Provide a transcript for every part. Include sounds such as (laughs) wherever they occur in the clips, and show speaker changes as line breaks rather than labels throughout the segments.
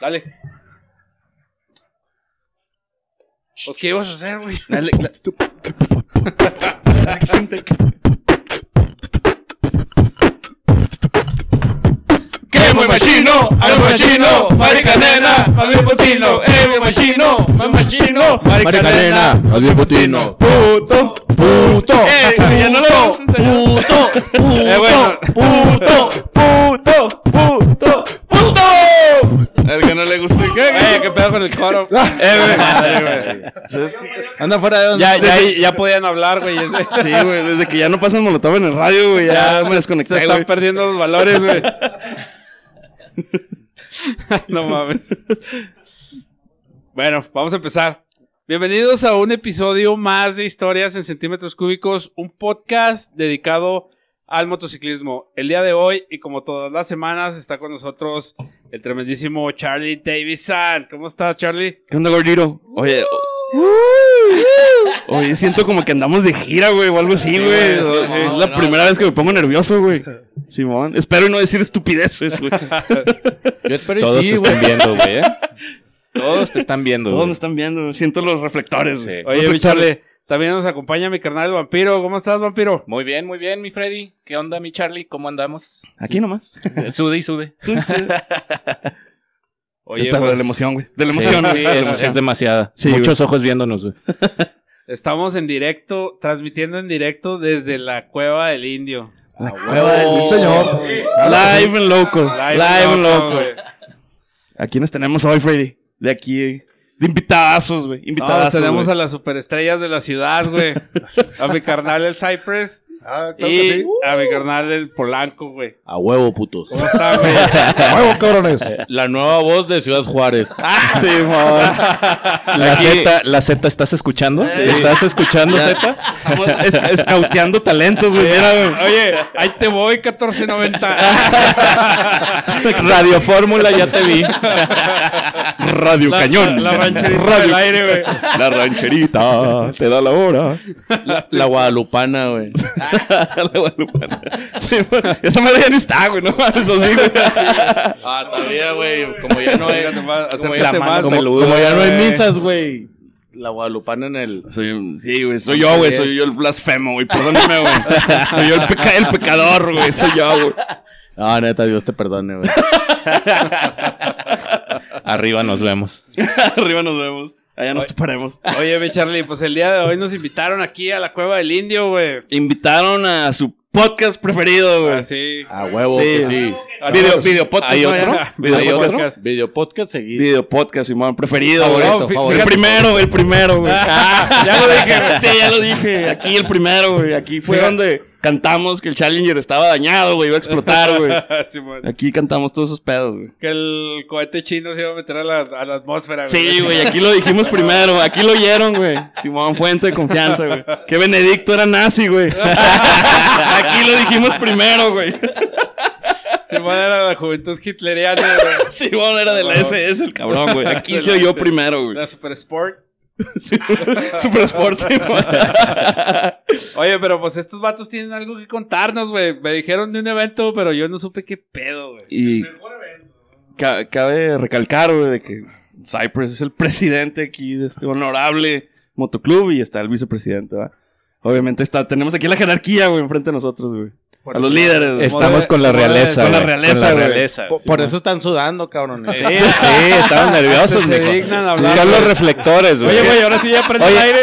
Dale. Pues, ¿qué ibas a hacer, güey?
Dale, la-
(laughs) ¡Qué muy machino! ¡Al machino! ¡Maricanena! ¡Más bien putino! ¡Eh, muy machino! ¡Más machino!
Maricanena, más bien putino.
¡Puto!
Puto.
¡Eh, ya no lo vamos a enseñar.
Puto.
Eh, bueno.
Puto.
¡Puto! ¡Puto! ¡Puto! El que no le gusta el Eh, qué pedo con el coro. Eh, güey. Madre, güey.
Anda fuera de donde.
Ya, ya, ya podían hablar, güey.
Sí, güey, desde que ya no pasan molotov en el radio, güey, ya, me
Se
desconecté,
están
güey.
perdiendo los valores,
(laughs)
güey. no mames. Bueno, vamos a empezar. Bienvenidos a un episodio más de Historias en Centímetros Cúbicos, un podcast dedicado al motociclismo. El día de hoy, y como todas las semanas, está con nosotros el tremendísimo Charlie Davidson. ¿Cómo estás, Charlie?
¿Qué onda, gordito? Oye, o- oye, siento como que andamos de gira, güey, o algo así,
güey,
güey. O-
sí,
es la primera vez que me pongo nervioso, güey. Simón, espero no decir estupideces, güey.
(laughs) Yo espero
Todos
y sí,
te
güey. viendo, güey. ¿eh?
¿eh?
Todos te están viendo,
Todos me están viendo, güey. siento los reflectores, güey.
Oye, mi Charlie, también nos acompaña mi carnal el vampiro. ¿Cómo estás, vampiro?
Muy bien, muy bien, mi Freddy. ¿Qué onda, mi Charlie? ¿Cómo
(laughs)
andamos?
Aquí nomás.
Sude y sude.
Sí, sí.
Oye,
Pero de
pues,
la emoción, güey. De la
Sí,
emoción, güey.
sí,
de la
(laughs)
es,
emoción.
es demasiada.
Sí,
Muchos ojos viéndonos, güey.
Estamos en directo, transmitiendo en directo desde la cueva del indio.
Sí, señor.
Oh. Live and local.
Live
Live and
loco,
local.
güey.
¿A quiénes tenemos hoy, Freddy? De aquí, de invitadazos, güey.
No,
Invitadazos.
tenemos
güey.
a las superestrellas de la ciudad, güey. A mi carnal el Cypress
Ah, claro que
y
sí.
a mi carnal el Polanco, güey.
A huevo, putos.
¿Cómo están, güey?
Huevo, cabrones.
(laughs) La nueva voz de Ciudad (laughs) Juárez.
(laughs)
Ah, Simón.
La Z, la Z, ¿estás escuchando? ¿Estás escuchando, Z?
Estamos es- escauteando talentos, güey. Mira,
Oye, ahí te voy, 1490.
güey. (laughs) Radio Fórmula, ya te vi. Radio
La-
Cañón.
la rancherita del aire, güey.
La rancherita. Te da la hora.
La guadalupana, güey.
(laughs) la guadalupana. Simón. Esa madre ya no está, güey. No mames, eso sí, güey.
Ah, todavía, güey. Como ya no hay.
Acércate más,
como
acércate
ya-
más,
como-
peluda,
como ya no hay
güey.
misas, güey. La guadalupana en el.
Soy, sí, güey, soy yo, güey, soy yo el blasfemo, güey, perdóname, güey. Soy yo el, peca- el pecador, güey, soy yo, güey.
Ah, neta, Dios te perdone, güey.
Arriba nos vemos.
(laughs) Arriba nos vemos, allá nos toparemos.
Oye, mi Charlie, pues el día de hoy nos invitaron aquí a la cueva del indio, güey.
Invitaron a su podcast preferido, güey.
Así.
A huevo,
Sí.
que sí.
Ah,
Video, video podcast,
¿Hay
¿no?
otro?
Ya. (laughs) Video
¿Hay
podcast.
otro?
Video podcast seguido.
Video podcast, Simón, preferido, güey.
Favorito,
No, fi-
El
favorito.
primero, el
(laughs)
primero, güey.
Ah,
Ah.
Ya lo dije, güey.
(laughs) Sí, ya lo dije. Aquí el primero, güey. Aquí fue
Fíjate.
donde cantamos que el Challenger estaba dañado, güey. Iba a explotar, güey.
(laughs) Simón.
Aquí cantamos todos esos pedos, güey.
Que el cohete chino se iba a meter a la, a la atmósfera,
Sí, güey, aquí lo dijimos primero, güey. aquí lo oyeron, güey. Simón, fuente de confianza, güey. Que Benedicto era nazi, güey. Aquí lo dijimos primero, güey.
(laughs) Simón era la juventud hitleriana, güey.
(laughs) Simón era de la SS, el cabrón, güey. Aquí se oyó primero, güey.
La Super
(laughs)
Sport.
Super Sport, Simón.
(laughs) Oye, pero pues estos vatos tienen algo que contarnos, güey. Me dijeron de un evento, pero yo no supe qué pedo, güey.
Y ca- cabe recalcar, güey, de que Cypress es el presidente aquí de este honorable motoclub y está el vicepresidente, ¿va? Obviamente está, tenemos aquí la jerarquía, güey, enfrente de nosotros, güey. A los líderes, güey.
Estamos con la
Como de-
realeza.
con la
güey.
realeza,
Con la
güey.
realeza.
Por, por eso están sudando, cabrones.
Sí, sí, estamos nerviosos,
Se
mijo.
dignan
Sí,
hablar,
Son los
güey.
reflectores, güey.
Oye, güey, ahora sí (laughs) ya prende el
Oye.
aire.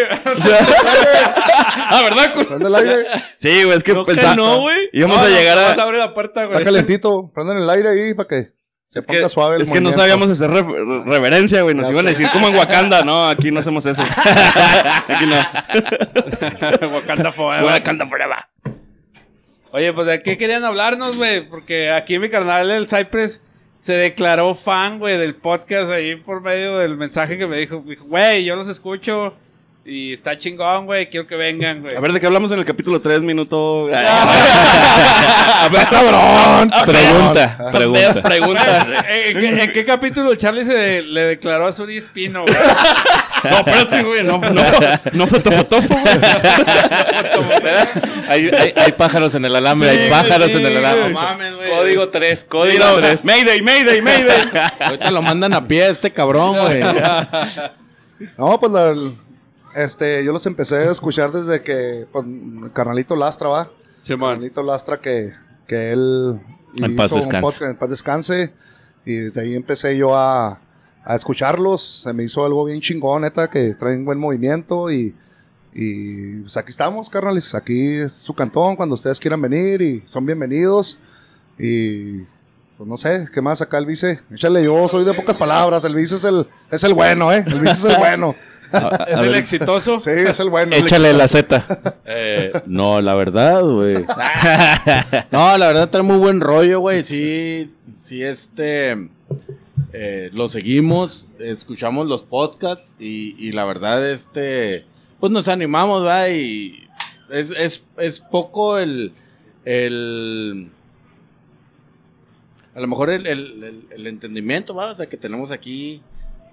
Ah, ¿verdad? cu-
Prende el aire.
Sí, güey, es que
No, que
pensaba-
no, güey.
íbamos
No,
a
no,
llegar a...
nomás abre la puerta, güey.
Está calentito. Prenden el aire ahí para que se
Es
ponga
que,
suave el
es que no
movimiento.
sabíamos hacer ref- re- reverencia, güey. Nos
Ya
iban a
sé.
decir como en Wakanda. No, aquí no hacemos eso. aquí no.
(laughs) Wakanda forever.
Wakanda forever.
Oye, pues de qué querían hablarnos, güey. Porque aquí mi carnal, el Cypress, se declaró fan, güey, del podcast ahí por medio del mensaje que me dijo. Me dijo, Güey, yo los escucho. Y está chingón, güey. Quiero que vengan, güey.
A ver, ¿de qué hablamos en el capítulo 3, minuto?
cabrón!
(laughs)
Pregunta, pregunta.
Preguntas.
(laughs) Eh, ¿En qué, en qué capítulo Charlie se le declaró a Suri Espino, güey?
(laughs) No, espérate, güey. No, no, no fotofotofo, güey.
(laughs) Hay, hay, hay pájaros en el alambre, hay pájaros en el alambre.
mames, güey.
Código 3, código
Mira,
3.
Mayday, Mayday, Mayday.
Ahorita lo mandan a pie a este cabrón,
(laughs)
güey.
No, pues la, el- este, yo los empecé a escuchar desde que, pues, Carnalito Lastra, va.
Simón.
Carnalito Lastra que, que él
En paz
un
descanse.
podcast, en paz descanse. Y desde ahí empecé yo a, a escucharlos. Se me hizo algo bien chingón, neta, que traen buen movimiento y, y pues aquí estamos, carnales. Aquí es su cantón cuando ustedes quieran venir y son bienvenidos. Y pues no sé, ¿qué más acá el vice? Échale, yo soy de pocas palabras. El vice es el, es el bueno, ¿eh? El vice es el
(laughs)
bueno.
Es el exitoso.
Sí, es el bueno. el
Échale la Z.
no, la verdad, güey. (laughs) No, la verdad trae muy buen rollo, güey. Sí, sí, este. eh, lo seguimos, escuchamos los podcasts y, y la verdad, este. Pues nos animamos, va. Y es, es, es poco el. el a lo mejor el, el- el- el entendimiento, va, o sea, que tenemos aquí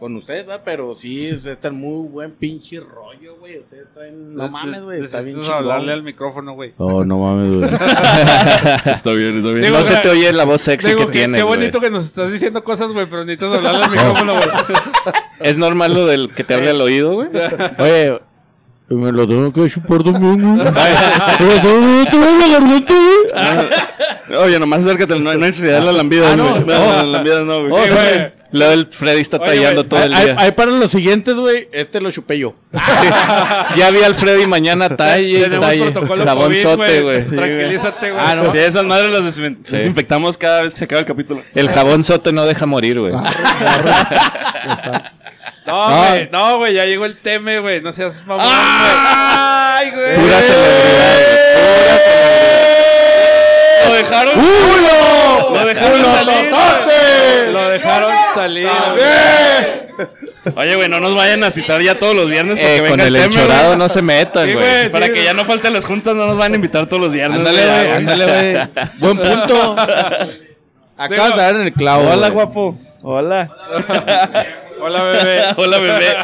con ustedes, va, pero sí, ustedes están muy buen pinche rollo, güey. Ustedes traen, no mames, güey, está bien
Necesitas
chingón.
hablarle al micrófono, güey.
Oh, no (laughs) mames, güey.
Está bien, está bien.
Digo,
no
o
se
sea,
te oye la voz sexy
Digo,
que,
qué-
tienes.
qué
güey.
bonito que nos estás diciendo cosas, güey, pero necesitas hablarle al micrófono, güey.
Es normal lo del que te hable al oído,
(laughs)
güey.
Oye, me lo tengo que chupar también, (laughs) güey. Me lo tengo que chupar en la garganta, güey.
Oye, nomás acércate, no hay no hay necesidad de la lambida, güey. No, no, la lambida no, güey.
Lo del Freddy está
Oye,
tallando
güey,
todo el
Ahí
día.
ahí para los siguientes, güey. Este lo chupé yo.
Ya vi al Freddy mañana talle,
Tenemos
talle.
protocolo
Jabonzote,
COVID,
güey.
Tranquilízate, güey.
Ah, no. Sí, esas madres las desinfect-
Sí.
desinfectamos cada vez que se acaba el capítulo.
El jabonzote no deja morir, güey.
No, güey, no, güey, ya llegó el teme, güey. No seas mamón, güey.
¡Ay, güey!
Pura
Lo dejaron. Lo dejaron salir,
¡Culototote!
Lo dejaron salir.
güey. Oye, güey, no nos vayan a citar ya todos los viernes porque
Eh,
venga
con el
tema,
enchorado
güey.
no se metan,
Sí,
güey.
güey.
Para
Sí,
que ya no falten las juntas, no nos van a invitar todos los viernes.
Ándale,
güey.
güey. Ándale, güey. Buen punto. Acabas de dar en el clavo.
Hola,
güey.
guapo. Hola.
Hola, bebé.
Hola, bebé.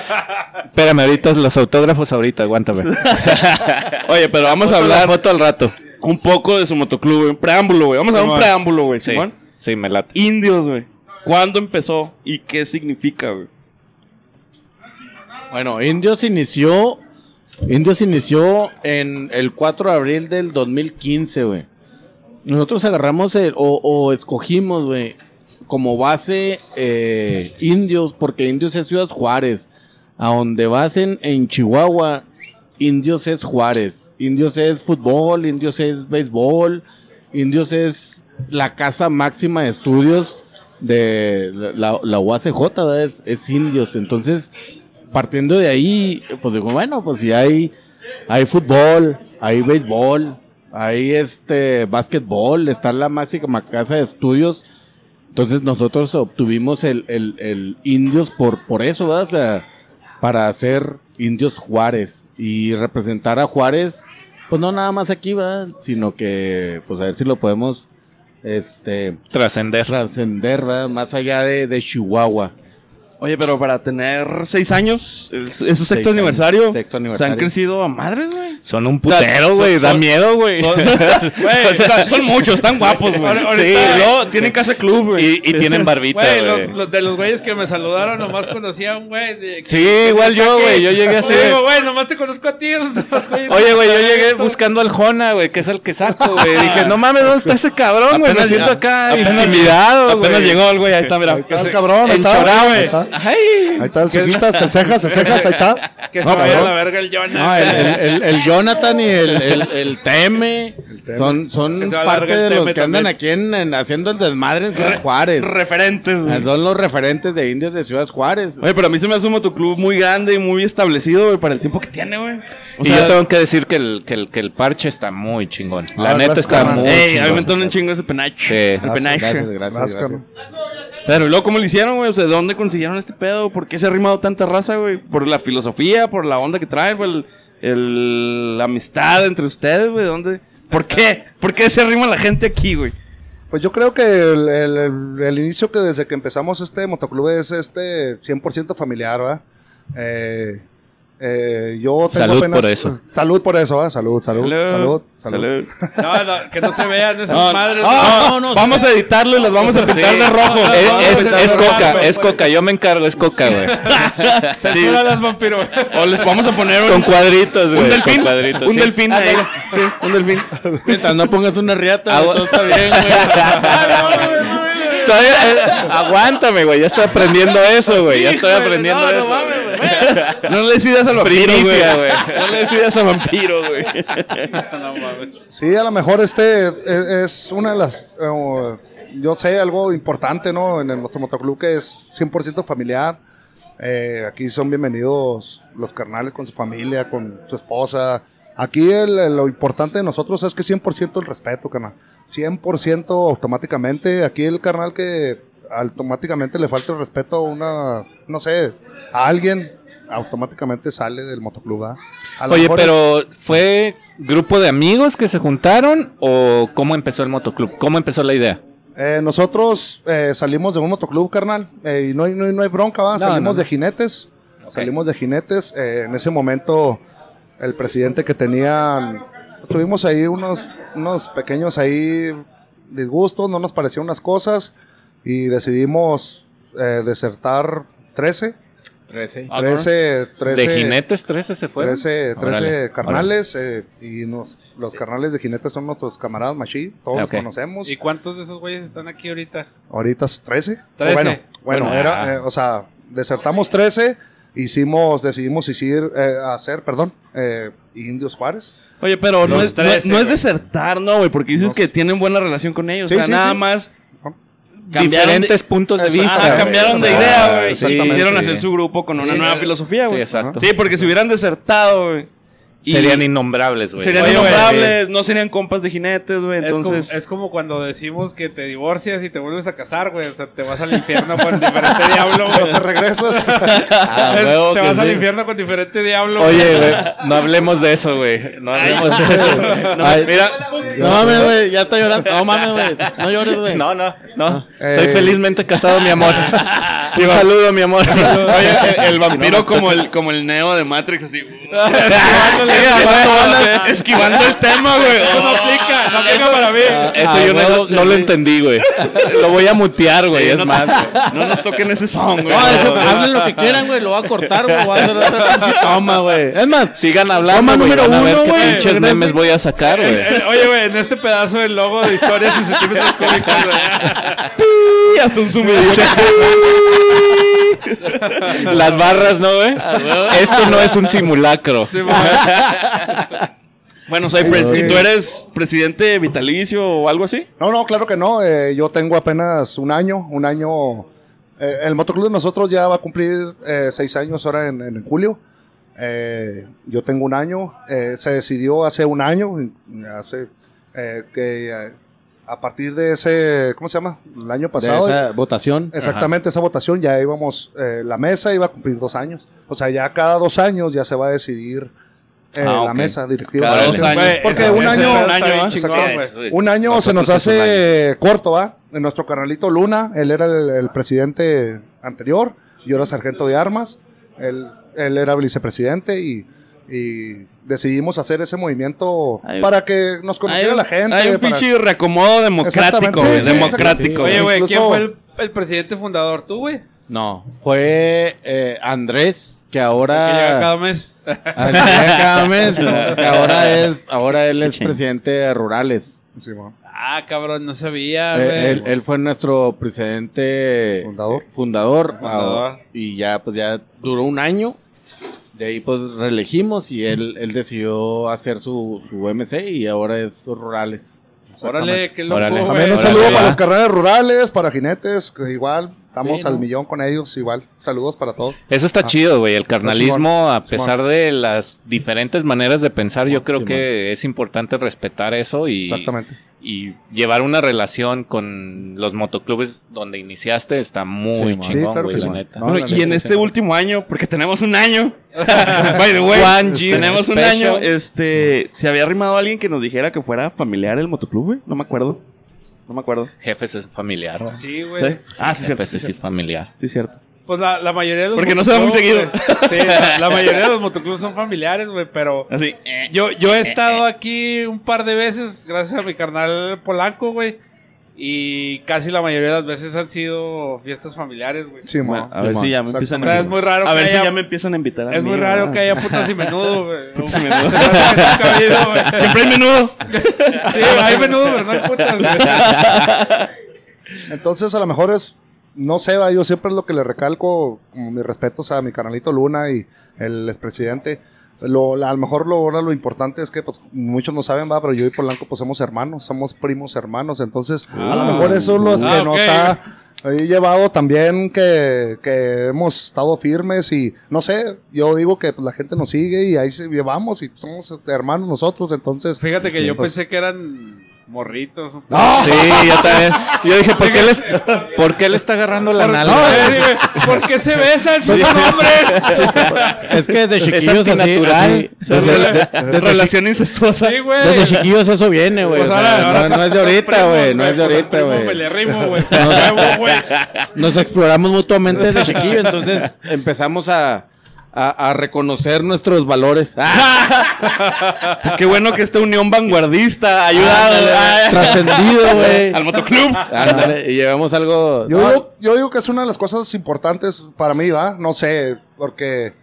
Espérame, ahorita los autógrafos ahorita, aguántame.
(laughs) Oye, pero vamos a
Foto-
hablar
foto al rato.
un poco de su motoclub, güey. Un preámbulo, güey. Vamos a dar un
Simón.
preámbulo, güey.
Sí,
Simón.
sí, me late.
Indios, güey. ¿Cuándo empezó y qué significa, güey?
Bueno, Indios inició. Indios inició en el 4 de abril del 2015, güey. Nosotros agarramos el, o, o escogimos, güey, como base eh, Indios, porque Indios es Ciudad Juárez. A donde vas en, en Chihuahua, Indios es Juárez. Indios es fútbol, Indios es béisbol, Indios es la casa máxima de estudios de la, la- la UACJ, ¿verdad? es, es Indios. Entonces, partiendo de ahí, pues digo, bueno, pues si hay, hay fútbol, hay béisbol, hay este básquetbol, está la máxima casa de estudios. Entonces nosotros obtuvimos el, el- el indios por, por eso, ¿verdad? O sea, para hacer indios Juárez y representar a Juárez, pues no nada más aquí, ¿verdad? Sino que, pues a ver si lo podemos, este,
Trascender.
trascender, ¿verdad? Más allá de, de Chihuahua.
Oye, pero para tener seis años, el- es su
Seis
sexto
años,
aniversario.
sexto
Se han
aniversario.
crecido a madres, güey.
Son un
sea,
putero,
son-
güey. Da
son-
miedo, güey. (laughs)
Son, güey, o sea, son muchos, están guapos, güey.
Ahorita-
Sí, y luego tienen casa club, güey.
Y, y tienen barbita,
Güey,
güey.
los, los- de los güeyes que me saludaron, nomás conocía a un güey. de-
Sí, igual yo, güey. Yo llegué así.
Le Digo, güey, nomás te conozco a ti. los demás güeyes no
Oye, güey, yo
saben
llegué
esto.
buscando al Jona, güey, que es el que saco, güey. Dije, no mames, ¿dónde está ese cabrón, güey? Me
Apenas
siento
ya-
acá
apenas-
intimidado, güey.
Apenas llegó el güey, ahí está, mira.
Ahí está el cabrón, ahí
El
está.
chorá,
Ahí
güey.
está.
Ay.
Ahí está el cejitas, el cejas, el cejas, ahí está.
Que se
No,
vaya a
cabrón.
la verga el
No,
Jonah.
el, el- el- el Jonathan y el, el- el Teme
Teme.
son, son
Que se va a
parte
largar el
de los
Teme
que andan
también.
aquí en, en- haciendo el desmadre en Ciudad Juárez.
Referentes, güey.
Son los referentes de indios de Ciudad Juárez.
Oye, pero a mí se me hace un motoclub muy grande y muy establecido, güey, para el tiempo que tiene, güey. O
Y
sea,
yo tengo que decir que el, que el, que el parche está muy chingón. La
Ah,
neta
gracias,
está
carnal.
muy
ey, a mí me
chingón.
entona un chingo ese penache.
Sí.
el
Gracias,
penache.
gracias, gracias,
Láscaro.
gracias.
Pero ¿y luego, ¿cómo lo hicieron, güey? O sea, ¿de dónde consiguieron este pedo? ¿Por qué se ha arrimado tanta raza, güey? ¿Por la filosofía? ¿Por la onda que traen? ¿Por el, el- la amistad entre ustedes, güey? ¿De ¿Dónde? ¿Por qué? ¿Por qué se arrima la gente aquí, güey?
Pues yo creo que el, el- el- el inicio que desde que empezamos este motoclub es este 100% familiar, ¿verdad? Eh, eh, yo tengo
Salud
apenas-
por eso.
Salud por eso, ¿verdad? Salud, salud, salud, salud.
Salud.
No, no, que no se vean esas
No,
madres.
no,
no,
Vamos a editarlo y las vamos a pintar
Sí.
de rojo.
No, no,
Es,
no,
es-
no,
es
no,
coca,
no,
es
no,
coca. Yo me encargo, es coca, güey.
(laughs)
Censura las vampiro.
O les vamos a poner
Con
un,
cuadritos, güey. con
un delfín.
cuadritos,
un
sí.
delfín. ahí. Sí, un delfín.
Mientras no pongas una riata,
Ah,
güey, todo está bien,
(laughs)
Todavía, eh, aguántame, güey. Ya estoy aprendiendo eso, güey. Ya estoy aprendiendo eso.
No le decidas al vampiro, güey.
Primicia, güey.
No le decidas al vampiro, (laughs) güey.
No mames.
Sí, a lo mejor este e- es una de las, eh, yo sé, algo importante, ¿no? En el- nuestro motoclub que es 100% familiar. Eh, aquí son bienvenidos los carnales con su familia, con su esposa. Aquí el- el- lo importante de nosotros es que 100% el respeto, carnal. 100% automáticamente. Aquí el carnal que automáticamente le falta el respeto a una, no sé, a alguien, automáticamente sale del motoclub. ¿verdad? A lo
Oye,
mejor
pero ¿fue grupo de amigos que se juntaron o cómo empezó el motoclub? ¿Cómo empezó la idea?
Eh, nosotros eh, salimos de un motoclub, carnal, eh, y no hay, no hay- no hay bronca, ¿va?
No,
salimos
no, no.
de jinetes, salimos de jinetes. eh, en ese momento, el presidente que tenía, tuvimos ahí unos, unos pequeños ahí disgustos, no nos parecían unas cosas, y decidimos eh, desertar 13,
13.
13, 13
Ah, ¿De jinetes 13 se fueron?
13, 13
Órale,
carnales, eh, y nos, los carnales de jinetes son nuestros camaradas machi, todos los
Ok.
conocemos.
¿Y cuántos de esos güeyes están aquí ahorita?
Ahorita es 13.
Trece.
Bueno, bueno,
Bueno,
era,
ah.
eh, o sea, desertamos 13, hicimos, decidimos hicir, eh, hacer, perdón, eh, Indios Juárez.
Oye, pero no
Los
es, no-
trece,
no, es
güey.
desertar, ¿no, güey? Porque dices
Los-
que tienen buena relación con ellos.
Sí,
o sea,
sí,
nada
sí.
más cambiaron de,
Diferentes puntos de
Eso-
vista.
Ah,
güey.
cambiaron de
Ah,
idea, güey.
sí,
Y quisieron
sí.
hacer su grupo con una
Sí,
nueva
sí,
filosofía,
Sí,
güey. Sí,
exacto.
porque si hubieran desertado, güey. y-
Serían innombrables, güey.
Serían
Oye, güey,
innombrables, no serían compas de jinetes, güey. Entonces.
es, como, es como cuando decimos que te divorcias y te vuelves a casar, güey. O sea, te vas al infierno con diferente diablo, güey.
Te
(laughs)
regresas.
Ah,
Es-
huevo
te
que
vas al
sí.
infierno con diferente diablo.
Oye, güey, no hablemos de eso, güey. No hablemos de eso. Ay, mira,
No mames, güey, ya está llorando. No mames, güey. No llores, güey. Ah.
No, no, no.
Eh.
Estoy felizmente casado, mi (laughs) amor. Un saludo, mi amor.
Oye, el, el vampiro como el como el neo de Matrix,
(laughs)
así. uh,
Esquivando-
esquivando el tema, güey.
Eso no aplica, no aplica para mí.
Eso
Ah,
yo no,
huevo que
no lo
sí.
entendí, güey. Lo voy a mutear, güey.
Sí,
es
no-
más, (laughs) güey.
No nos toquen ese son, güey.
No, Ah, eso, hablen lo que quieran, güey. Lo voy a cortar, güey. Voy a hacer otra pinche toma, güey. Es más,
Sigan hablando,
Toma
güey.
número
Van a ver
uno,
qué
güey.
pinches
Regrese.
memes voy a sacar,
Eh,
güey.
eh, Oye, güey, en este pedazo del logo de historias y centímetros cúbicos,
(laughs)
güey.
Y hasta un zoom y dice,
(laughs) Las barras, ¿no, güey?
Ah,
Ah,
Esto no es un simulacro.
Sí, mamá.
Bueno, soy pres-
güey.
¿Y tú eres presidente vitalicio o algo así?
No, no, claro que no. eh, yo tengo apenas un año, un año. eh, el motoclub de nosotros ya va a cumplir eh, seis años ahora en, en julio. Eh, yo tengo un año. eh, se decidió hace un año, hace eh, que eh, a partir de ese, ¿cómo se llama? El año pasado.
De esa votación.
Exactamente, esa votación ya íbamos, eh, la mesa iba a cumplir dos años. O sea, ya cada dos años ya se va a decidir eh,
Ah,
la
ok.
mesa directiva.
Cada
de la
dos
mesa.
años.
Güey,
Porque
ese-
un
ese
año-
pedo
un
está
año,
bien
¿eh?
chingón,
Exacto.
güey.
Un año se nos hace corto, ¿va? En nuestro carnalito Luna, él era el, el presidente anterior, yo era sargento de armas, él, él era vicepresidente y, y decidimos hacer ese movimiento
Ay,
para que nos
Hay
conociera
un,
la gente.
hay un
para-
pinche reacomodo democrático,
Exactamente,
güey.
sí, sí,
democrático.
exacto, sí.
Oye, güey, ¿quién
Incluso-
fue el, el presidente fundador? ¿Tú, güey?
No, fue eh, Andrés,
Que
que
llega cada
ahora. (laughs)
mes.
Andrés
(laughs)
Gámez, que ahora es, ahora él es presidente de Rurales.
Sí, mo,
Ah, cabrón, no sabía,
Eh,
güey.
él, él fue nuestro presidente
Fundador.
fundador,
Fundador.
ah, y ya pues ya duró un año. De ahí pues reelegimos y él, él decidió hacer su, su MC y ahora es Rurales.
exactamente.
Órale, qué loco,
Órale.
güey.
También un
Órale,
saludo
va.
para los carnales rurales, para jinetes, que igual Estamos
Sí,
al
¿no?
millón con ellos igual. Saludos para todos.
(laughs) Eso está
Ah.
chido, güey. El carnalismo, a
Simón.
pesar de las diferentes maneras de pensar, yo
Simón,
creo
Simón.
que es importante respetar eso y,
Exactamente.
y llevar una relación con los motoclubes donde iniciaste está muy
Simón.
Sí,
chingón,
claro
güey,
que
la
sí.
neta.
No, la
Bueno, y en
neta,
este
sí.
último año, porque tenemos un año. (laughs) By the way,
One year
tenemos un
special.
año. Este, se había arrimado alguien que nos dijera que fuera familiar el motoclub, güey. No me acuerdo. No me acuerdo.
Jefes es familiar. güey.
Sí, güey.
¿Sí? Ah,
Eh,
sí, cierto.
pues
Jefes
Sí,
es
cierto.
familiar.
Sí, cierto.
Pues la, la mayoría de los
Porque no se da muy
motoclubs, güey. Sí, la, la mayoría de los motoclubs son familiares, güey, pero
Así. eh.
yo, yo he estado aquí un par de veces gracias a mi carnal Polanco, güey. Y casi la mayoría de las veces han sido fiestas familiares, güey.
Sí,
(laughs)
Bueno,
mo.
a ver
Simón.
si ya me empiezan
O sea,
a
es muy raro
A ver
que
si
haya-
ya me empiezan a invitar a
Es
mí,
muy
¿verdad?
raro que
(laughs)
haya putas y menudo, güey.
Putas y
(laughs)
menudo.
Se me hace que nunca ha habido, güey.
Siempre hay menudo.
Sí, hay menudo, pero no hay putas, güey.
(laughs) Entonces, a lo mejor es, no sé, va, yo siempre es lo que le recalco, como mis respetos a mi canalito Luna y el expresidente. Lo, la- a lo mejor lo, ahora lo importante es que pues, muchos no saben, va, pero yo y Polanco pues somos hermanos, somos primos hermanos, entonces a lo mejor eso es lo que
Ah, ok.
nos ha eh, llevado también que, que hemos estado firmes y no sé, yo digo que pues, la gente nos sigue y ahí se llevamos y somos hermanos nosotros, entonces...
Fíjate que yo
pues, (laughs)
pensé que eran morritos. un
¡No!
Sí, yo también. Yo dije, ¿por qué, les, ¿por qué le
(laughs)
está agarrando la
Por-
nalga?
no, sí, güey. ¿Por qué se besan si son hombres?
Es que de chiquillos así,
antinatural.
así, desde,
Relación incestuosa.
Sí, güey.
desde chiquillos eso viene, güey.
Pues
o sea,
ahora- ahora
no, no es de
son
ahorita,
primos,
güey. No es de
pues son
ahorita,
primos, Me
güey.
le rimo, güey. Huevo, güey.
(laughs) Nos exploramos mutuamente desde chiquillo, entonces empezamos a, a, a reconocer nuestros valores.
(laughs) Pues qué bueno que esta unión vanguardista ha ayudado
Ah, Trascendido, güey.
ah, (laughs) al motoclub.
Ándale, y llevamos algo.
Yo,
no,
digo, yo digo que es una de las cosas importantes para mí, ¿va? No sé, porque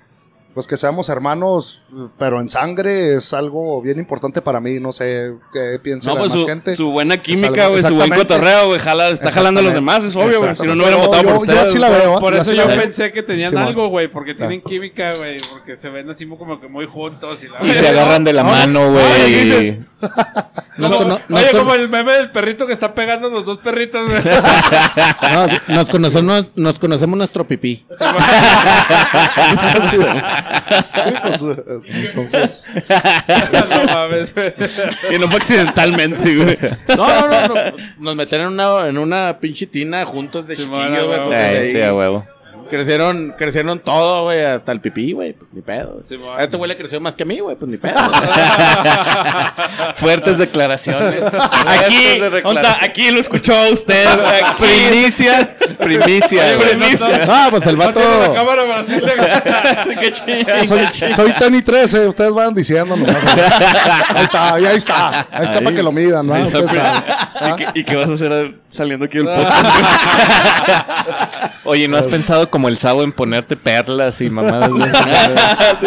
pues que seamos hermanos, pero en sangre es algo bien importante para mí, no sé qué piensa
No,
la
pues
más
su,
gente. (laughs)
su (laughs) buena
Es
química,
algo-
güey, su buen
exactamente.
cotorreo, güey, jala, está jalando a los demás, es obvio, güey. Si no, no hubiera
Exactamente.
votado por
Yo-
ustedes.
Yo así la
güey.
veo. ¿eh?
Por
yo
eso
así
yo
la veo.
pensé que tenían
Simón.
algo, güey, porque
Exacto.
tienen química, güey, porque se ven así como que muy juntos y la
Y se agarran de la mano,
Ay,
güey.
(laughs)
dices-
nos
Como-
cono- nos
oye,
cono-
como el meme del perrito que está pegando a los dos perritos, güey. (laughs)
no, nos conocemos, nos conocemos
(laughs)
nuestro pipí.
Sí, pues,
(laughs)
eh, entonces,
(laughs) no mames, güey.
Y no fue (laughs)
(laughs)
accidentalmente, güey.
No, no, no, no. Nos metieron en una, en una pinche tina juntos de
Sí,
chiquillo,
bueno,
güey.
güey.
pues,
Ay,
desde
sí,
ahí.
a huevo.
Crecieron, crecieron todo, güey, hasta el pipí, güey, pues ni pedo.
Sí, bueno.
a este güey le creció más que a mí, güey, pues
(laughs)
ni pedo.
Fuertes declaraciones.
Aquí,
Fuertes
onda, aquí lo escuchó usted. Aquí.
(laughs)
Primicia. Primicia.
Oye,
güey.
güey, no está-
Ah,
no, pues el
no
vato.
tiene la cámara para decirle-
Qué chingada.
soy, soy Tony
(laughs)
13, ustedes van diciendo.
(laughs)
nomás. ahí está, y ahí está. Ahí está para que lo midan, ¿no?
Ahí está,
Ustedes
güey.
saben. Ah.
¿Y qué- ¿Y qué vas a hacer saliendo aquí del podcast?
Oye, ¿no has pensado como el sábado en ponerte perlas y mamadas? de
(laughs)
esas?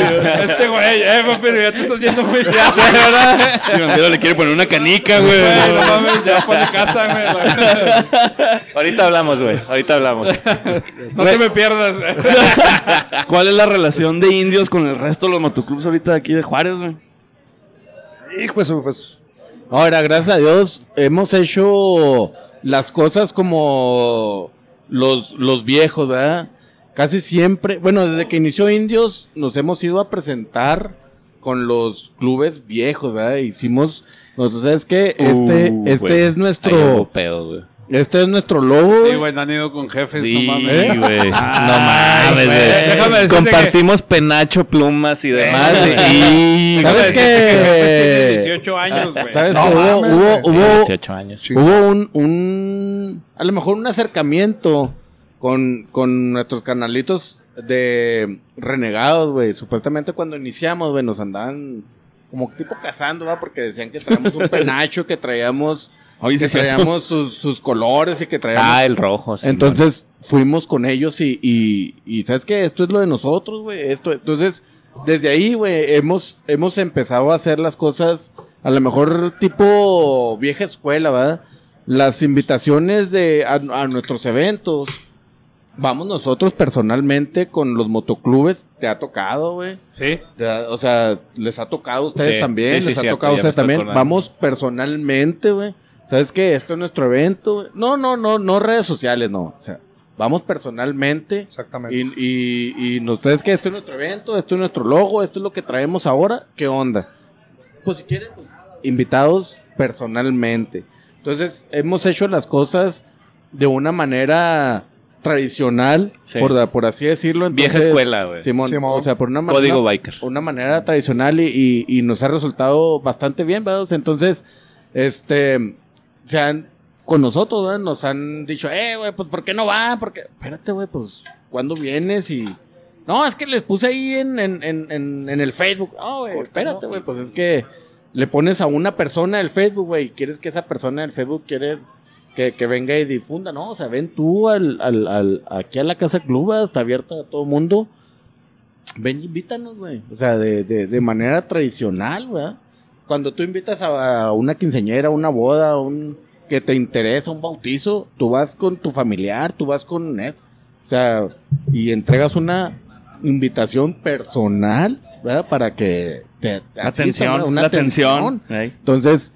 Este güey, eh, güey, pero ya te estás yendo muy ya,
Sí, ¿verdad? Si Vampiro le quiere poner una canica, güey.
güey, no mames, ya pone casa, güey.
Ahorita hablamos, güey. Ahorita hablamos.
No te me pierdas.
(laughs) ¿Cuál es la relación de indios con el resto de los motoclubs ahorita de aquí de
(laughs)
Juárez, güey?
Hijo, de su- pues,
Ahora, gracias a Dios, hemos hecho las cosas como los, los viejos, ¿verdad? Casi siempre, bueno, desde que inició Indios, nos hemos ido a presentar con los clubes viejos, ¿verdad? Hicimos, nosotros sabes que este,
Uh,
este
güey. Ahí
es
hubo
nuestro,
pedo, güey.
este es nuestro logo.
Sí, güey, no han ido con jefes,
Sí,
no mames. Ah,
güey. No mames,
güey. Déjame
güey.
decirte
Eh, Compartimos penacho, plumas y demás.
Eh,
y...
¿sabes
Déjame decirte
qué?
que jefes tiene 18 años, güey.
¿Sabes
No
que hubo,
mames,
hubo,
güey.
hubo-
18 años.
Sí.
Hubo un, un- a lo mejor un acercamiento con, con nuestros canalitos de renegados, güey. Supuestamente cuando iniciamos, güey, nos andaban como tipo cazando, ¿va? Porque decían que traíamos un penacho, que traíamos,
Oye, sí
que
es cierto.
traíamos sus, sus colores y que traíamos...
Ah, el rojo. sí,
Entonces fuimos con ellos y, y, y, sabes que esto es lo de nosotros, güey. Esto, entonces, desde ahí, güey, hemos, hemos empezado a hacer las cosas, a lo mejor tipo vieja escuela, ¿verdad? Las invitaciones de a, a nuestros eventos. Vamos nosotros personalmente con los motoclubes, te ha tocado, güey.
Sí.
Te ha- O sea, les ha tocado a ustedes
Sí,
también,
sí, sí,
les ha
cierto,
tocado
ya
a
me
ustedes
estoy
también.
acordando.
Vamos personalmente, güey. ¿Sabes qué? Esto es nuestro evento, güey. No, no, no, no redes sociales, no. O sea, Vamos personalmente
Exactamente.
y, y, y nos traes que esto es nuestro evento, esto es nuestro logo, esto es lo que traemos ahora, ¿qué onda? Pues si quieren, pues, invitados personalmente. Entonces, hemos hecho las cosas de una manera tradicional,
Sí.
por, da- por así decirlo.
Vieja
Entonces,
escuela, güey.
Simón,
Simón.
o sea, por una manera
Código biker.
una manera tradicional y, y- y nos ha resultado bastante bien, ¿verdad? O sea, Entonces, este, se han, con nosotros, ¿verdad? Nos han dicho, eh, güey, pues ¿por qué no van? Porque, espérate, güey, pues, ¿cuándo vienes? Y, no, es que les puse ahí en, en, en, en, en el Facebook. No, güey, espérate, güey, pues es que le pones a una persona el Facebook, güey, y quieres que esa persona del Facebook quieres que, que venga y difunda, ¿no? O sea, ven tú al, al, al, aquí a la Casa Club, ¿verdad? está abierta a todo mundo. Ven y invítanos, güey. O sea, de, de, de manera tradicional, ¿verdad? Cuando tú invitas a, a una quinceñera, una boda, un que te interesa, un bautizo, tú vas con tu familiar, tú vas con Ned. O sea, y entregas una invitación personal, ¿verdad? Para que te, te
La
asistan,
atención,
¿verdad? Una
la atención. Ey.
entonces,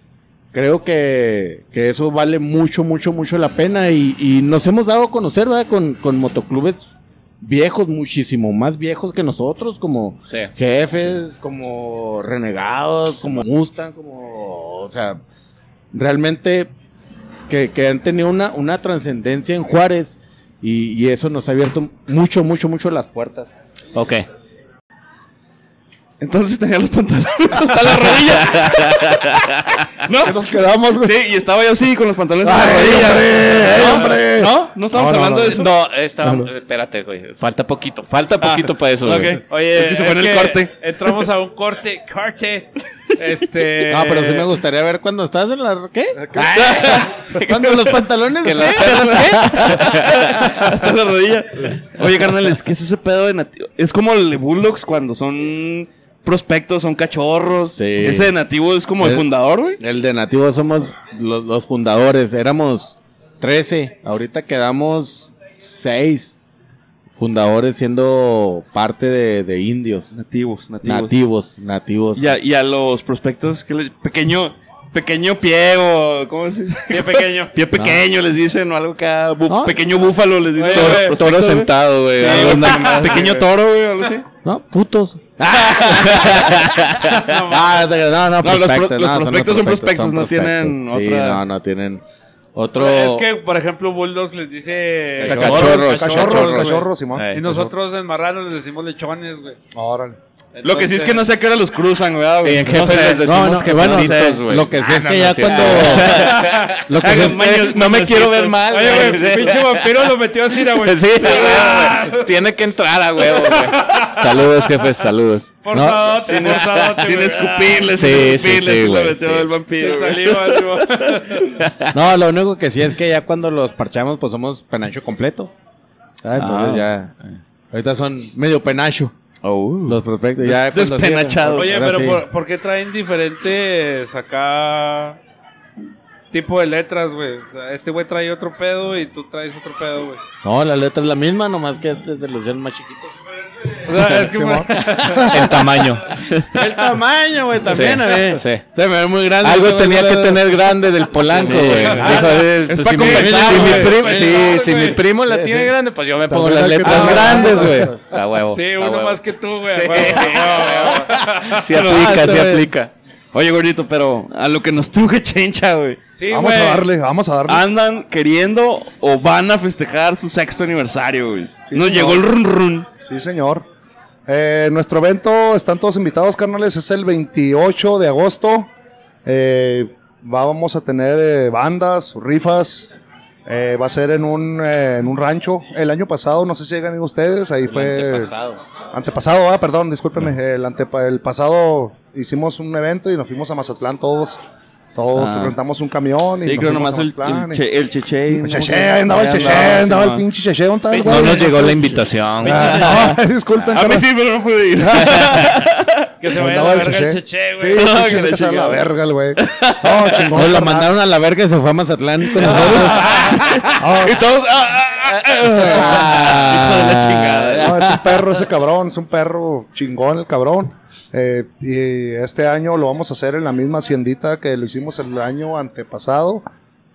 creo que, que eso vale mucho, mucho, mucho la pena. Y, y nos hemos dado a conocer, ¿verdad? Con, con motoclubes viejos, muchísimo más viejos que nosotros, como
Sí.
jefes, como renegados, como Mustang, como. O sea, realmente que, que han tenido una, una trascendencia en Juárez. Y, y eso nos ha abierto mucho, mucho, mucho las puertas.
(laughs) Ok.
Entonces tenía los pantalones hasta la rodilla.
¿Qué
¿No?
nos quedamos, güey?
Sí, y estaba yo así con los pantalones hasta la
¡Ay,
rodilla.
hombre! ¡Ay,
Eh, ¿No?
hombre!
¿No? ¿No estamos
No, no,
hablando
no,
de eso?
No, está, espérate, güey. Falta poquito, falta poquito para eso,
ok.
güey.
Ah, Oye,
Es que se fue en el corte.
Entramos a un corte,
(laughs)
corte. Este.
No, Ah, pero sí me gustaría ver cuando estás en la... ¿Qué?
¿Qué?
Cuando los pantalones...
Que las
¿qué?
perras, (laughs) ¿qué?
Hasta la rodilla. Oye, carnales, ¿qué es ese pedo de nativo? Es como el de Bulldogs cuando son prospectos, son cachorros.
Sí.
Ese de nativo es como el
Es-
fundador, güey.
Eh, El de Nativo somos los, los fundadores. Éramos 13. Ahorita quedamos 6 fundadores siendo parte de, de indios.
Nativos, nativos.
Nativos, nativos.
Y a, y a los prospectos, que le- pequeño, pequeño pie o, ¿cómo se dice?
Pie pequeño.
(laughs) Pie pequeño les dicen o algo acá. bu-
No.
Pequeño búfalo les dicen.
Oye,
a los
güey,
prospectos,
Toro
güey.
sentado, güey.
Sí,
algo
Pues güey,
nada
pe-
(laughs)
más,
pequeño
güey.
toro, güey, o algo así.
No,
(laughs)
putos. Ah, no, no, no,
los pro- los
no,
prospectos son prospectos, no tienen
Sí,
otra-
no, no tienen otro.
Es que, por ejemplo, Bulldogs les dice.
Cachorros,
Cachorros, cachorros,
güey.
cachorros, Simón.
Ey.
Y nosotros en Marrano les decimos lechones, güey.
Órale.
Lo que sí es que no sé a qué hora los cruzan, güey. ah,
Y
güey.
en
No
jefe
sé.
les decimos
no, no,
que
bueno,
jefecitos,
sí,
Ah,
güey.
lo que sí es
no,
que
no
ya
cierto.
(laughs)
cuando. lo que sí
Hagan
es que-
maños-
No me quiero ver
mañositos.
mal,
Oye, güey,
güey.
el pinche vampiro lo metió así, la güey.
Sí, güey, güey. Tiene que entrar a huevo,
(laughs)
güey. Saludos, jefes, saludos.
Forzadote,
Sin, es-
forzadote,
sin
güey.
escupirle, sin
Sí, sí,
escupirle,
sí,
se lo
güey,
metió
sí.
el
Ah,
vampiro.
se
güey.
salió algo.
(laughs) No, lo único que sí es que ya cuando los parchamos, pues somos penacho completo. Ah, entonces ya. Ahorita son medio penacho los prospectos. Ya
Des-
cuando sí,
despenachados.
ahora
Oye, pero
sí.
por, por qué traen diferentes acá tipo de letras, güey? O sea, Este güey trae otro pedo y tú traes otro pedo, güey.
No, la letra es la misma, nomás que este te lo hicieron más chiquitos.
O sea, Ah,
(laughs)
es que
Simón.
(laughs)
El tamaño.
El tamaño, güey, eh.
también, a ver.
Se me ve muy grande.
Algo tenía que tener grande del Polanco, güey.
Ah,
Dijo, eh, pues,
pa'
si mi-
compensar,
si mi
güey.
primo-
Sí,
si-
claro,
si mi
güey.
primo la tiene grande, pues yo me pongo
También
las
hay que
letras
tener-
grandes, güey. A huevo.
sí,
a
uno
huevo.
más que tú, güey.
Sí.
a huevo, güey, a huevo.
(laughs) Sí aplica,
Ah,
sí
está bien.
aplica.
Oye, gordito, pero a lo que nos truje chencha, güey. Ah,
Sí,
vamos
güey.
a darle, vamos a darle.
Andan queriendo o van a festejar su sexto aniversario, güey. nos
señor.
llegó el run run.
Sí, señor. Eh, nuestro evento, están todos invitados, carnales, es el 28 de agosto. Eh, vamos a tener eh, bandas, rifas. Eh, va a ser en un, eh, en un rancho. El año pasado, no sé si llegan ustedes, ahí fue... Antepasado, ah, perdón, discúlpeme. El, antepa- el pasado hicimos un evento y nos fuimos a Mazatlán todos. Todos
Ah.
rentamos un camión. Y
Sí,
nos
creo
fuimos
nomás
a
el,
Mazatlán
el,
y-
che, el cheche.
el
¿no?
Cheche, ahí andaba el
Ahí
Cheche,
andaba,
andaba el
Simón.
pinche Cheche. ¿dónde está el
No
güey?
nos llegó la invitación.
Ah, no, (laughs) disculpen.
A mí
carnal.
sí, pero no
(laughs)
pude ir.
Que se vaya a
Mandaba
la
el
verga el
cheche.
cheche,
Sí,
güey. (laughs)
el
No,
cheche
que
se
la
casó a la
chingada.
verga, el güey. No, chingón.
Nos lo
carnal.
mandaron a la verga y se fue a Mazatlán
(laughs)
con nosotros. Oh.
Ah,
Y todos. ah, ah, ah, ah. (laughs) Hijo de la chingada.
No, es un perro ese cabrón, es un perro chingón el cabrón. Eh, y este año lo vamos a hacer en la misma haciendita que lo hicimos el año antepasado.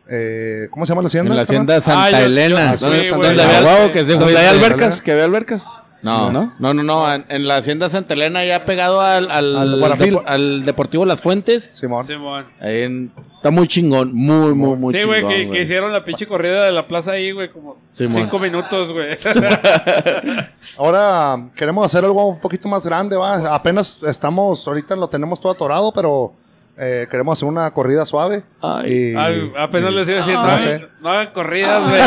eh, ¿Cómo se llama la
En
hacienda?
la hacienda Santa
Ah, yo- yo-
Elena.
sí,
¿Dónde-
güey.
dónde había-
Ah, huevo, que ese
Donde
güey-
hay
alberca?
albercas, que había albercas.
No, no,
¿No?
no, no, en, en la hacienda Santa Elena ya pegado al, al,
Al Guarafil.
depo- al Deportivo Las Fuentes.
Simón.
Simón.
Ahí en- está muy chingón, muy, muy, muy
Sí,
chingón.
güey, que, que
güey.
hicieron la pinche corrida de la plaza ahí, güey, como
Simón.
cinco minutos, güey.
Ahora um, queremos hacer algo un poquito más grande, va. Apenas estamos, ahorita lo tenemos todo atorado, pero eh, queremos hacer una corrida suave.
Ay.
Y-
Ay, apenas
y-
les iba a decir,
Ah.
no,
No
hagan-
sé.
no hagan corridas, güey.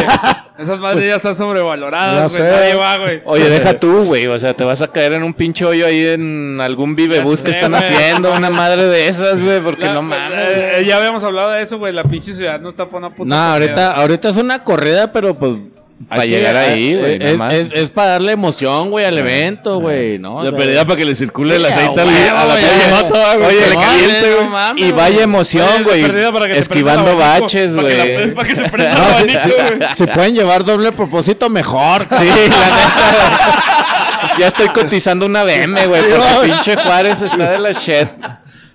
Esas madres ya están
ya
sobrevaloradas, Ah, güey.
sé.
Nadie va, güey.
Oye, deja tú, güey. O sea, te vas a caer en un pinche hoyo ahí en algún vivebus
Ya
que
sé,
están
güey.
haciendo, una madre de esas, güey, porque
La-
no
eh,
mames.
eh, ya habíamos hablado de eso, güey. La pinche ciudad no está por una puta.
No, ahorita, ahorita es una corrida, pero pues.
Para
hay
llegar ahí, güey,
eh,
nada más.
Es, es, es para darle emoción, güey, al evento, güey, ¿no? O
La
sea,
pérdida para que le circule el
Sí,
aceite
a
al-
huevo,
a la
güey.
pinche moto, ah, güey.
Oye,
Se le
no,
caliente,
no
güey.
mames,
Y vaya emoción, güey.
Perdida para que te prenda
Esquivando
el abanico,
baches,
Para que la-
güey.
Para que se prenda el
No, si,
abanico, güey.
si- si pueden llevar doble propósito, (laughs) mejor.
Sí, la neta. Ya estoy cotizando una BM, güey, porque pinche Juárez está de la shit.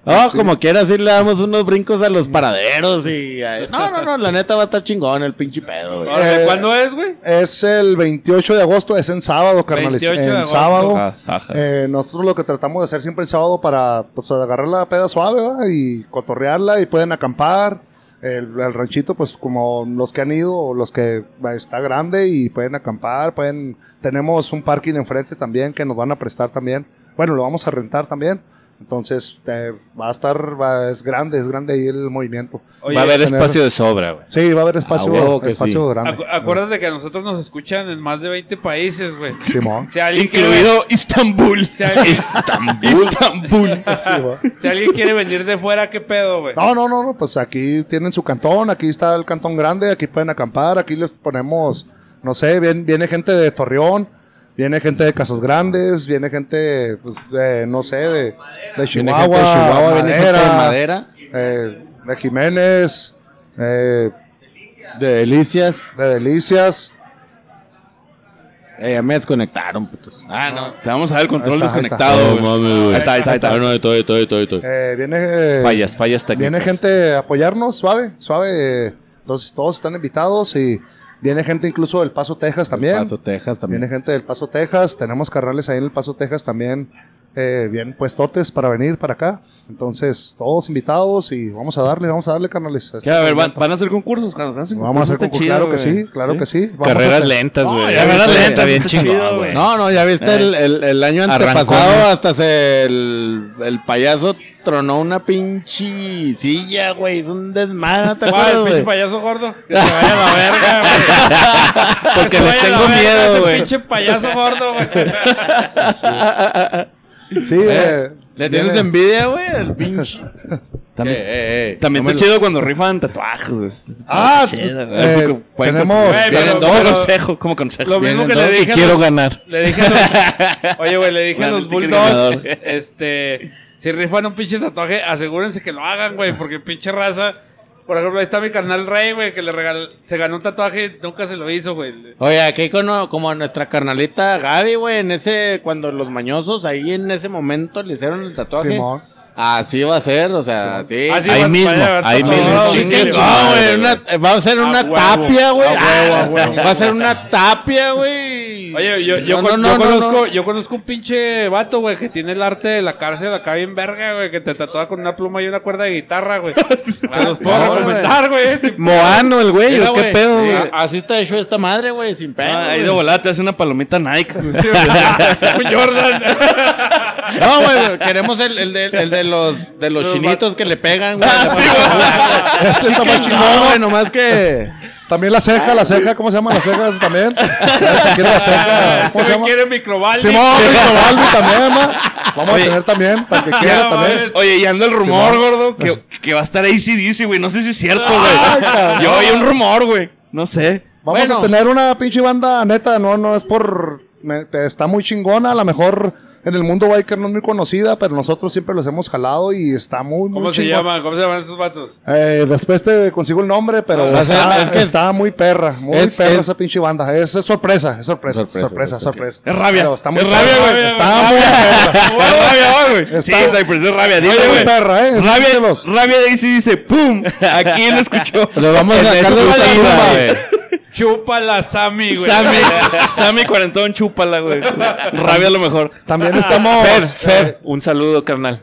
No, como quiera, sí le damos unos brincos a los paraderos y... eh, No, no, no, la neta va a estar chingón el pinche pedo, güey.
Órale,
Eh,
¿Cuándo es, güey?
Es el 28 de agosto, es en sábado, carnales.
28 de
En
agosto.
sábado.
Ah, sajas.
Eh, nosotros lo que tratamos de hacer siempre el sábado para pues, agarrar la peda suave ¿verdad? y cotorrearla y pueden acampar. El, el ranchito, pues como los que han ido o los que eh, está grande y pueden acampar, pueden... Tenemos un parking enfrente también que nos van a prestar también. Bueno, lo vamos a rentar también. Entonces eh, va a estar, va- es grande, es grande ahí el movimiento.
Oye,
Va a haber
tener-
espacio de sobra, güey. Ah,
Sí, va a haber espacio,
huevo que
espacio
sí.
grande.
acu- acuérdate que a nosotros nos escuchan en más de 20 países, güey. (laughs)
Simón.
Si alguien quiere,
Incluido Istambul.
si alguien-
Istambul.
Sí, va.
si alguien quiere venir de fuera, ¿qué pedo, güey?
No, no, no, no, pues aquí tienen su cantón, aquí está el cantón grande, aquí pueden acampar, aquí les ponemos, no sé, viene, viene gente de Torreón, viene gente de Casas Grandes, viene gente, pues, de, no sé, de, de
Viene
Chihuahua,
gente de Chihuahua, viene gente de
Madera,
Madera,
eh, de Jiménez, eh,
de Delicias.
de Delicias.
Eh, ya me desconectaron, putos.
Ah, no. Te vamos a ver el control
Ahí está, ahí está.
desconectado,
No
güey.
mames, güey.
Ahí está, ahí está, ahí está.
Ah, no, estoy, estoy, estoy, estoy.
Eh, viene, eh,
Fallas, fallas técnicas.
pues.
Viene gente a apoyarnos, suave, suave. eh, Entonces todos están invitados y viene gente incluso del Paso, Texas también.
Paso, Texas también.
Viene gente del Paso, Texas. Tenemos carrales ahí en el Paso, Texas también. eh, bien puestotes para venir para acá. Entonces, todos invitados y vamos a darle, vamos a este darle, carnales.
Ya, a ver, van, van a hacer concursos cuando se hacen
Vamos a hacer concurso, claro que sí, claro que sí. Vamos a
Carreras
hacer-
lentas, güey.
ya carreras
Está
lentas,
bien
está chido,
chingón,
güey.
güey.
No, no, ya viste el,
Eh,
el- el año
Arrancó,
antepasado
¿no?
hasta se el, el payaso tronó una pinche silla, güey. Es un desmadre, ¿no ¿te
¿Cuál,
acuerdas,
pinche
güey?
payaso gordo? Que se vaya a la
(laughs)
verga, güey. Que
(laughs) Porque
se
les
vaya a la
tengo
verga ese
miedo, güey.
pinche payaso gordo,
(laughs)
güey.
Sí, eh,
¿Le tienes
viene-
envidia, güey?
(laughs)
El pinche.
También,
Eh, eh, eh,
también
no
está
me lo-
chido cuando rifan tatuajes, güey.
Ah,
Está chido, güey.
eh,
Eso que pueden
tenemos-
conseguir.
Bueno,
Vienen- como
pero-
consejo, como consejo.
Lo mismo que le
Entonces,
dije. a
quiero
los-
ganar.
Le dije a
(laughs)
los, Oye, güey, le dije a
Bueno,
los
el ticket
Bulldogs,
ganador.
este, si rifan un pinche tatuaje, asegúrense que lo hagan, güey, porque pinche raza. Por ejemplo, ahí está mi carnal Rey, güey, que le regal, se ganó un tatuaje y nunca se lo hizo, güey.
Oye, aquí cono- como a nuestra carnalita Gaby, güey, en ese, cuando los mañosos ahí en ese momento le hicieron el tatuaje.
Simón.
Así va a ser, o sea, así.
Así
ahí
va-
mismo,
vaya a haber
ahí
tatuajes.
mismo.
No,
Chingue
sí,
su
sí,
madre,
güey.
güey, una- va a ser una
(laughs)
huevo,
tapia, güey.
a huevo, a huevo.
Va a ser una tapia, güey.
Oye, yo, yo,
No,
con-
no,
yo
no,
conozco,
no.
yo conozco un pinche vato, güey, que tiene el arte de la cárcel acá bien verga, güey, que te tatúa con una pluma y una cuerda de guitarra,
(laughs)
güey. Se los puedo
Ah,
(laughs) recomendar, güey. sin-
Moano, el güey,
Mira,
¿o qué
güey,
pedo,
sí,
güey?
a- Así está hecho esta madre, güey, sin pedo.
Ah, Ahí
güey.
de volada te hace una palomita Nike. güey. (laughs)
Sí, güey. Jordan.
(laughs) No, güey, queremos el, el de, el de los, de los chinitos que le pegan, güey.
Este está más
No,
chingón.
Ah, güey, nomás que...
También la ceja, la ceja, ¿cómo se llaman las cejas
(laughs)
también? Quiere la ceja, ¿Cómo se
Este
llama?
güey quiere microbaldi.
Simón,
(laughs)
Víctor Valdi también, ma. Vamos a tener también, para el que quiera
Ya,
también.
mames.
Oye, y anda el rumor, gordo, que, que va a estar ACDC, güey. No sé si es cierto,
Ay,
güey.
Ah, cabrón.
Yo oí un rumor, güey. No sé.
Vamos
Bueno.
a tener una pinche banda neta, no, no es por me- pero está muy chingona. A lo mejor en el mundo biker no es muy conocida, pero nosotros siempre los hemos jalado y está muy, muy
¿Cómo se
chingona.
llaman? ¿Cómo se llaman esos vatos?
Eh, después te consigo el nombre, pero
Ah, o sea,
está,
es que es-
está muy perra, muy
es-
perra
es-
esa pinche banda. Es, es sorpresa, es sorpresa,
Sorpresa,
sorpresa, sorpresa.
ok.
Es rabia.
Pero está muy
es
perra,
rabia, güey.
Está
Es
muy perra.
rabia, güey. Sí,
Está-
Cypress, es rabia. Dile,
Está muy
güey.
perra, eh.
Rabia,
Escúchelos.
rabia de ahí sí dice, (laughs) ¡pum! Aquí lo escuchó.
Lo vamos a
En
sacar
eso
de
tú
la
sí,
tumba.
güey.
(laughs) Chúpala, Sammy, güey. (laughs)
Sammy, Sammy Cuarentón, chúpala, güey. Rabia a lo mejor.
También estamos.
Ah, Fer, Fer, un saludo, carnal.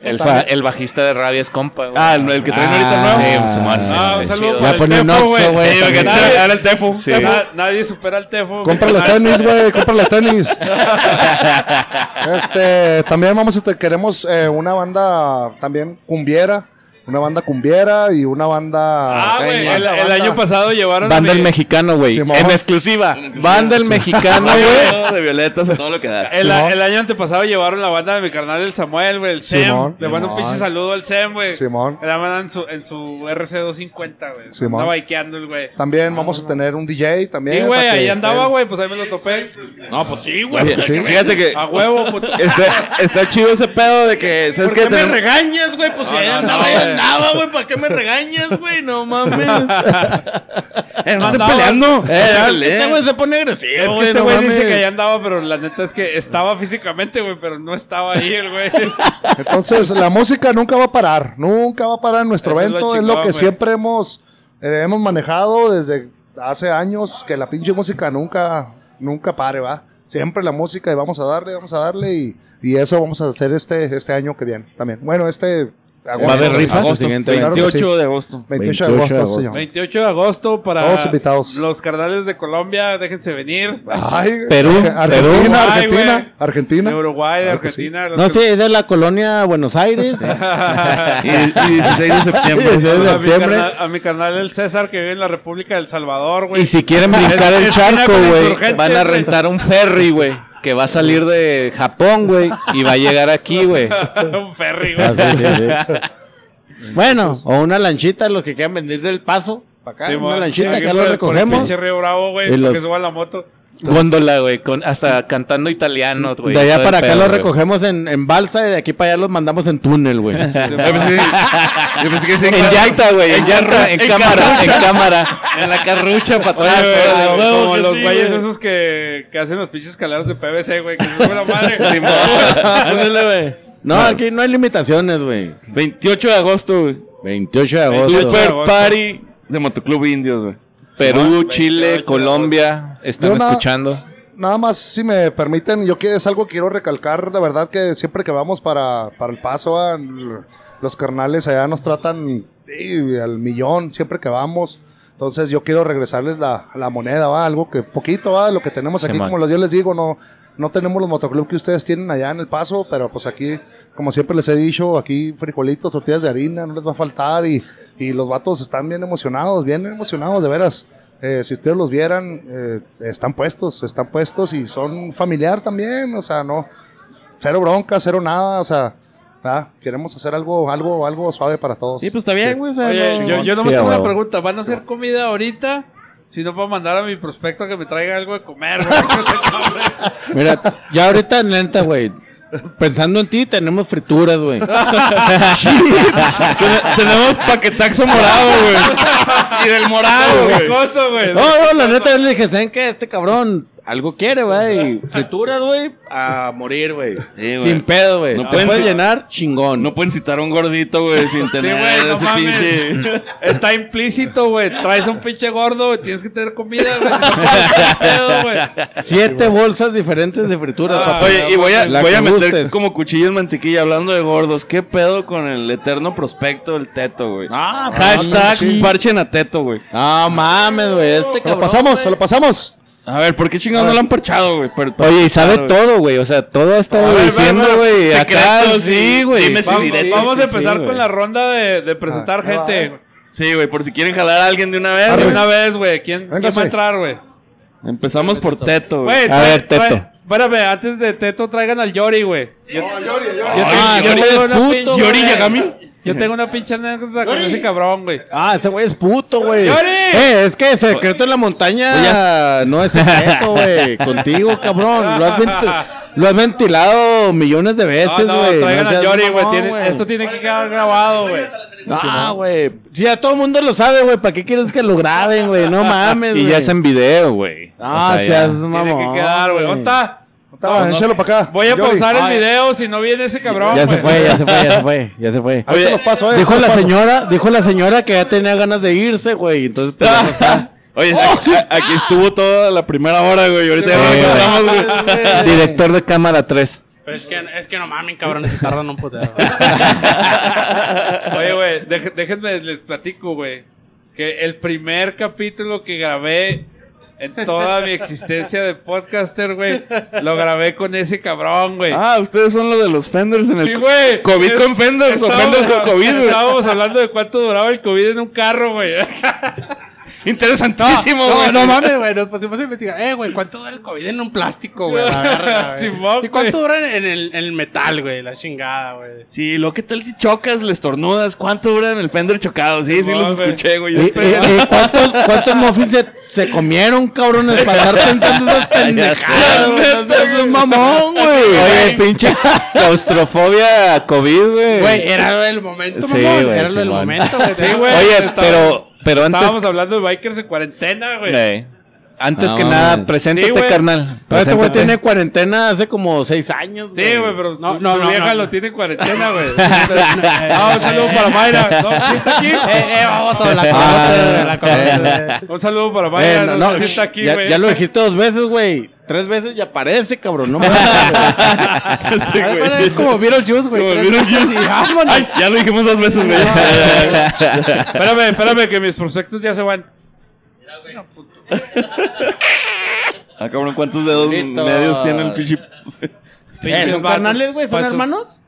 El, fa- el bajista de Rabia es compa, güey.
Ah, el, el que traen
Ah,
ahorita nuevo.
sí,
Sí, Simón, sí,
Ah, un
qué
saludo
chido.
para
Ya pone
el
un
Tefo, güey.
Oxxo, güey,
Sí, porque
también.
nadie-
Era el Tefo.
Sí. Na- Nadie supera al Tefo. güey. Ah,
Cómprale tenis,
(laughs)
güey, cómprale tenis. Este, también vamos a te- queremos eh, una banda también cumbiera, una banda cumbiera y una banda
Ah, güey. El,
banda,
el
banda.
año pasado llevaron a
Banda
mi-
el mexicano, güey.
Simón.
En exclusiva. Banda el
(laughs)
mexicano, güey.
de violetas a todo lo que da.
El,
Simón.
el año antepasado llevaron la banda de mi carnal el Samuel, güey, el Sem.
Simón.
Le mando un
Simón.
pinche saludo al Sem, güey.
Simón.
La mandan en su, en su RC250, güey.
Simón.
Andaba bikeando el güey.
También vamos a tener un DJ también.
Sí, güey,
para que
ahí
estén-
andaba, güey, pues ahí me lo topé.
No, pues sí, güey.
Sí.
Fíjate que
A huevo,
(laughs)
puto.
está, está chido ese pedo de que, ¿sabes qué? Tenemos-
regañas, güey? Pues
ahí andaba, ahí andaba,
güey. ¿Para qué me regañas, güey? No mames.
Eh, no
Andaba-
estoy peleando.
Eh,
Estoy
este
peleando.
güey se pone
Es
agresivo,
que
güey.
este
no
güey dice
mames.
que ahí andaba, pero la neta es que estaba físicamente, güey, pero no estaba ahí el güey.
Entonces, la música nunca va a parar, nunca va a parar en nuestro
Eso es lo
evento, es lo,
chingón,
que
güey.
siempre hemos eh, hemos manejado desde hace años que la pinche música nunca nunca pare, va. Siempre la música y vamos a darle, vamos a darle y, y eso vamos a hacer este este año que viene también. Bueno, este agosto,
Va a haber
¿no?
rifas.
Agosto,
el siguiente
28
claro que sí.
de agosto.
28 de
28 de
agosto,
agosto.
señor.
28 de agosto para
Todos invitados.
los carnales de Colombia, déjense venir.
Ay,
Perú,
Argentina,
Perú.
Ay, güey.
Argentina, Argentina.
De Uruguay, de
Claro que sí.
Argentina. los
No,
que- (laughs)
sí, es de la colonia Buenos Aires. (laughs)
Y, y 16 de septiembre.
de
a, mi
septiembre.
carnal, a mi carnal el César que vive en la República del Salvador, güey.
Y si quieren (laughs) brincar
Es-
el
es una
charco,
con
güey,
insurgentes,
van a
güey.
rentar un ferry, güey, que va a salir de Japón, güey, y va a llegar aquí, güey.
(laughs) un ferry, güey.
Ah, sí, sí,
(laughs)
sí. Bueno, o una lanchita, los que quieran venir del paso. Para acá,
Sí,
una
mo-
lanchita,
aquí
acá
por
lo
el- por el
recogemos.
pinche Río Bravo, güey,
Y
para
los-
que suba la moto.
(laughs) Góndola, güey, con hasta cantando italiano, güey.
De allá
todo
para
el
acá
pedo,
los
güey. (laughs)
recogemos en, en balsa y de aquí para allá los mandamos en túnel, güey. (laughs)
Sí,
Yo
mo-
pensé, yo pensé que sí,
En llanta, güey, en llanta, en cámara, en cámara.
En la carrucha para
Oye,
atrás.
güey,
güey, de huevo
como
que
los
sí,
güeyes
güey.
esos que, que hacen los pinches calados de PVC, güey, que se sube la madre.
(laughs)
Ándale, güey. No, aquí no hay limitaciones, güey.
28 de agosto, güey.
28 de agosto.
Súper.
Super
agosto.
party de Motoclub Indios, güey.
Perú,
veintiocho de
Chile,
agosto.
Colombia, están
Yo no-
escuchando.
Nada más, si me permiten, yo que es algo que quiero recalcar, la verdad que siempre que vamos para, para el paso, ah, l- los carnales allá nos tratan sí, al millón, siempre que vamos. Entonces yo quiero regresarles la, la moneda, va, algo que poquito, va, lo que tenemos aquí,
Simón.
como los, yo les digo, no, no tenemos los motoclub que ustedes tienen allá en el paso, pero pues aquí, como siempre les he dicho, aquí frijolitos, tortillas de harina, no les va a faltar y, y los vatos están bien emocionados, bien emocionados, de veras. Eh, si ustedes los vieran, eh, están puestos, están puestos y son familiar también, o sea, no, cero bronca, cero nada, o sea, ¿verdad? queremos hacer algo, algo, algo suave para todos.
Sí, pues está bien, güey. o sea,
Oye,
no-
yo, yo
Sí,
nomás
a
tengo una
huevo.
pregunta. ¿Van a hacer comida ahorita? Si no, para mandar a mi prospecto que me traiga algo de comer, güey.
Mira, ya ahorita, neta, güey. Pensando en ti, tenemos frituras, güey.
Ten- Tenemos paquetaxo morado, güey. (laughs) Y del morado, güey.
Cosa, güey.
No, no, la neta, yo le dije, ¿saben qué? Este cabrón algo quiere, güey. Frituras, güey, a morir, güey.
Sí, güey.
Sin pedo, güey.
No
Te
pueden
puedes
ser-
llenar, chingón.
No pueden citar a un gordito, güey, sin
Sí,
tener
güey, no
ese
mames.
pinche.
Está implícito, güey. Traes a un pinche gordo, güey. Tienes que tener comida, (laughs) güey. Si no, ¿qué pedo, güey.
Siete bolsas diferentes de frituras,
Ah,
papá.
Oye, y voy a,
La
voy a
que
meter
gustes.
como cuchillo en mantequilla hablando de gordos. ¿Qué pedo con el eterno prospecto del teto, güey?
Ah,
Hashtag
sí.
parchen a teto, güey.
No mames, güey. Este
Se lo
cabrón.
pasamos, se lo pasamos.
A ver, ¿por qué chingados no lo han parchado, güey? Pero-
Oye, y sabe
Claro, güey.
todo, güey. O sea, todo
A
está
ver,
diciendo,
va, va,
güey. Acá
secretos
sí,
y
güey.
dimes y
Vamos,
diretes,
vamos a
sí, sí,
empezar
güey.
con la ronda de, de presentar
Ah,
gente.
ah,
Sí, güey, por si quieren jalar a alguien de una vez.
De
güey.
una vez, güey. ¿Quién,
Venga,
quién va a
sí.
entrar, güey?
Empezamos por teto,
Güey,
güey.
trae-
ver, Teto.
trae- Espérame, antes de Teto traigan al Yori, güey. Yo-
Yori,
Yo
Ay,
tengo- yo
Yori
tengo
es
una
puto,
pinche-
güey. Yori Yagami.
Yo tengo una pinche anécdota con ese cabrón, güey.
Ah, ese güey es puto, güey.
¡Yori!
Eh, es que secreto en la montaña no es secreto, güey. Contigo, cabrón. Lo has, venti- lo has ventilado millones de
No,
veces, güey.
no, traigan a
seas
Jory, güey.
mamón,
tiene- Esto tiene que quedar grabado, güey.
Ah, güey. Si ya todo el mundo lo sabe, güey. ¿Para qué quieres que lo graben, güey? No mames,
Y
güey.
ya es en video, güey.
Ah,
O sea, ya.
seas mamón.
Tiene que quedar, güey. ¿Dónde está?
Estaba, échalo para acá.
Voy a
Yori.
pausar
Ay,
el video si no viene ese cabrón,
Ya se
güey.
fue, ya se fue, ya se fue, ya se fue.
Ahorita los paso, eh.
Dijo
los
la
paso.
señora, dijo la señora que ya tenía ganas de irse, güey. (laughs) Entonces, pues, ya no está.
Oye, aquí, aquí estuvo toda la primera hora, güey. Ahorita ya
Sí,
no
güey.
encontramos, güey.
Director de cámara 3.
Es que, es que no mamen, cabrones, se tardan un putero.
Oye, güey, deje- déjenme, les platico, güey. Que el primer capítulo que grabé en toda mi existencia de podcaster, güey, lo grabé con ese cabrón, güey.
Ah, ustedes son los de los Fenders en el.
Sí, güey.
COVID con Fenders o Fenders con COVID, güey.
Estábamos hablando de cuánto duraba el COVID en un carro, güey.
Interesantísimo, güey.
No, no mames, güey. Nos pusimos a investigar. Eh, güey, ¿cuánto dura el COVID en un plástico, güey? La verga, güey.
Simón,
¿Y cuánto dura en el, en el metal, güey? La chingada, güey.
Sí, lo que tal si chocas, les tornudas. ¿Cuánto dura en el Fender chocado? Sí, sí,
No,
los
güey.
escuché, güey.
Eh, eh,
(laughs)
eh, ¿Cuántos, cuántos muffins se, se comieron, cabrones, para
(laughs)
estar pensando esas pendejadas? güey? No seas
(laughs)
un mamón, güey.
Oye, pinche (laughs) claustrofobia COVID, güey.
Güey, era el momento,
Sí,
mamón.
güey,
Era el
Simón.
momento, güey.
Sí, güey.
Oye,
Estaba-
pero, pero antes,
Estábamos hablando de bikers en cuarentena, güey.
Ey. antes
Ah,
que
vamos.
nada, preséntate,
Sí, güey.
carnal.
Pero Este güey
Preséntate.
tiene cuarentena hace como seis años,
Sí, güey, pero
No,
su,
no,
su
no,
vieja
no.
lo tiene en cuarentena, (laughs) güey. no, un saludo para Mayra. No, ¿sí está aquí?
Eh, eh, vamos a la
Ah,
conocer, la conocer.
Un saludo para
Eh,
Mayra.
no,
no,
no,
sé si está aquí,
ya,
güey.
ya lo dijiste dos veces, güey. Tres veces ya aparece, cabrón.
(laughs)
No mames. Ah,
Sí, güey.
Es como Beetlejuice, güey.
Como
Tres
Beetlejuice.
veces y vámonos.
Ay, ya lo dijimos dos veces, güey.
Espérame, espérame, que mis prospectos ya se van.
Ah, cabrón, ¿cuántos dedos
Listo.
medios tiene el pinche?
Eh, ¿Son carnales, güey? ¿Son
Paso.
hermanos?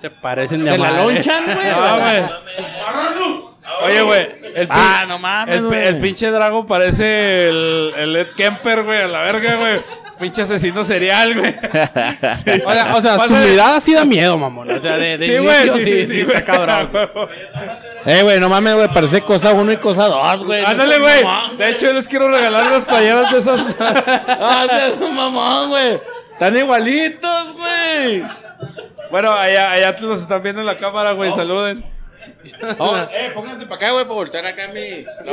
Se parecen
¿Se
de
la
madre.
lonchan, güey?
(laughs) No, güey. Oye, güey. El, pin-
Ah, no mames,
el,
güey.
el pinche drago parece el, el Ed Kemper, güey, a la verga, güey. Pinche asesino serial,
(laughs)
güey.
O sea, o sea, su
Pasa de-
mirada sí da miedo, mamón. O sea, de, de
Sí, güey.
inicio,
Sí, sí, sí,
está
güey. (laughs)
cabrón.
Eh, güey, no mames, güey. Parece cosa uno y cosa dos, güey.
Ándale, güey. De hecho, yo les quiero regalar las playeras de esas.
(laughs) Ah, seas un mamón, güey. Están igualitos, güey.
Bueno, allá, allá te los están viendo en la cámara, güey. Saluden.
Oh, eh, pónganse para acá, güey, para voltear acá a mi.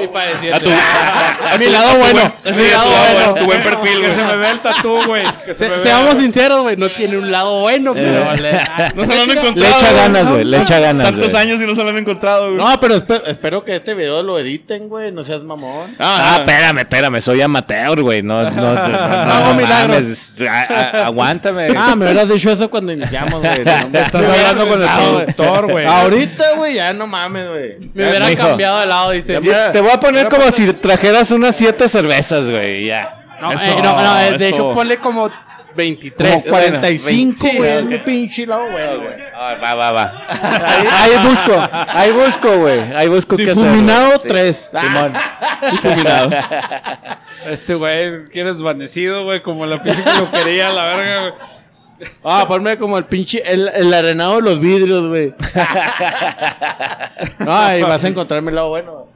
Y para decirte,
A
(laughs)
tu, a,
mi lado bueno.
Sí, a tu lado bueno, tu buen perfil,
Que se me
güey.
ve el tatú, güey. Que se me
se-
ve.
seamos sinceros, güey. No tiene un lado bueno, pero. le-
No se lo han encontrado.
Le echa
güey.
ganas, güey. Le echa ganas.
Tantos
güey.
años y no se lo han encontrado, güey.
No, pero espe- espero que este video lo editen, güey. No seas mamón.
Ah, espérame, espérame, soy amateur, güey. No,
(laughs)
no, no, no,
hago milagros.
mames. A- a- aguántame.
Eh.
Ah, me hubieras dicho eso cuando iniciamos, güey. (laughs) No
(laughs)
me-
Estás hablando con el productor, güey.
Ahorita, güey, (laughs) ya no mames, güey.
Me hubiera
mijo.
cambiado de lado, dice.
Yo- te voy a poner como si trajeras unas siete cervezas, güey. Ya.
No, eh,
Eso,
no, no, eh, de
eso.
hecho, ponle como 23.
Como 45,
Sí,
güey.
ok.
Es mi pinche lado, bueno, güey.
Ah, va, va, va. Ahí busco, ahí busco, güey. Ahí busco qué hacer. güey.
Difuminado
Sí.
3.
Simón.
(laughs) Este güey, quieres desvanecido, güey, como la pinche peluquería, la verga, güey.
Ah, ponme como el pinche, el, el arenado de los vidrios, (laughs) güey. No, ahí vas a encontrarme el lado bueno.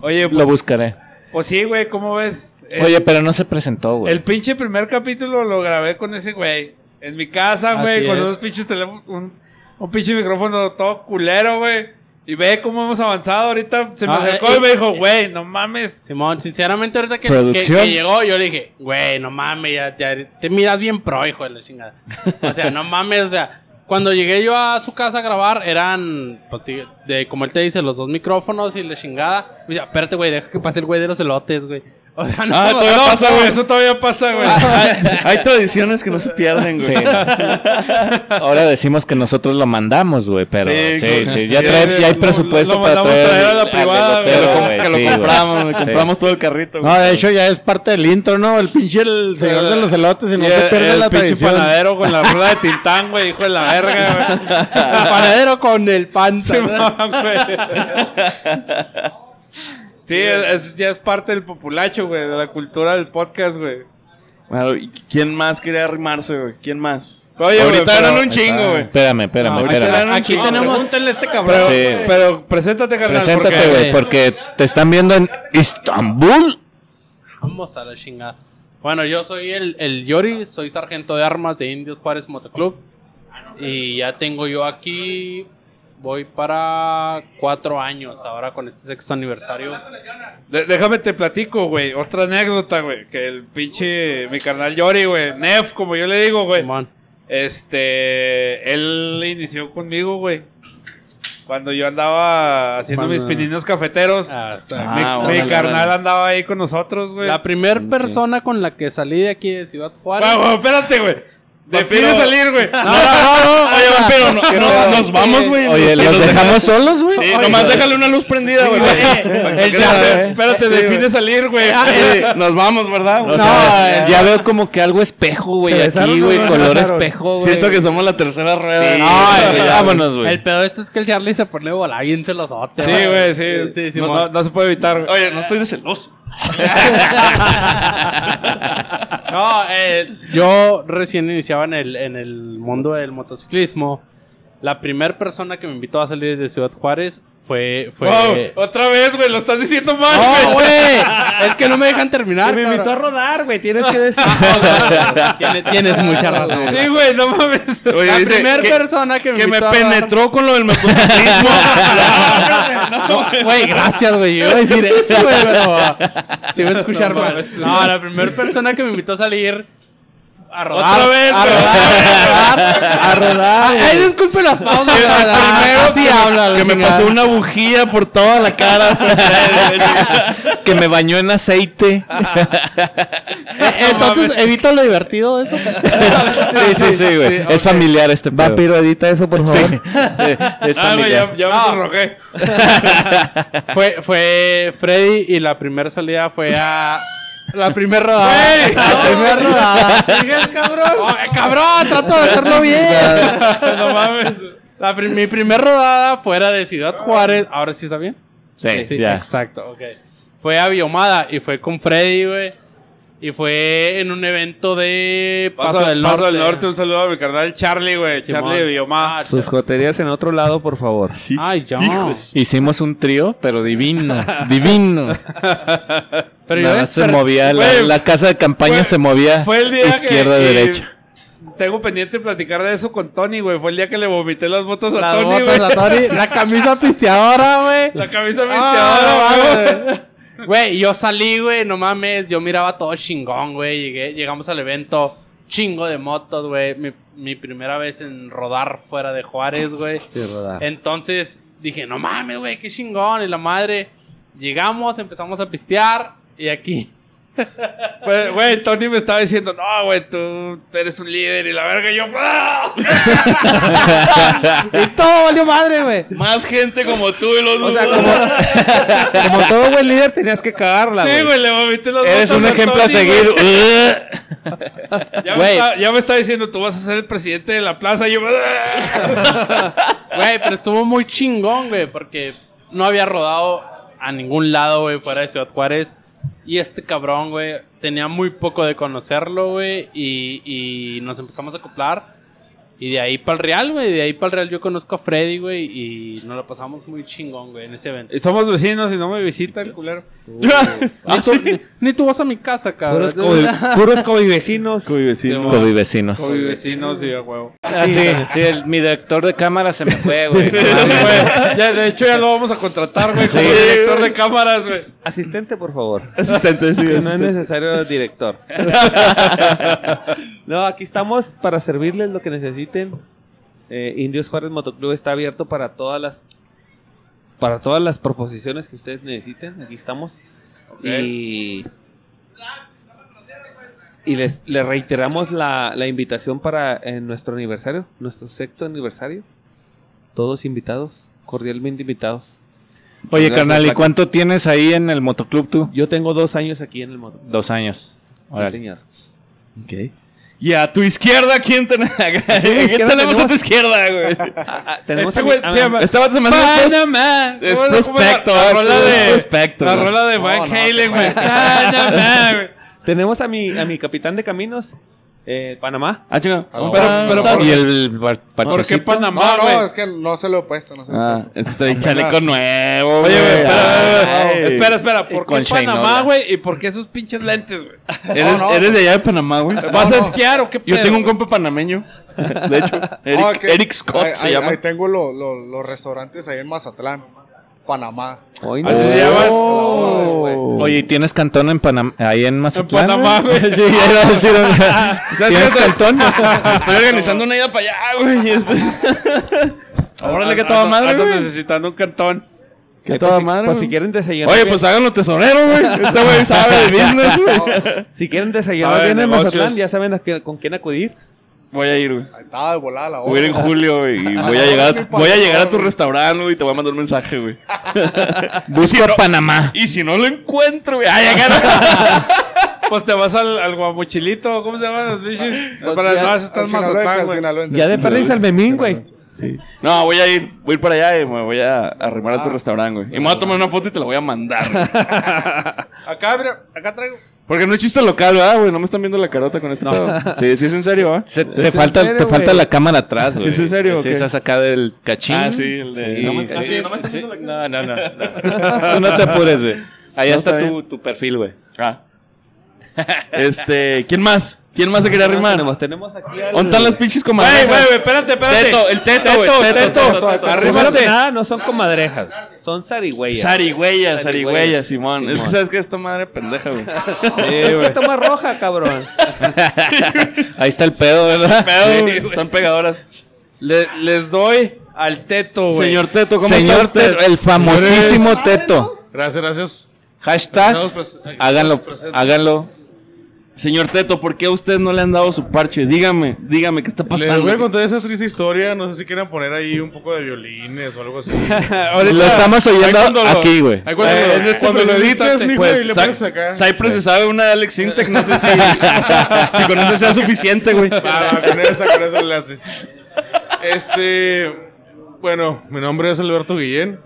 Oye,
Lo
pues,
buscaré.
pues sí, güey, ¿cómo ves? Eh,
Oye, pero no se presentó, güey.
el pinche primer capítulo lo grabé con ese güey. En mi casa, güey,
Así
con
es.
unos pinches teléfonos, un, un pinche micrófono todo culero, güey. Y ve cómo hemos avanzado ahorita. Se me
Ah,
acercó
eh,
y me
eh,
dijo,
eh.
güey, no mames.
Simón, sinceramente, ahorita que, que,
Producción.
que llegó, yo le dije, güey, no mames, ya, ya te miras bien pro, hijo de la chingada. O sea, no mames, o sea, cuando llegué yo a su casa a grabar, eran, pues, te- de, como él te dice, los dos micrófonos y la chingada. Me decía, espérate, güey, deja que pase el güey de los elotes, güey. (laughs) O sea, no,
Ah,
no,
todavía
no,
pasa, güey.
Eso todavía pasa, güey.
Hay, hay tradiciones que no se pierden, güey.
Sí, no. (laughs) Ahora decimos que nosotros lo mandamos, güey, pero
Sí,
sí,
güey.
sí, ya, trae-
Sí,
ya hay
lo-
presupuesto
lo
para
mandamos
traer,
traer a la
al
privada, güey.
Que
elotero,
lo, comp-
güey,
que lo
sí, güey.
compramos, güey.
Sí.
Compramos todo el carrito, güey.
No, de hecho ya es parte del intro, ¿no? El pinche el señor de los elotes y no
Y
se
el-
pierde
el
la
pinche
tradición.
panadero con la rueda de tintán, güey, hijo de la verga, güey.
el panadero con el panza.
Sí, (laughs)
¿verdad?
mamá, güey. Sí, es- es- ya es parte del populacho, güey, de la cultura del podcast, güey.
Bueno, ¿y ¿Quién más quería arrimarse, güey? ¿Quién más?
Oye, güey,
Ahorita
pero-
eran un chingo, güey.
Espérame, espérame,
Ahorita
espérame.
eran un
Aquí
chingo.
tenemos. Pregúntale a este cabrón.
Sí.
güey.
Pero preséntate, carnal.
Preséntate,
porque-
güey, porque te están viendo en Istambul.
Vamos a la chingada. Bueno, yo soy el, el Yori, soy sargento de armas de Indios Juárez Motoclub. Y ya tengo yo aquí, voy para cuatro años ahora con este sexto aniversario.
De- déjame te platico, güey. Otra anécdota, güey. Que el pinche, mi carnal Yori, güey. Nef, como yo le digo, güey.
Simón.
Este, él inició conmigo, güey. Cuando yo andaba haciendo
Cuando-
mis pininos cafeteros,
Ah, o sea,
mi,
Ah,
mi
órale,
carnal
órale.
andaba ahí con nosotros, güey.
la primera persona con la que salí de aquí de Ciudad Juárez.
Guau, guau, espérate, güey. Define
Vampiro.
salir, güey.
No, no, no. Oye, vampiro, no, no, nos vamos, güey.
Oye,
Nos
¿los dejamos solos, güey?
Sí, nomás déjale una luz prendida, güey.
El ya, espérate, define salir, güey.
Sí, Nos vamos, ¿verdad? güey?
O sea, ya veo como que algo espejo, güey, aquí, güey, color espejo, güey.
Siento que somos la
(laughs)
tercera rueda.
Sí,
Ay,
güey,
ya,
vámonos,
El
güey.
pedo este es que el Charlie se pone bola bien celosote.
Sí, güey, sí. no, no- no se puede evitar, güey.
Oye, no estoy de celoso.
No, eh, (laughs) yo recién iniciaba en el, en el mundo del motociclismo. La primera persona que me invitó a salir de Ciudad Juárez fue... fue (laughs)
Wow, otra vez, güey, lo estás diciendo mal,
¡No,
güey. (laughs)
güey! Es que no me dejan terminar,
Me invitó a
cabrón.
rodar, güey. Tienes que
(laughs)
decir.
tienes,
Eh,
tienes mucha razón. güey.
Sí, güey, no mames.
La
Oye, dice
primera
que,
persona que me
que me
invitó a rodar-
penetró con lo
(laughs)
del motociclismo.
No, Güey, gracias, güey. Yo iba a (laughs) decir eso, güey, pero... Se iba a escuchar
No
mal.
mames.
No, la primera persona que me invitó a salir... A rodar.
Otra vez,
a
güey.
rodar, a rodar. Ay, disculpe la pausa.
primero
Así habla la
que me
chingada.
pasó una bujía por toda la cara.
Que me bañó en aceite.
Eh, Entonces, evito lo divertido de eso.
Sí, sí, sí, güey. Es familiar este pedo.
Vampiro, edita eso, por favor.
Sí. Es
Ah, güey, ya,
familiar.
ya me sonrojé.
(laughs) fue, fue Freddy y la primera salida fue a. La primera rodada.
Güey,
La primera rodada. cabrón. Oh, eh, cabrón, trato de hacerlo bien.
No mames.
La pri- mi primera rodada fuera de Ciudad Juárez. Ahora sí está bien.
Sí, ya.
Exacto, ok. Fue a Biomada y fue con Freddy, güey. Y fue en un evento de Paso, del, norte.
un saludo a mi carnal Charlie, güey.
Simón.
Charlie de
(laughs)
Biomá.
Sus joterías en otro lado, por favor.
Ay, ya.
Hicimos un trío, pero divino, divino.
Ah,
(laughs)
Pero yo
Nada más se
desper-
movía, la,
Güey,
la casa de campaña
fue-
se movía
Fue el día
izquierda
que,
a derecha.
y Tengo pendiente platicar de eso con Tony, güey. Fue el día que le vomité las botas a
las
Tony,
botas
güey.
a
(laughs)
Tony, la camisa pisteadora, güey.
La camisa
Ah,
visteadora, güey.
no mames. Güey, yo salí, güey, no mames. Yo miraba todo chingón, güey. Llegué, llegamos al evento, chingo de motos, güey. Mi, mi primera vez en rodar fuera de Juárez, güey. Entonces dije, no mames, güey, qué chingón. Y la madre, llegamos, empezamos a pistear. Y aquí,
Güey, Güey, Tony me estaba diciendo, no, güey, tú eres un líder y la verga. Y yo,
(laughs)
¡ah!
Y todo valió madre, güey.
Más gente como tú y los
O sea, como,
(laughs)
como todo buen líder tenías que cagarla,
Sí,
güey.
güey, le vomité las botas
Eres un
a
ejemplo a
Tony, güey.
seguir. (laughs)
(laughs)
Ya me,
Güey.
está, ya me está diciendo, tú vas a ser el presidente de la plaza. Y yo,
(laughs)
¡ah!
güey, pero estuvo muy chingón, güey, porque no había rodado a ningún lado, güey, fuera de Ciudad Juárez. Y este cabrón, güey, tenía muy poco de conocerlo, güey, y, y nos empezamos a acoplar. Y de ahí para el Real, güey, de ahí para el Real yo conozco a Freddy, güey, y nos la pasamos muy chingón, güey, en ese evento. (laughs)
Y somos vecinos y no me visitan, culero.
Ni, tú, Ah, ni- ni tú vas a mi casa, cabrón.
Puros co- Puros covivecinos.
vecinos.
Covid vecinos.
Soy vecinos y a huevo.
Ah, sí, sí, el- mi director de cámara se me fue, güey.
Sí, güey. (laughs) Ya, de hecho, ya lo vamos a contratar, güey, como director de cámaras, güey.
Asistente, por favor.
Asistente, sí,
Que no es
asistente.
necesario
(laughs)
(laughs)
director. no, aquí estamos para servirles lo que necesiten. Eh, Indios Juárez Motoclub está abierto para todas las para todas las proposiciones que ustedes necesiten. Aquí estamos. Y y les, les reiteramos la, la invitación para eh, nuestro aniversario, nuestro sexto aniversario. Todos invitados, cordialmente invitados.
Pues,
Oye,
Gracias,
carnal, ¿y
Paco.
cuánto tienes ahí en el motoclub tú?
Yo tengo dos años aquí en el motoclub.
Dos años.
Sí,
Órale.
señor.
Y a tu izquierda, (laughs) ¿quién ten- ¿Quién
izquierda
tenemos a
tenemos-
tu izquierda, güey?
(laughs) Ah, tenemos
Este
a mi-
güey
a-
se llama-
Esta se me hace pros-
Panamá.
es
¿Cómo- cómo
prospecto.
La, la
¿eh?
rola de.
prospecto.
La
(laughs)
güey.
rola de Van Halen, güey. Panamá, güey.
Tenemos a mi, a mi capitán de caminos, eh, Panamá.
Ah, chinga.
Ah, no,
Pero,
no,
pero,
no,
¿por,
Y el par-
por qué
parchecito.
Panamá,
No,
güey?
no, es que no se lo he puesto. No se lo he
Ah,
puesto.
es que trae un chaleco nuevo, Ah,
Oye, güey, espera, espera,
Ay.
espera, espera, espera, ¿por
Y
qué
con
Panamá,
Shainola.
güey? ¿Y por qué esos pinches lentes, güey?
¿Eres,
No, pues, no.
eres de allá de Panamá, güey.
¿Vas a esquiar o qué pedo? Ah,
Yo tengo un compa panameño.
(laughs)
De hecho, Eric,
No, es que
Eric Scott
Ah, ahí-
se
ahí-
llama.
Ahí tengo lo- lo- los restaurantes ahí en Mazatlán, Panamá.
Hoy
Ah,
Así se llaman.
Oye, ¿y ¿tienes cantón en Panamá? Ahí en Mazatlán.
Panamá, güey.
(laughs)
(laughs)
sí, ya iba a decir. (laughs)
¿Sabes
¿Tienes
qué?
cantón?
Estoy organizando una ida para allá, güey. y Este... Órale, que toda
Ah, Ando-
madre,
ando
güey.
necesitando un cantón.
Que
toda madre,
Pues
güey.
si quieren desayunar.
Oye,
bien-
pues háganlo tesorero, güey. Este güey sabe de business, güey.
Si quieren desayunar
Sabe de
bien en
negocios.
Mazatlán, ya saben a qué- con quién acudir.
Voy a ir, güey.
Ahí estaba de volada la
Voy a ir en
hora.
julio, güey. y Voy a llegar, voy a, llegar a tu restaurante, güey. Y te voy a mandar un mensaje, güey.
Busca Panamá.
Y si no lo (laughs) encuentro, güey. Ay, acá
(laughs) Pues te vas al, al guamuchilito, ¿cómo se llaman los bichos? Para
Pues ya,
no, eso está
Al
en Mazatlán,
sinaloense, al
güey.
sinaloense.
Ya de perdiz al memín, güey.
Sí. No, voy a ir. Voy a ir para allá y me voy a arrimar
Ah.
a tu restaurante, güey. Y me voy a tomar una foto y te la voy a mandar. güey.
(laughs) Acá, mira, acá traigo.
Porque no es chiste local, ¿verdad, güey? No me están viendo la carota con este
(laughs)
pedo. Sí, sí es en serio, ¿verdad?
Se- te falta,
serio,
te
güey.
falta la cámara atrás, güey.
¿es en serio o
Sí,
qué?
esa sacada
(laughs)
del cachín.
Ah, sí, el de-
Sí,
no me-
sí.
ah, sí, no me estás
Sí.
viendo
No, no, no. no. (laughs) Tú no te apures, güey. Allá
No,
está
está
tu, tu perfil, güey.
Ah. Este, ¿quién más? ¿Quién más se quería arrimar?
Tenemos, tenemos aquí al...
¿Dónde están las pinches
Güey,
comadrejas?
güey, güey, espérate, espérate.
Teto, el teto, güey.
Teto,
Teto,
teto.
teto, teto.
Primero que
Arrímate.
nada, no son
(laughs)
comadrejas, son zarigüeyas.
Sarigüeya, Sarigüeya,
Sarigüeya,
Simón. Es que
Simón.
sabes que esta madre pendeja, güey.
es que toma roja, cabrón.
(laughs)
Ahí está el pedo, ¿verdad?
Pedo, güey. Están pegadoras.
Le- les doy al teto, güey.
Señor Teto, ¿cómo
Señor,
está usted?
Teto, el famosísimo Teto.
Gracias, gracias. eh,
Hashtag, háganlo, háganlo.
Señor Teto, ¿por qué a usted no le han dado su parche? Dígame, dígame, ¿qué está
Les voy a
pasando?
contar esa triste historia. No sé si quieran poner ahí un poco de violines o algo así.
Ahorita-
Lo estamos
Ahí
oyendo
cuando lo-
aquí, güey.
Ahí cuando,
Eh,
lo-
en este
cuando lo
preciso
edites,
instante,
mijo,
pues,
y le
Cy-
pones acá.
Cypress se sabe una de Alex Intec, no sé si,
(laughs)
si con eso sea suficiente, güey.
Ah, va, con esa, con esa enlace. Este. Bueno, mi nombre es Alberto Guillén.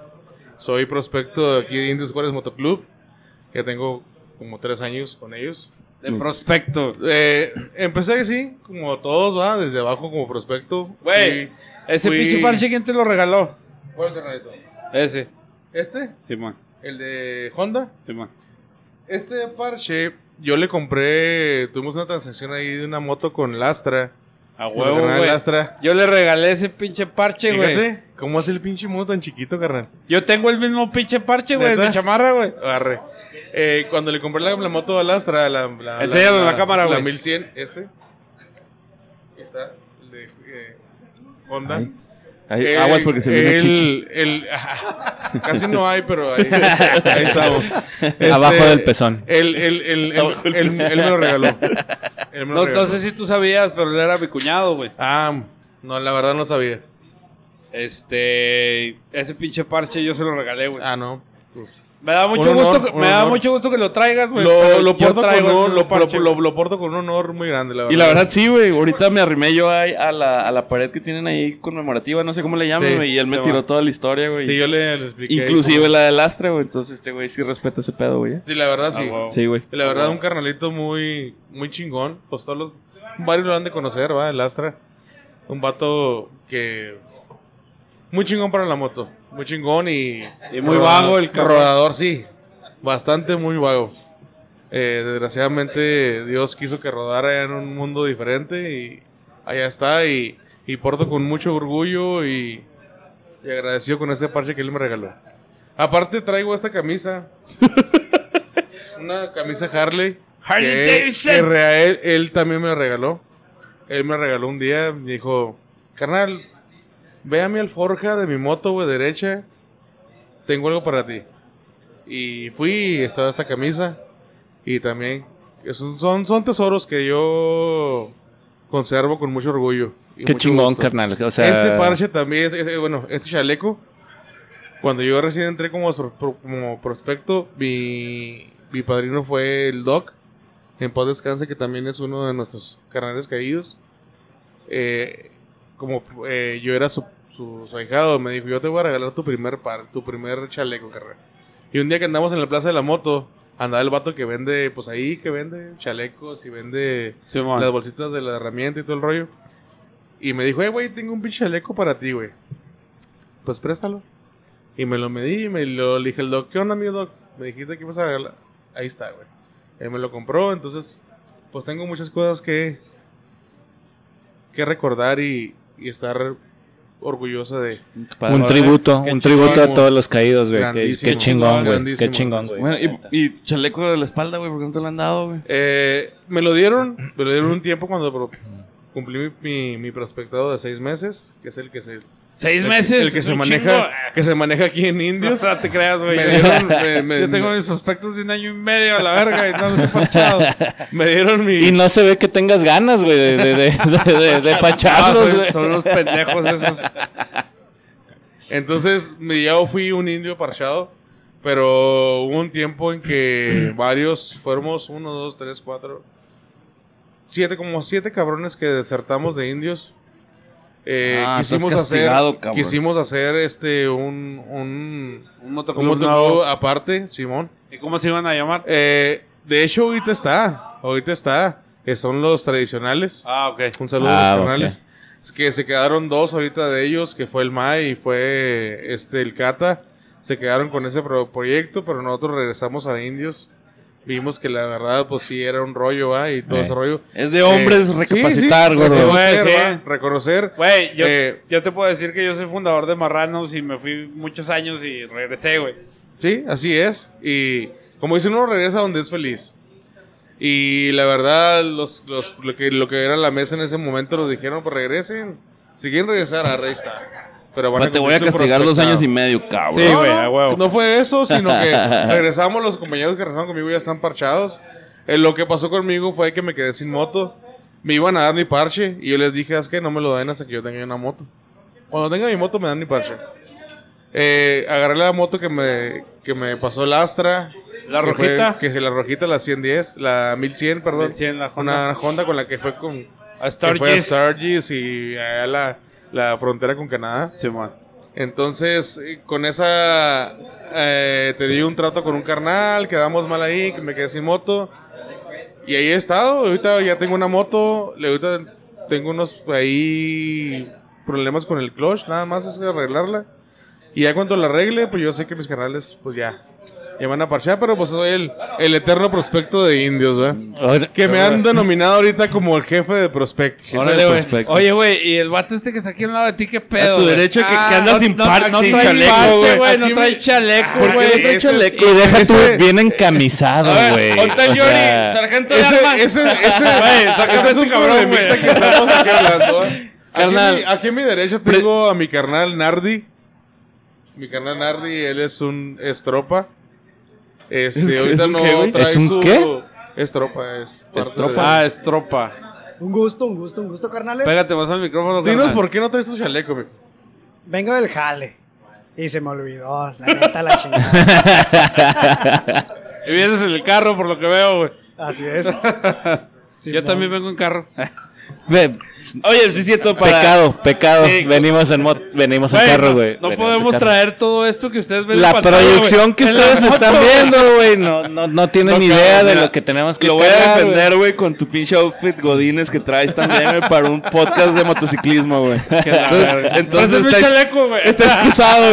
Soy prospecto de aquí de Indios Juárez Motoclub. Ya tengo como tres años con ellos.
De prospecto.
Eh, empecé así, como todos, ¿va? Desde abajo como prospecto.
Güey,
Y-
Ese
fui-
pinche parche, ¿quién te lo regaló?
¿Cuál es el reto?
Ese.
¿Este?
Simón,
¿El de Honda?
Simón.
Este parche, yo le compré. Tuvimos una transacción ahí de una moto con Lastra.
A
Con
huevo,
el carnal
güey.
Lastra.
Yo le regalé ese pinche parche, güey.
Fíjate, ¿cómo hace el pinche mono tan chiquito, carnal?
Yo tengo el mismo pinche parche, güey,
¿Neta?
mi chamarra, güey.
Arre. Eh, cuando le compré la, la moto a Lastra, la, la,
Enséñalo en la cámara,
La
güey.
1100, este. Ahí está, el de eh, Honda.
Ay,
Eh,
aguas porque se viene
el-
chichi.
(laughs)
el- casi no hay, pero ahí, ahí estamos. Este,
Abajo del pezón.
El, el, el, el-
Abajo del
él-
pezón.
él me lo regaló. Él me lo
No,
regaló.
no sé si tú sabías, pero él era mi cuñado, güey.
Ah, no, la verdad no sabía.
Este, ese pinche parche yo se lo regalé, güey.
Ah, no. pues,
Me da mucho
Un honor,
gusto, que,
un
me da
honor.
mucho gusto que lo traigas, güey.
lo,
pero
lo
yo
porto con
traigo el
un,
mismo
lo,
parche,
lo-
güey.
lo porto con un honor muy grande, la verdad.
Y la verdad sí, güey. Ahorita me arrimé yo ahí a la, a la pared que tienen ahí conmemorativa, no sé cómo le llaman,
Sí,
güey. y él me
se
tiró
va.
toda la historia, güey.
Sí, yo le, le expliqué.
Inclusive la del Astra, güey. Entonces este güey sí respeta ese pedo, güey. ¿eh?
Sí, la verdad sí.
Ah, wow.
Sí, güey.
La verdad, un carnalito muy, muy chingón. Pues todos los. Varios lo han de conocer, ¿va? El Astra. Un vato que. Muy chingón para la moto. Muy chingón y.
Y muy vago el cabrón.
Rodador, sí. Bastante muy vago. Eh, desgraciadamente, Dios quiso que rodara en un mundo diferente y allá está. Y, y porto con mucho orgullo y, y agradecido con este parche que él me regaló. Aparte, traigo esta
(laughs)
camisa. Una camisa Harley.
Harley
que-
Davidson.
que rea- él, él también me regaló. Él me regaló un día. Me dijo, carnal, ve a mi alforja de mi moto, güey, derecha. Tengo algo para ti. Y fui y estaba esta camisa. Y también, que son, son, son tesoros que yo conservo con mucho orgullo. y
Qué
mucho
chingón,
gusto.
carnal. O sea,
Este parche también es, es- bueno, este chaleco. Cuando yo recién entré como, pro- pro- como prospecto, mi, mi padrino fue el Doc. En paz descanse, que también es uno de nuestros carnales caídos. Eh, como eh, yo era su, su, su ahijado, me dijo, yo te voy a regalar tu primer par, tu primer chaleco, carnal. Y un día que andamos en la plaza de la moto, andaba el vato que vende, pues ahí que vende chalecos y vende
Simón.
las bolsitas de la herramienta y todo el rollo. Y me dijo, eh, güey, tengo un pinche chaleco para ti, güey. Pues préstalo. Y me lo medí y me lo le dije, el doc, ¿qué onda, amigo doc? Me dijiste que ibas a regalar. Ahí está, güey. Él me lo compró, entonces, pues tengo muchas cosas que, que recordar y, y estar orgullosa de.
Un tributo,
Qué chingón,
un tributo a
güey.
todos los caídos, güey. Qué- Qué,
Grandísimo.
chingón, güey. Qué
Grandísimo.
chingón, güey.
Bueno, y, y chaleco de la espalda, güey, porque no te lo han dado, güey.
Eh, me lo dieron, me lo dieron un tiempo cuando pro- cumplí mi, mi, mi prospectado de seis meses, que es el que se
¿Seis
el-
meses?
el que
Es
se
un
maneja, que se maneja aquí
(laughs)
en Indios.
No te creas, güey.
Me dieron, me, me-
Yo tengo mis prospectos de un año y medio a la verga y no los he
(laughs)
parchado.
me dieron mi.
Y no se ve que tengas ganas, güey, de, de, de,
(laughs)
de- de- de pacharlos,
son,
güey.
son los pendejos esos.
(laughs) Entonces me- yo fui un indio parchado, pero hubo un tiempo en
(clears throat)
que varios fuéramos uno, dos, tres, cuatro, siete como siete cabrones que desertamos de indios. Eh,
Ah, estás
quisimos hacer,
castigado, cabrón.
quisimos hacer este un un
Un motoclub.
Un motoclub
nuevo.
aparte, Simón.
¿Y cómo se iban a llamar?
Eh, de hecho, ahorita está. Ahorita está. Eh, son los tradicionales.
Ah, ok.
Un saludo
Ah,
a
ok.
los tradicionales. Es que se quedaron dos ahorita de ellos, que fue el MAI y fue este el Cata. Se quedaron con ese pro- proyecto, pero nosotros regresamos a Indios. Vimos que la verdad, pues sí, era un rollo, ¿va? Y todo
Eh.
ese rollo.
Es de hombres
Eh, sí,
recapacitar,
sí,
güey.
Reconocer,
Sí.
¿va? reconocer.
Güey, yo,
Eh.
yo te puedo decir que yo soy fundador de Marranos y me fui muchos años y regresé, güey.
Sí, así es. Y como dice uno, regresa donde es feliz. Y la verdad, los, los- lo, que, lo que era la mesa en ese momento nos dijeron, pues regresen. Si quieren regresar, ah, ahí está. Pero van
Pero te voy a
cumplir su
castigar dos
prospectado.
años y medio, cabrón.
Sí, güey,
no,
a huevo.
No fue eso, sino que
(laughs)
regresamos, los compañeros que regresaron conmigo ya están parchados. Eh, lo que pasó conmigo fue que me quedé sin moto. Me iban a dar mi parche y yo les dije, es que no me lo den hasta que yo tenga una moto. Cuando tenga mi moto me dan mi parche. Eh, agarré la moto que me, que me pasó el Astra.
¿La
que fue-
rojita?
Que, la rojita, la 110, la 1100, perdón.
Sí, en la Honda.
Una Honda con la que fue con...
A
que fue a
Sturgis.
Sturgis y allá la, la frontera con Canadá.
Simón.
Entonces, eh, con esa, eh, te di un trato con un carnal, quedamos mal ahí, que me quedé sin moto. Y ahí he estado, ahorita ya tengo una moto, le- ahorita tengo unos ahí problemas con el clutch, nada más es arreglarla. Y ya cuando la arregle, pues yo sé que mis carnales, pues ya, ya van a parchar, pero pues soy el, el eterno prospecto de indios, ¿verdad?
Ahora-
Que me han denominado ahorita como el jefe de prospecto.
Órale, güey.
prospecto.
Oye, güey, y el vato este que está aquí al lado de ti, qué pedo.
A tu
güey?
derecho que, que
Ah,
anda sin parche, sin chaleco,
parche,
güey.
No
Aquí
trae
me-
chaleco,
¿Por qué
güey.
no trae
Ese-
chaleco?
Y deja tú,
Ese-
bien encamisado,
A
güey.
ver, ponte
O
el Johnny,
sea,
sargento de
Ese,
armas.
ese, ese,
Güey, sácame
ese es
este
un
cabrón,
cabrón,
güey.
que estamos aquí hablando. ¿eh? Aquí,
Carnal.
a mi- aquí a mi derecha tengo a mi carnal Nardi. Mi carnal Nardi, él es un estropa. Este,
¿Es que
ahorita
es un
no
qué, güey?
trae
¿Es un
su...
qué?
Estropa, es parte
Estropa.
de-
Ah, es tropa.
Un gusto, un gusto, un gusto, carnales.
Pégate más al micrófono,
Dinos
carnal.
por qué no traes tu chaleco, güey.
Vengo del jale. Y se me olvidó, la neta, la chingada.
Y vienes en el carro, por lo que veo, güey.
Así
(laughs)
es. Sí,
Yo
no.
también vengo en carro.
ve-
Oye, sí es cierto, para...
Pecado, pecado.
Sí.
venimos en mot- venimos en
Güey,
carro,
no-
güey.
No
Venimos en
podemos
carro.
traer todo esto que ustedes ven en
La
pantalla,
proyección
güey,
que
en la
ustedes
moto,
están
güey.
viendo,
(laughs)
güey, no, no, no tienen
No,
idea
cabrón,
de
pues, mira,
lo que tenemos que
Lo voy a
cargar,
defender, güey, con tu pinche outfit godines que traes también, güey, para un podcast de motociclismo,
(laughs)
güey. Entonces, entonces
Entonces,
está,
Pues mi
ex-
chaleco, güey.
está excusado,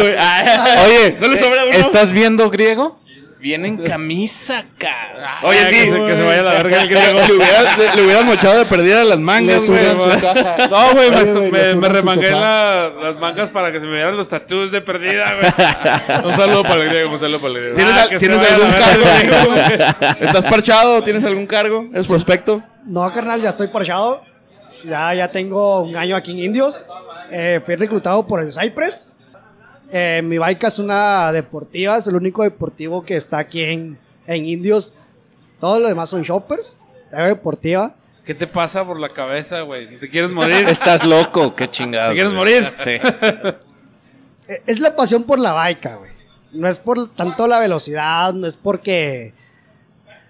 (laughs)
(laughs) güey. Ah,
güey. Oye,
¿No le sobra uno?
¿estás viendo griego? Vienen camisa, cara.
Oye, sí.
Ah, Que se, que se vaya a la verga el
(laughs)
griego.
Le hubieras, le, le hubieras mochado de perdida las mangas, güey.
No, güey, me, estu- me, me remangué la- las mangas para que se me vieran los tatuajes de perdida,
(laughs)
(laughs)
güey.
Un saludo para el griego, un saludo para el griego.
¿Tienes,
Ah,
al-
que se
¿tienes
vaya
algún
la verga el
cargo?
(laughs)
¿Estás parchado? ¿Tienes algún cargo? ¿Eres prospecto?
No, carnal, ya estoy parchado. Ya, ya tengo un año aquí en Indios. Eh, fui reclutado por el Cypress. Eh, mi bike es una deportiva, es el único deportivo que está aquí en, en Indios. Todos los demás son shoppers. La deportiva.
¿Qué te pasa por la cabeza, güey? ¿Te quieres morir?
(laughs) Estás loco, qué chingado.
¿Te quieres
güey.
morir?
Sí.
Eh, Es la pasión por la bike, güey. No es por tanto la velocidad, no es porque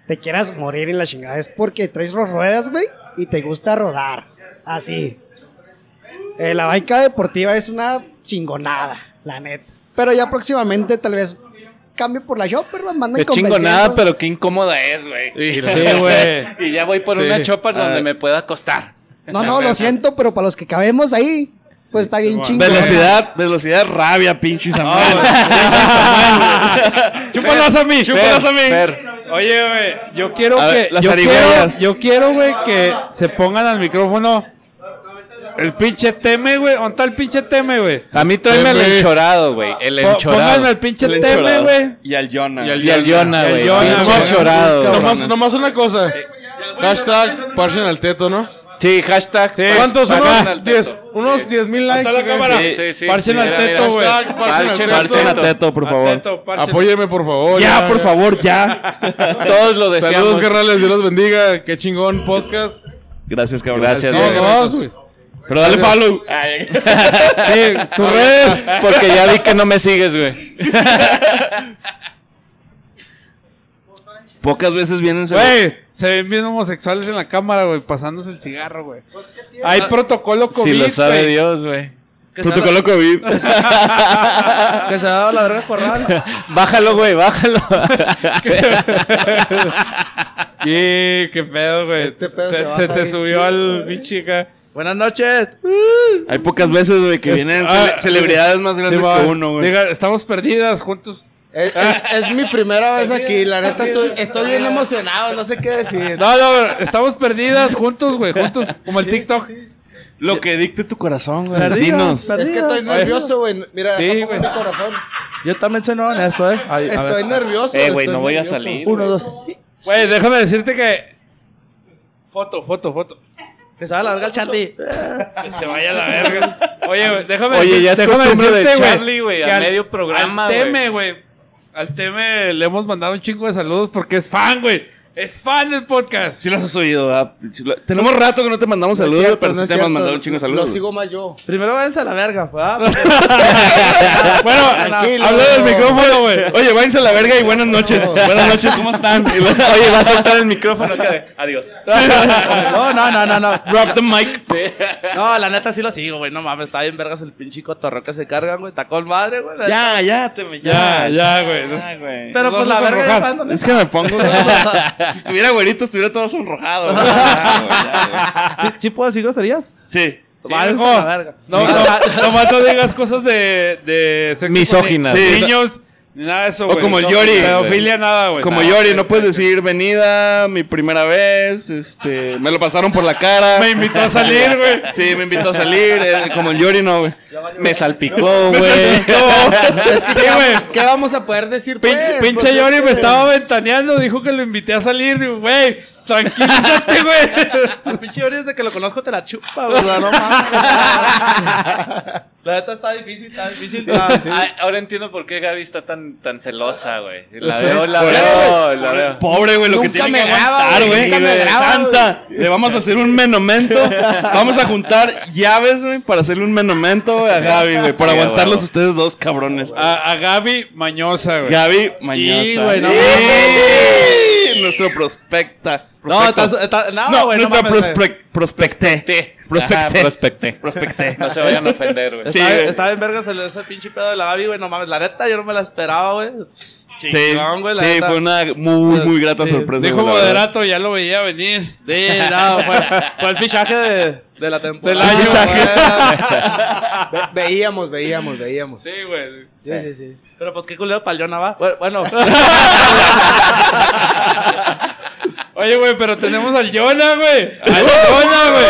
te quieras morir en la chingada, es porque traes las ruedas, güey, y te gusta rodar. Así. Eh, la bike deportiva es una chingonada, la neta. Pero ya próximamente tal vez cambio por la shopper, güey, me andan
Es
convenciendo.
chingonada, pero qué incómoda es, güey.
Sí,
güey.
Y ya voy por
Sí.
una chopa donde me pueda acostar.
No, no, lo siento, pero para los que cabemos ahí, pues está bien chingón.
Velocidad, velocidad, rabia, pinche Samuel.
Ah,
(laughs)
Chúpalas a mí, chúpalas a mí. Oye, güey, yo quiero
A
que.
ver, las
yo, quiero,
zarigüeyas.
yo quiero, güey, que se pongan al micrófono. El pinche teme, güey. ¿Dónde está el pinche teme, güey?
A mí tráeme el
Güey.
enchorado, güey. El
Po-
enchorado.
Pónganme el pinche
El
teme,
enchorado.
güey.
Y al Jonah.
Y al-
Y el Yona,
El
güey.
Yona,
Pinche
güey.
enchorado, güey.
Nomás, nomás una cosa. Hashtag parchen al teto, ¿no?
Sí, hashtag.
¿Cuántos?
Parchen
Unos
al
10 unos diez mil likes.
la
creo.
cámara.
Sí.
Sí, sí.
Parchen al
mira,
teto,
mira.
güey.
Hashtag parchen al
Parchen
teto.
al
Al teto, por favor.
Atento, parce.
Apóyeme, por favor.
Ya, por favor,
(laughs)
ya.
Todos lo deseamos.
Saludos, carnales. Dios los bendiga. Qué chingón podcast.
Gracias, cabrón.
Gracias,
No,
güey.
no,
No, güey.
pues,
Pero dale follow.
Sí,
(laughs)
tus redes.
Porque ya vi que no me sigues, güey.
Pocas veces vienen.
Güey, se ven bien homosexuales en la cámara, güey, pasándose el cigarro, güey. Hay protocolo COVID,
Si lo sabe
güey.
Dios, güey.
Protocolo COVID.
(laughs) Que se ha dado la verga corral.
Bájalo, güey, bájalo.
(laughs) Sí, qué pedo, güey.
Este pedo
se,
se baja
se te
bien
subió
chido,
al pinche acá.
Buenas noches.
Hay pocas veces, güey, que vienen
Ah,
cele- celebridades más
Sí,
grandes
va.
que uno, güey.
Diga, estamos perdidas juntos.
Es, Eh, es- es mi primera vez Pues aquí. La neta, estoy, estoy bien emocionado. No sé qué
(laughs)
decir.
No, no, pero estamos perdidas juntos, güey, juntos, como el TikTok.
Lo que dicte tu corazón, güey.
Perdidas,
Dinos.
Es que estoy nervioso, güey. Mira,
Sí,
está como
güey.
mi corazón.
Yo también soy nuevo en esto, eh. Ay, a ver.
Estoy nervioso.
Eh, güey,
estoy
no voy a
nervioso.
salir.
Uno, dos, sí.
Güey, déjame decirte que foto, foto, foto.
Que se va a la verga el chanti.
Que se vaya a la verga. Oye, güey, déjame
Oye, ya es
déjame
costumbre de
decirte, güey,
Charlie, güey,
que
a medio programa,
Al
güey.
Teme, güey. Al Teme le hemos mandado un chingo de saludos porque es fan, güey. Es fan del podcast.
Sí las has oído, ¿verdad? Tenemos rato que no te mandamos
No es
saludos,
cierto,
pero
no
sí
es
te hemos
cierto.
mandado un chingo de saludos.
Lo sigo más yo.
Primero váyanse a la verga, ¿verdad?
(laughs)
bueno,
Tranquilo.
habla del micrófono, güey.
Ah, Oye, váyanse a la verga y buenas noches. buenas noches, ¿cómo están? Oye,
Va a soltar el micrófono acá de. Adiós.
(laughs) No, no, no, no, no.
drop the mic.
No, la neta sí lo sigo, güey. No mames, está bien vergas el pinche cotorreo que se cargan, güey. Está con madre, güey.
Ya, ya, te me
Ya, ya, güey.
güey.
Pero pues la verga ya saben dónde
Es que me pongo.
(laughs)
si estuviera güerito, estuviera todo sonrojado. güey. Ya, güey, ya, güey.
¿Sí, sí puedo decir groserías?
Sí.
Váyanse a la verga.
No, (laughs) no, nomás no digas cosas de, de sexo
Misóginas.
con ni-
Sí.
niños, ni nada de eso,
O
güey.
como el
No,
Yori,
Pedofilia, nada, güey.
Como
Nada,
Yori,
güey.
no puedes decir venida, mi primera vez, este, me lo pasaron por la cara.
Me invitó a salir, güey.
Sí, me invitó a salir, eh, como el Yori no, güey.
Me salpicó, güey.
(laughs)
Sí, güey.
¿Qué vamos a poder decir,
Pin-
pues?
pinche
Pues,
Yori me
este,
estaba ventaneando, dijo que lo invité a salir, digo, güey.
(laughs)
Tranquilízate, güey.
El pinche Ori desde que lo conozco te la chupa, güey. No mames. La neta está difícil, está difícil.
Ah, Ahora entiendo por qué Gaby está tan, tan celosa, güey. La veo, la veo, la veo.
Pobre, güey, lo que
Nunca
tiene
me
que
graba,
aguantar,
güey,
güey.
nunca me graba,
(laughs) Santa, le vamos a hacer un menomento. Vamos a juntar llaves, güey, para hacerle un menomento güey, a Gaby, güey, por
Sí,
aguantarlos
güey.
ustedes dos cabrones.
A, a Gaby Mañosa, güey.
Gaby, mañana.
Sí, güey, no
Nuestro prospecta.
No,
Prospecto.
estás- estás- no,
No,
güey, no
nuestra
mames, güey.
prospec- prospecté.
Ajá,
Prospecté.
prospecté.
Prospecté.
No se vayan a ofender, güey.
Sí,
Está-
güey.
Está bien vergas el- ese pinche pedo de la Gaby, güey. No mames, la neta yo no me la esperaba, güey.
Sí,
Chingón, güey, la
sí
neta. (laughs)
fue una muy, muy grata
Sí.
sorpresa.
Dijo
güey, la verdad.
moderato, ya lo veía venir.
Sí, no, fue, fue el fichaje de, de la temporada.
Del año.
güey.
ve- Veíamos, veíamos, veíamos.
Sí, güey.
Sí, sí, sí.
Pero pues qué culero paliona va. Bueno,
(laughs)
Bueno,
Oye, güey, pero tenemos al Jonah, güey. Al Jonah, güey.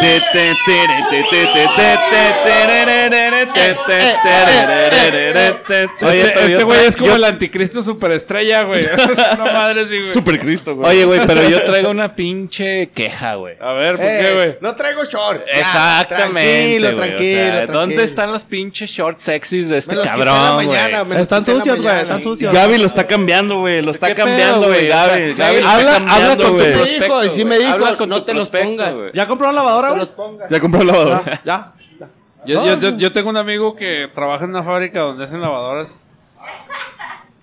Te, te, tere, te, te, te, te, te, tererere, te, te, tererere, te, te.
Oye,
Este-
pero
este
yo
güey
tra-
es como
yo-
el anticristo superestrella, güey. (laughs) no madre, sí, güey.
Supercristo, güey.
Oye, güey, pero yo traigo una pinche queja, güey.
A ver, ¿por
Eh,
qué, güey?
No traigo short. Ya, Tranquilo,
Exactamente. güey, o sea,
tranquilo,
¿Dónde
tranquilo.
están los pinches shorts sexys de este
Me los quité en la
cabrón, güey?
mañana, me los
están
quité en la
sucios, güey.
mañana.
Están sucios.
Gaby lo está cambiando, güey. Lo está
¿Qué pedo,
cambiando, güey.
güey?
Gaby,
O sea,
Gaby lo
habla-
está
habla
cambiando,
con tu
güey.
Me dijo, y sí me dijo,
Habla con
no
tu
te los
prospecto,
pongas.
güey.
¿ya compró la lavadora,
No
güey?
los pongas.
Ya compró el lavador.
Ah,
Ya, ya. ya.
pues.
Yo, yo- yo- yo tengo un amigo que trabaja en una fábrica donde hacen lavadoras.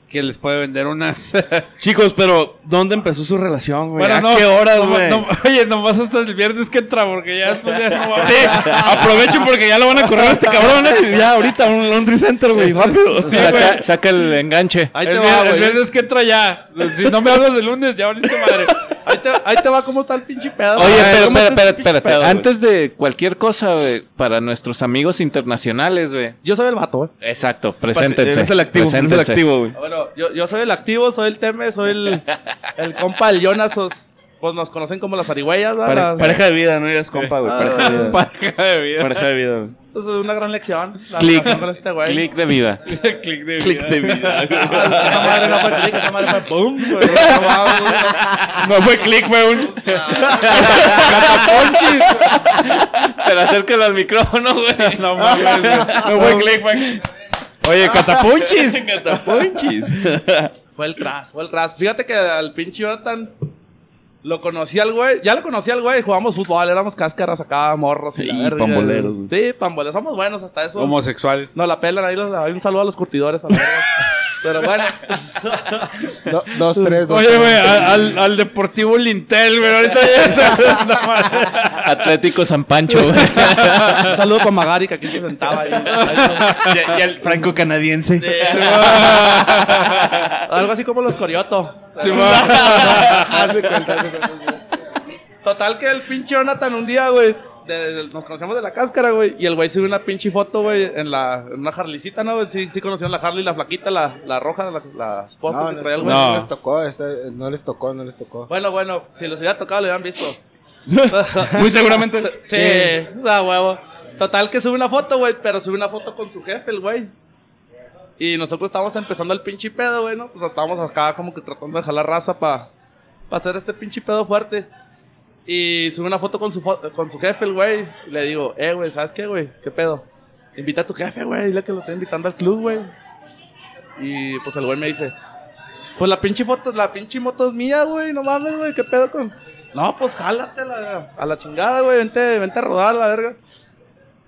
que les puede vender unas. (laughs)
Chicos, pero ¿dónde empezó su relación, güey?
Bueno,
¿A
no,
qué horas,
no,
güey?
no, oye, nomás hasta el viernes que entra, porque ya después ya no va.
Sí, aprovechen porque ya lo van a correr a este
(laughs)
cabrón. ¿eh? Ya ahorita un laundry center, güey, rápido.
Saca, saca el enganche.
Ahí
el,
te
vier-
va,
el
¿eh?
güey.
viernes que entra ya. Si no me hablas el lunes, ya valiste madre.
Ahí te, ahí te va cómo está el pinche pedo.
Oye,
güey.
pero,
¿Cómo
pero,
está
pero,
el pinche
espérate,
pedo, güey?
antes de cualquier cosa, güey, para nuestros amigos internacionales, güey.
Yo soy el vato,
eh.
güey.
Exacto,
Pues,
Preséntense.
preséntense.
Es el activo, es el
preséntense. (laughs)
activo, güey.
Bueno, yo, yo soy el activo, soy el teme, soy el, el compa, el Jonasos. Pues nos conocen como las arigüeyas, ¿verdad?
Pare-
Las-
pareja de vida, no digas compa, güey.
Ah,
(laughs) Pareja de vida.
Pareja de vida.
Pareja de vida, güey.
Pues Es una gran lección. la
Click.
relación con este güey.
Click de vida.
Click de
Click
vida.
de vida. güey.
Ah, (laughs) Esa madre no fue click, esa madre fue boom.
(laughs)
güey. No mames, güey.
No fue click, fue
(laughs)
un.
Pero acércalo al
(laughs)
micrófono, güey.
No mames, güey.
No fue click, fue.
Oye,
(laughs)
catapunchis.
Catapunchis.
Fue el crash, fue el crash. Fíjate que al pinche Jonathan lo conocí al güey. Ya lo conocí al güey. Jugábamos fútbol, éramos cáscaras acá, morros. Y, la
Y
verga.
pamboleros.
Sí, pamboleros. Somos buenos hasta eso.
Homosexuales.
No, la pelan ahí. Los, hay un saludo a los curtidores. a la verga. Pero bueno.
Do- dos, tres, dos.
Oye, güey, a-
(laughs)
al, al Deportivo Lintel, güey. Ahorita ya. No mames.
Atlético San Pancho, güey.
Un saludo para Magari, que aquí se sentaba. ahí.
Y el franco canadiense.
Este, (laughs) Algo así como los Corioto.
(laughs) Haz de cuenta, haz de cuenta.
Total que el pinche Jonathan un día, güey. de- de- nos conocemos de la cáscara, güey. Y el güey subió una pinche foto, güey, en, la, en una Harleycita, ¿no? güey? Sí, sí conocieron la Harley, la flaquita, la, la roja, la, la esposa
No,
que
no,
traía el
no
güey.
les tocó, esta- no les tocó, no les tocó.
Bueno, bueno, si los hubiera tocado, lo hubieran visto. (laughs)
Muy seguramente. Eh.
Sí, da huevo. Total que sube una foto, güey, pero sube una foto con su jefe, el güey. Y nosotros estábamos empezando el pinche pedo, güey, ¿no? Pues estábamos acá como que tratando de jalar raza para hacer este pinche pedo fuerte. Y sube una foto con su, fo- con su jefe, el güey. Y le digo, eh, güey, ¿sabes qué, güey? ¿Qué pedo? Invita a tu jefe, güey, dile que lo está invitando al club, güey. Y pues el güey me dice, pues la pinche foto, la pinche moto es mía, güey, no mames, güey, ¿qué pedo con...? No, pues jálatela a la chingada, güey. Vente, vente a rodar, la verga.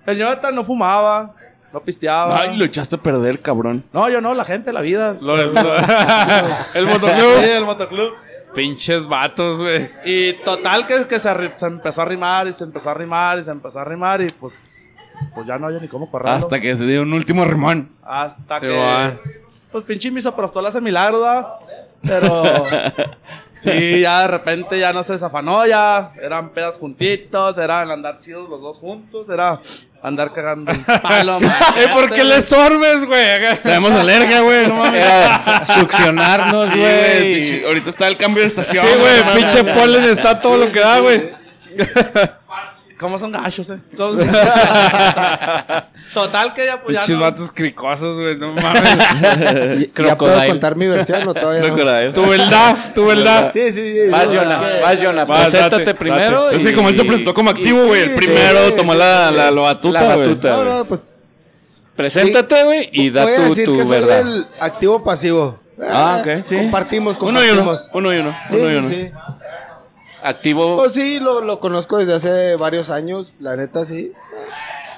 El Jonathan no fumaba, no pisteaba.
Ay, lo echaste a perder, cabrón.
No, yo no, la gente, la vida. (laughs)
Lo- lo- el
Sí,
motoclub.
el motoclub.
Pinches vatos, güey.
Y total que, que se, arri- se empezó a rimar y se empezó a rimar y se empezó a rimar y pues, pues ya no había ni cómo correr.
Hasta que se dio un último rimón.
Hasta
Se
que.
(laughs)
va.
Pues pinche misoprostol hace milagro, ¿da? Pero. sí, ya de repente ya no se desafanó, ya. Eran pedas juntitos, eran andar chidos los dos juntos, era andar cagando el
(laughs)
palo.
Eh, ¿Por qué le sorbes, güey?
Tenemos alergia, güey, no mames.
Era succionarnos,
Sí,
güey.
güey, pinche- Ahorita está el cambio de estación.
Sí, güey,
no mames.
pinche polen está todo lo que da, güey. (laughs)
¿Cómo son gachos, eh? Total que ya, pues ya.
Pinches
no-
vatos cricosos, güey,
(laughs)
no mames.
¿Ya puedo
Crocodile.
contar mi versión o todavía no?
¿eh?
Crocodile.
tu verdad, tu verdad.
Sí, sí, sí.
Vas,
no,
Jonah,
es que-
vas, Jonah.
Vas,
Preséntate
date, date.
primero.
Es que
y-
como él se presentó como activo, güey. El primero
sí,
tomó
sí,
la,
sí.
la, la batuta,
La
güey.
batuta.
No, no, pues
Preséntate, güey, y da
voy a
tu,
decir
tu
que soy
verdad.
el activo pasivo.
Ah, ok, sí.
Compartimos,
Uno y uno.
compartimos.
Uno y uno.
Sí,
uno y uno.
sí.
Activo.
Pues sí, lo, lo conozco desde hace varios años, la neta sí.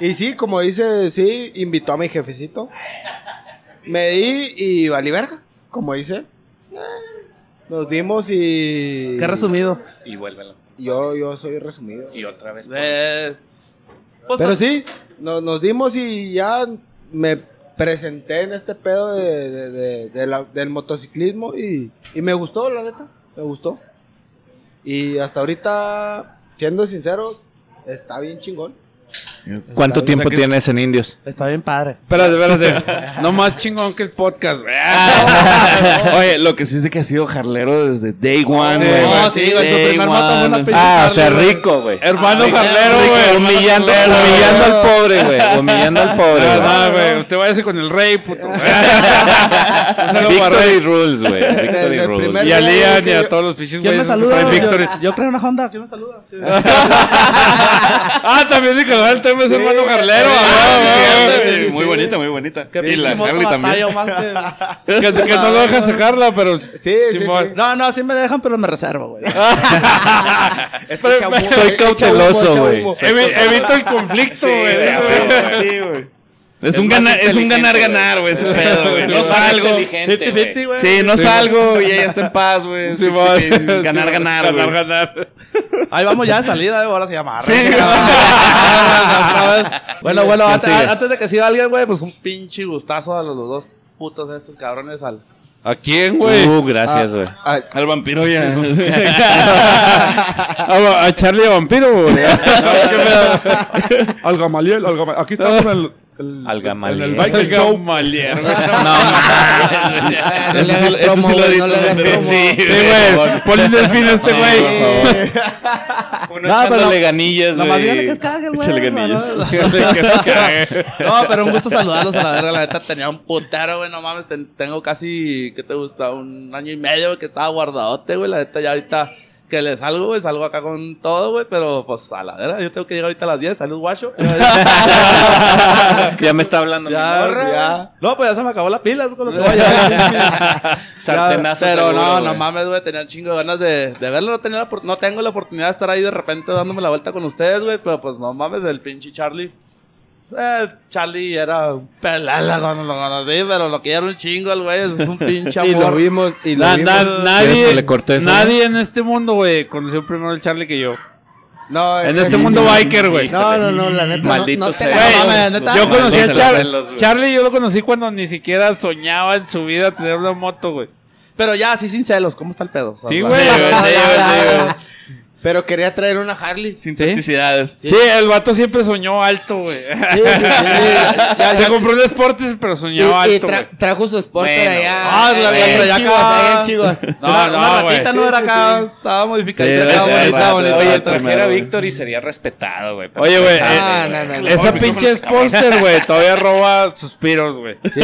Y sí, como dice, sí, invitó a mi jefecito. Me di y valí verga, como dice. Nos dimos y...
Qué resumido.
Y vuélvelo.
Yo, yo soy resumido.
Y otra vez.
Eh, pues,
Pero
to-
sí, no- nos dimos y ya me presenté en este pedo de, de- de- de la- del motociclismo y, y me gustó, la neta, me gustó. Y hasta ahorita, siendo sinceros, está bien chingón.
¿Cuánto
O sea,
tiempo
que-
tienes en indios?
Está bien padre.
Espérate, espérate. No más chingón que el podcast, güey.
Oye, lo que sí es de que ha sido jarlero desde day one,
Sí,
güey.
no,
sí, güey, su
Day
primer moto fue una
one.
pinche
Ah, o sea,
Harley, güey.
rico,
(laughs)
güey.
Hermano Jarlero,
Rico,
güey.
Humillando, humillando al pobre, güey. Humillando al pobre.
No,
güey.
no, güey. Usted váyase con el rey,
(laughs)
puto.
Victory Rules, güey. Victory
Desde el
Rules.
primer-
Y a Lian y a todos los
¿Quién
pichis, güeyes
me
que
saluda?
traen Victories.
Yo, yo creo una Honda. ¿Quién me saluda?
(laughs) Ah, también dijo, el tema es hermano Jarlero.
Ah,
ah,
güey,
ah,
Muy bonita, muy bonita. Y
pinche
la
moto
Harley también.
batalla más (laughs) que-
ah. Que que no lo dejan sacarla, pero...
Sí, sí,
Simón.
sí.
No, no, sí me dejan, pero me reservo, güey.
Es que chavo-
Soy
echa humo,
cauteloso,
echa
güey.
humo.
Evi- Evito el conflicto, güey.
Sí, güey. Es, un, gana- es un ganar, ganar, güey. Es un pedo, güey. No salgo. Sí, no salgo y ella está en paz, güey. Sí, ganar, ganar, güey.
Ahí vamos ya de salida, eh, ahora se llama.
Sí,
Arre,
güey. (laughs)
otra vez. bueno, bueno,
¿Quién
antes,
sigue?
antes de que siga alguien, güey, pues un pinche gustazo a los, los dos putos de estos cabrones al. Ah,
¿A quién, güey?
Uh, gracias, güey.
Al vampiro ya. (laughs)
(laughs)
Ah,
A, a Charlie Vampiro, güey.
Al Gamaliel, al Gamaliel. Aquí estamos en el... el-
Al Gamaliel.
En el Michael Joe.
Eso sí- eso sí lo edito, pero- Sí,
Sí,
(laughs)
güey. Ponle un delfín a este güey.
Uno echándole ganillas,
Nomás
güey.
díganle que es cague, güey.
(laughs) Échale
no,
ganillas.
(laughs)
(laughs)
no, (laughs) No, pero un gusto saludarlos a la verga. La neta tenía un putero, güey. No mames, ten- tengo casi, ¿qué te gusta? Un año y medio, güey, que estaba guardadote, güey. La neta ya ahorita que le salgo, güey. Salgo acá con todo, güey. Pero pues a la verga. Yo tengo que llegar ahorita a las 10. Salud, (laughs) guacho.
ya me está hablando.
Ya,
mi morra, güey.
ya. No, pues ya se me acabó la pila, eso con (laughs) lo que voy a
Sartenazo.
Pero
seguro,
no, no
güey.
mames, güey, tenía un chingo de ganas de, de verlo. No, tenía la opor- no tengo la oportunidad de estar ahí de repente dándome la vuelta con ustedes, güey. Pero pues no mames, el pinche Charlie. Eh, Charlie era un pelala cuando lo conocí, pero lo que era un chingo el güey. Es un pinche amor.
Y lo vimos, y lo
Na-
vimos.
na-
¿Quieres
nadie
que le corte eso,
nadie en este mundo, güey, conoció primero el Charlie que yo.
No,
En
eh,
este
sí,
mundo
sí.
biker, güey.
No, no, no, la neta. no-
Maldito
no te
sea.
la
Güey,
mames.
mames, neta.
yo conocí a
Malditos celos,
Charlie.
güey.
Charlie yo lo conocí cuando ni siquiera soñaba en su vida tener una moto, güey.
Pero ya, así sin celos, ¿cómo está el pedo?
Sí,
O sea,
güey.
(laughs) Pero quería traer una Harley.
Sin toxicidades.
Sí, el vato siempre soñó alto, güey. Se compró un Sportes, pero
Y,
soñó
y
alto,
tra-
güey.
trajo su Sporter
Bueno.
allá.
Ah, la
Ahí en
verdad, ya
Chivas,
acá.
ahí en Chivas.
(laughs) No,
una
no, güey.
ratita no era acá, estaba modificada.
Sí,
estaba
sí,
bonita,
sí, sí.
bonita.
Oye,
Oye,
Primero,
trajera a
güey.
Víctor y sería respetado, güey. pero-
Oye, güey,
Ah,
eh,
no, no, no.
esa pinche Sportster, güey, todavía roba suspiros, güey.
Sí,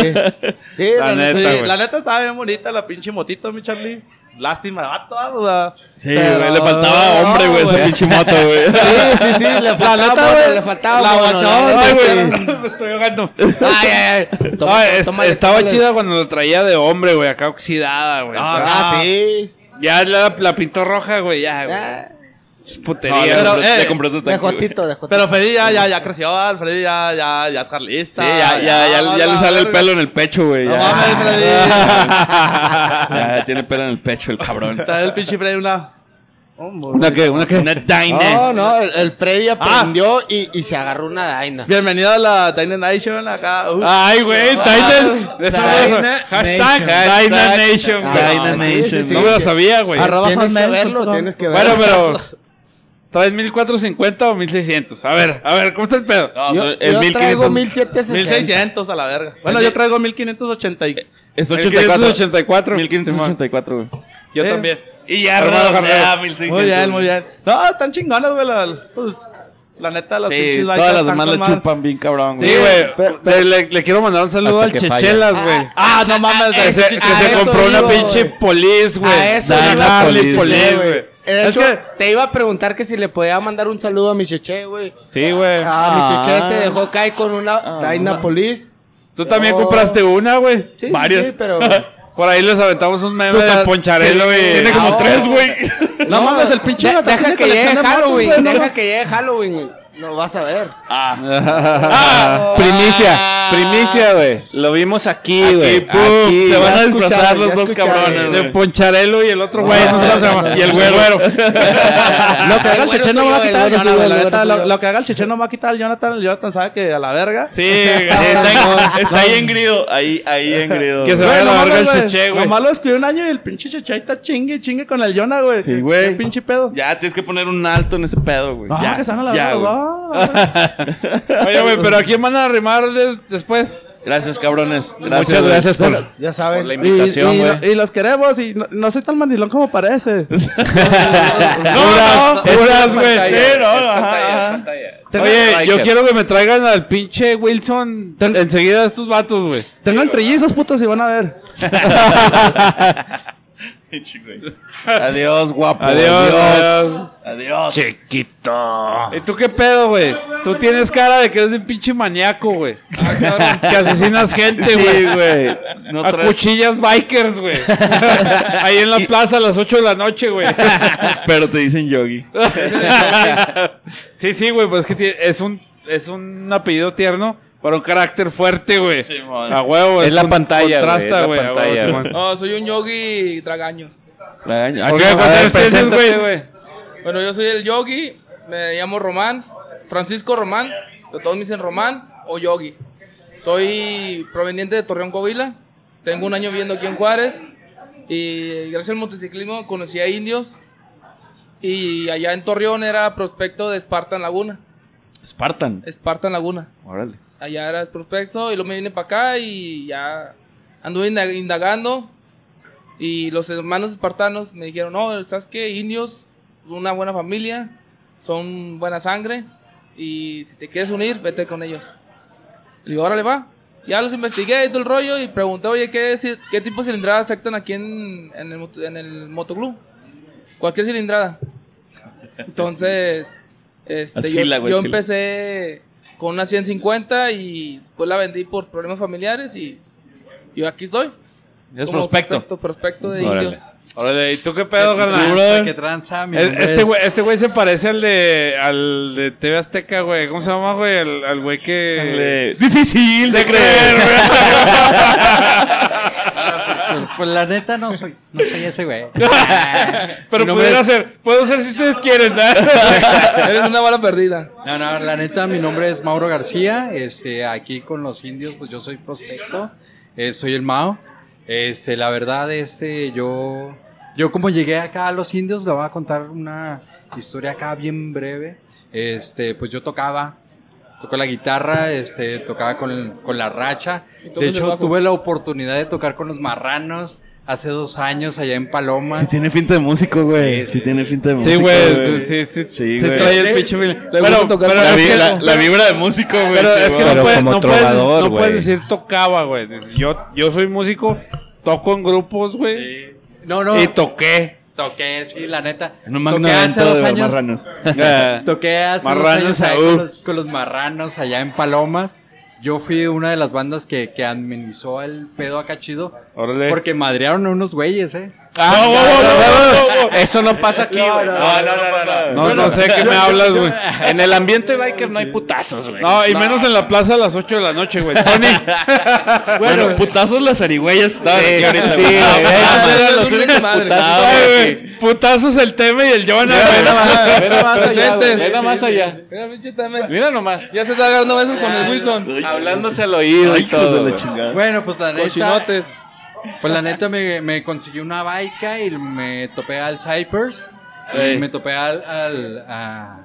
sí,
La
la
neta,
Sí,
güey.
la neta estaba bien bonita la pinche motito, mi Charlie. Lástima, va toda, o sea,
Sí, güey. Le faltaba hombre, güey, esa pinche moto,
(laughs)
güey.
Sí, sí, sí, le faltaba,
neta,
mono,
güey,
le faltaba.
la
mono,
guachaba,
neta,
Ay,
sí.
güey, me estoy ahogando.
Ay, ay, ay.
No,
Toma-
es-
tómale,
estaba
tómale.
chida cuando lo traía de hombre, güey, acá oxidada, güey.
Ah, sí.
Ya la, la pintó roja, güey, ya, güey.
Ah,
Es
No,
putería,
le
pero,
güey.
compré-
eh,
le compré otro
De
tanque, güey.
Jotito, de Jotito.
Pero Freddy ya, ya, ya creció, ah, Freddy ya, ya, ya es
Sí,
carlista.
ya, ya, ya, ya le
Ah, la
sale el
verga.
pelo en el pecho, güey.
No
ya.
mames,
(laughs) Ya, tiene pelo en el pecho el cabrón.
(laughs) Trae el pinche Freddy una.
¿Una qué? ¿Una qué?
Una
No,
Dyna.
no, el, el Freddy aprendió y, y se agarró una Daina.
Ah. Bienvenido a la Tiny Nation acá. Uh,
Ay, güey, Titan. de esa madre. Hashtag Titan Nation, güey.
Dyna
No,
Nation, Ah,
sí, sí, No
güey.
me lo sabía, güey.
Arroba
Tienes que
Hotmail punto
verlo,
com.
tienes que verlo.
Bueno, pero. ¿Traes 1450 o 1600? A ver, a ver, ¿cómo está el pedo?
No,
yo,
el
yo traigo
1500
1760.
1600 a la verga. Bueno, yo traigo 1580. y-
Es 84.
1584.
1584, güey.
Yo
Eh.
también.
Y ya,
Hermano
no,
Carrera.
ya, 1600.
Muy bien, muy bien. No, están chingonas, güey. La, pues, la neta, las
Sí,
pinches
todas
vacas
las
están
demás
con
le
madre.
chupan bien cabrón, güey.
Sí, güey. Le, le- le quiero mandar un saludo al
Hasta que
Chechelas, güey.
Ah, no mames,
Que se,
ese
que
chico-
se
eso
compró una
iba,
pinche
güey.
polis, güey.
A eso
Dale,
iba,
Harley
Cheche,
Polis,
güey.
güey.
De
Es
hecho,
que-
te iba a preguntar que si le podía mandar un saludo a mi cheche, güey.
Sí, güey.
Ah, mi cheche se dejó caer con una
Ah.
Daina Police.
Tú también
Oh.
compraste una, güey.
Sí, sí,
Varias.
sí, pero-
(laughs) Por ahí les aventamos un meme
Súper-
de Poncharelo, güey.
Tiene como
Ah,
tres, güey.
No mames, el pinche
De-
Jonathan
deja
tiene
que llegue
colección de motos,
Halloween,
güey, no
deja
mames.
que llegue Halloween, güey. Lo vas a ver.
Ah, primicia, primicia, güey. Lo vimos aquí, güey.
pum,
Aquí,
se van
ya
a disfrazar
escucharon,
los
ya
dos
escucharon.
cabrones. De Poncharelo y el otro güey, no sé cómo se llama. Y el güero.
Lo que haga el
Bueno,
Cheche no
soy
me va a
yo,
quitar
el
al
bueno soy
Jonathan,
yo,
güey,
el
la
bueno
neta,
soy
lo,
yo.
lo que haga el Cheche no me va a quitar al Jonathan, el Jonathan sabe que a la verga. (laughs)
Sí, está,
Está ahí engrido. Ahí, ahí engrido.
Que se
Güey,
vaya a
no
la verga
mames,
el
güey.
cheche, güey.
Nomás lo descubrió un año y el pinche Cheche ahí está chingue, chingue con el Jonah, güey.
Sí,
Qué-
güey.
qué pinche pedo.
Ya, tienes que poner un alto en ese pedo, güey.
No,
ya,
que se van a la
ya,
verga los
güey.
dos,
(laughs)
la verga.
Oye, güey, pero ¿a quién van a (laughs) arrimar des- después?
Gracias, cabrones.
Muchas
güey.
gracias por,
Ya
por
saben.
la
Y,
invitación,
y-
güey.
y los queremos y no, no soy tan mandilón como
(laughs)
parece.
(laughs) No, no, juras, güey.
Sí, no,
Es pantalla,
ajá.
es
Oye, yo
Riker.
quiero que me traigan al pinche Wilson enseguida a estos vatos, güey.
Tengan trillizos, putos, y van a
(laughs)
ver. (laughs)
Adiós, guapo.
Adiós.
Adiós.
¿Y tú qué pedo, güey? Tú tienes cara de que eres un pinche maníaco, güey. que asesinas gente, güey.
güey. No
a
traes-
cuchillas bikers, güey. Ahí en la plaza a las 8 de la noche, güey.
Pero te dicen (laughs) yogi.
sí, sí, güey, pues es que tie- es un, es un apellido tierno. Para un carácter fuerte, güey.
Simón.
a huevo.
Es la
un
pantalla, güey, es
Contrasta,
la
güey. a huevo,
pantalla.
Simón.
No, soy un yogi tragaños.
Ah, Ok, ¿cuántos años tienes, güey?
Bueno, yo soy el yogi, me llamo Román, Francisco Román, pero todos me dicen Román o yogi. Soy proveniente de Torreón, Coahuila, tengo un año viviendo aquí en Juárez y gracias al motociclismo conocí a indios y allá en Torreón era prospecto de Spartan Laguna,
Spartan.
Spartan Laguna.
Órale.
Allá era el prospecto y luego me vine para acá y ya anduve inda- indagando. Y los hermanos espartanos me dijeron, no, ¿sabes qué? Indios, una buena familia, son buena sangre y si te quieres unir, vete con ellos. Y digo, órale, va. Ya los investigué y todo el rollo y pregunté, oye, ¿qué, ci- qué tipo de cilindrada aceptan aquí en, en el, moto- en el motoclub? Cualquier cilindrada. Entonces, este,
Haz
yo,
fila, güey,
yo
fila.
empecé con una 150 y pues la vendí por problemas familiares y yo aquí estoy.
Es
Como
prospecto.
Prospecto, prospecto de
Órale.
indios.
Órale, ¿y tú qué pedo, carnal?
¿Qué tranza? Mi
Es-
nombre
Este
es-
güey, este güey se parece al de, al de TV Azteca, güey. ¿Cómo se llama, güey? Al, al güey que...
Órale. Difícil de creer,
creer,
güey.
Pues la neta no soy, no soy ese güey.
(laughs) Pero
Mi nombre
pudiera
es-
ser, puedo ser si ustedes quieren, ¿no?
Eres una bala perdida.
No, no, la neta, mi nombre es Mauro García. Este, aquí con los indios, pues yo soy prospecto. eh, soy el Mao. Este, la verdad, este, yo, yo como llegué acá a los indios, le voy a contar una historia acá bien breve. Este, pues yo tocaba, tocó la guitarra, este, tocaba con, con la racha.
tocas
De
el
hecho,
bajo.
tuve la oportunidad de tocar con los marranos hace dos años allá en Paloma.
Sí tiene finta de músico, güey. Sí, tiene finta de músico.
Sí, güey. Sí, sí,
Sí,
Se
güey.
trae el pinche... fil- Pero,
gusta tocar
pero
La,
es
vi-
que-
la- la vibra de músico, güey.
Pero
sí,
es que
güey.
no,
Pero
puedes,
como
no, puedes,
trovador,
no puedes
güey.
decir tocaba, güey. Yo, yo soy músico, toco en grupos, güey.
No, no.
Y toqué.
Toqué, sí, la neta.
En un magno
toqué hace
evento
dos
de
años. (laughs)
marranos.
Toqué hace dos años
Marranos,
ahí
aú.
con, los, con los marranos allá en Palomas. Yo fui una de las bandas que, que amenizó el pedo acá chido.
Órale.
Porque madrearon a unos güeyes, ¿eh?
Ah, no, no, no, no, no, no.
Eso no pasa aquí, güey.
No, no, no, no,
No,
no.
no sé qué me hablas, güey.
En el ambiente biker no hay putazos, güey.
No, y menos en la plaza a las 8 de la noche, güey. Tony.
(laughs) Bueno, putazos las arigüeyas estaban
Sí,
aquí ahorita.
sí,
güey.
güey.
Ah,
Esos eran
es
los
un
únicos
desmadre.
putazos,
Ay,
güey.
güey. Putazos el Teme y el Jonah, güey. (laughs)
Ve nomás allá, güey.
Presentes.
Ve nomás allá.
Mira, pinche Tame.
Mira nomás.
Ya se está agarrando besos con el Wilson.
Hablándose al oído
Ay,
y
hijos de
todo.
la
güey.
chingada.
Bueno, pues la neta.
Cochinotes.
Pues la neta me, me conseguí una baica y me topé al Cypers. Y me topé al, al, a-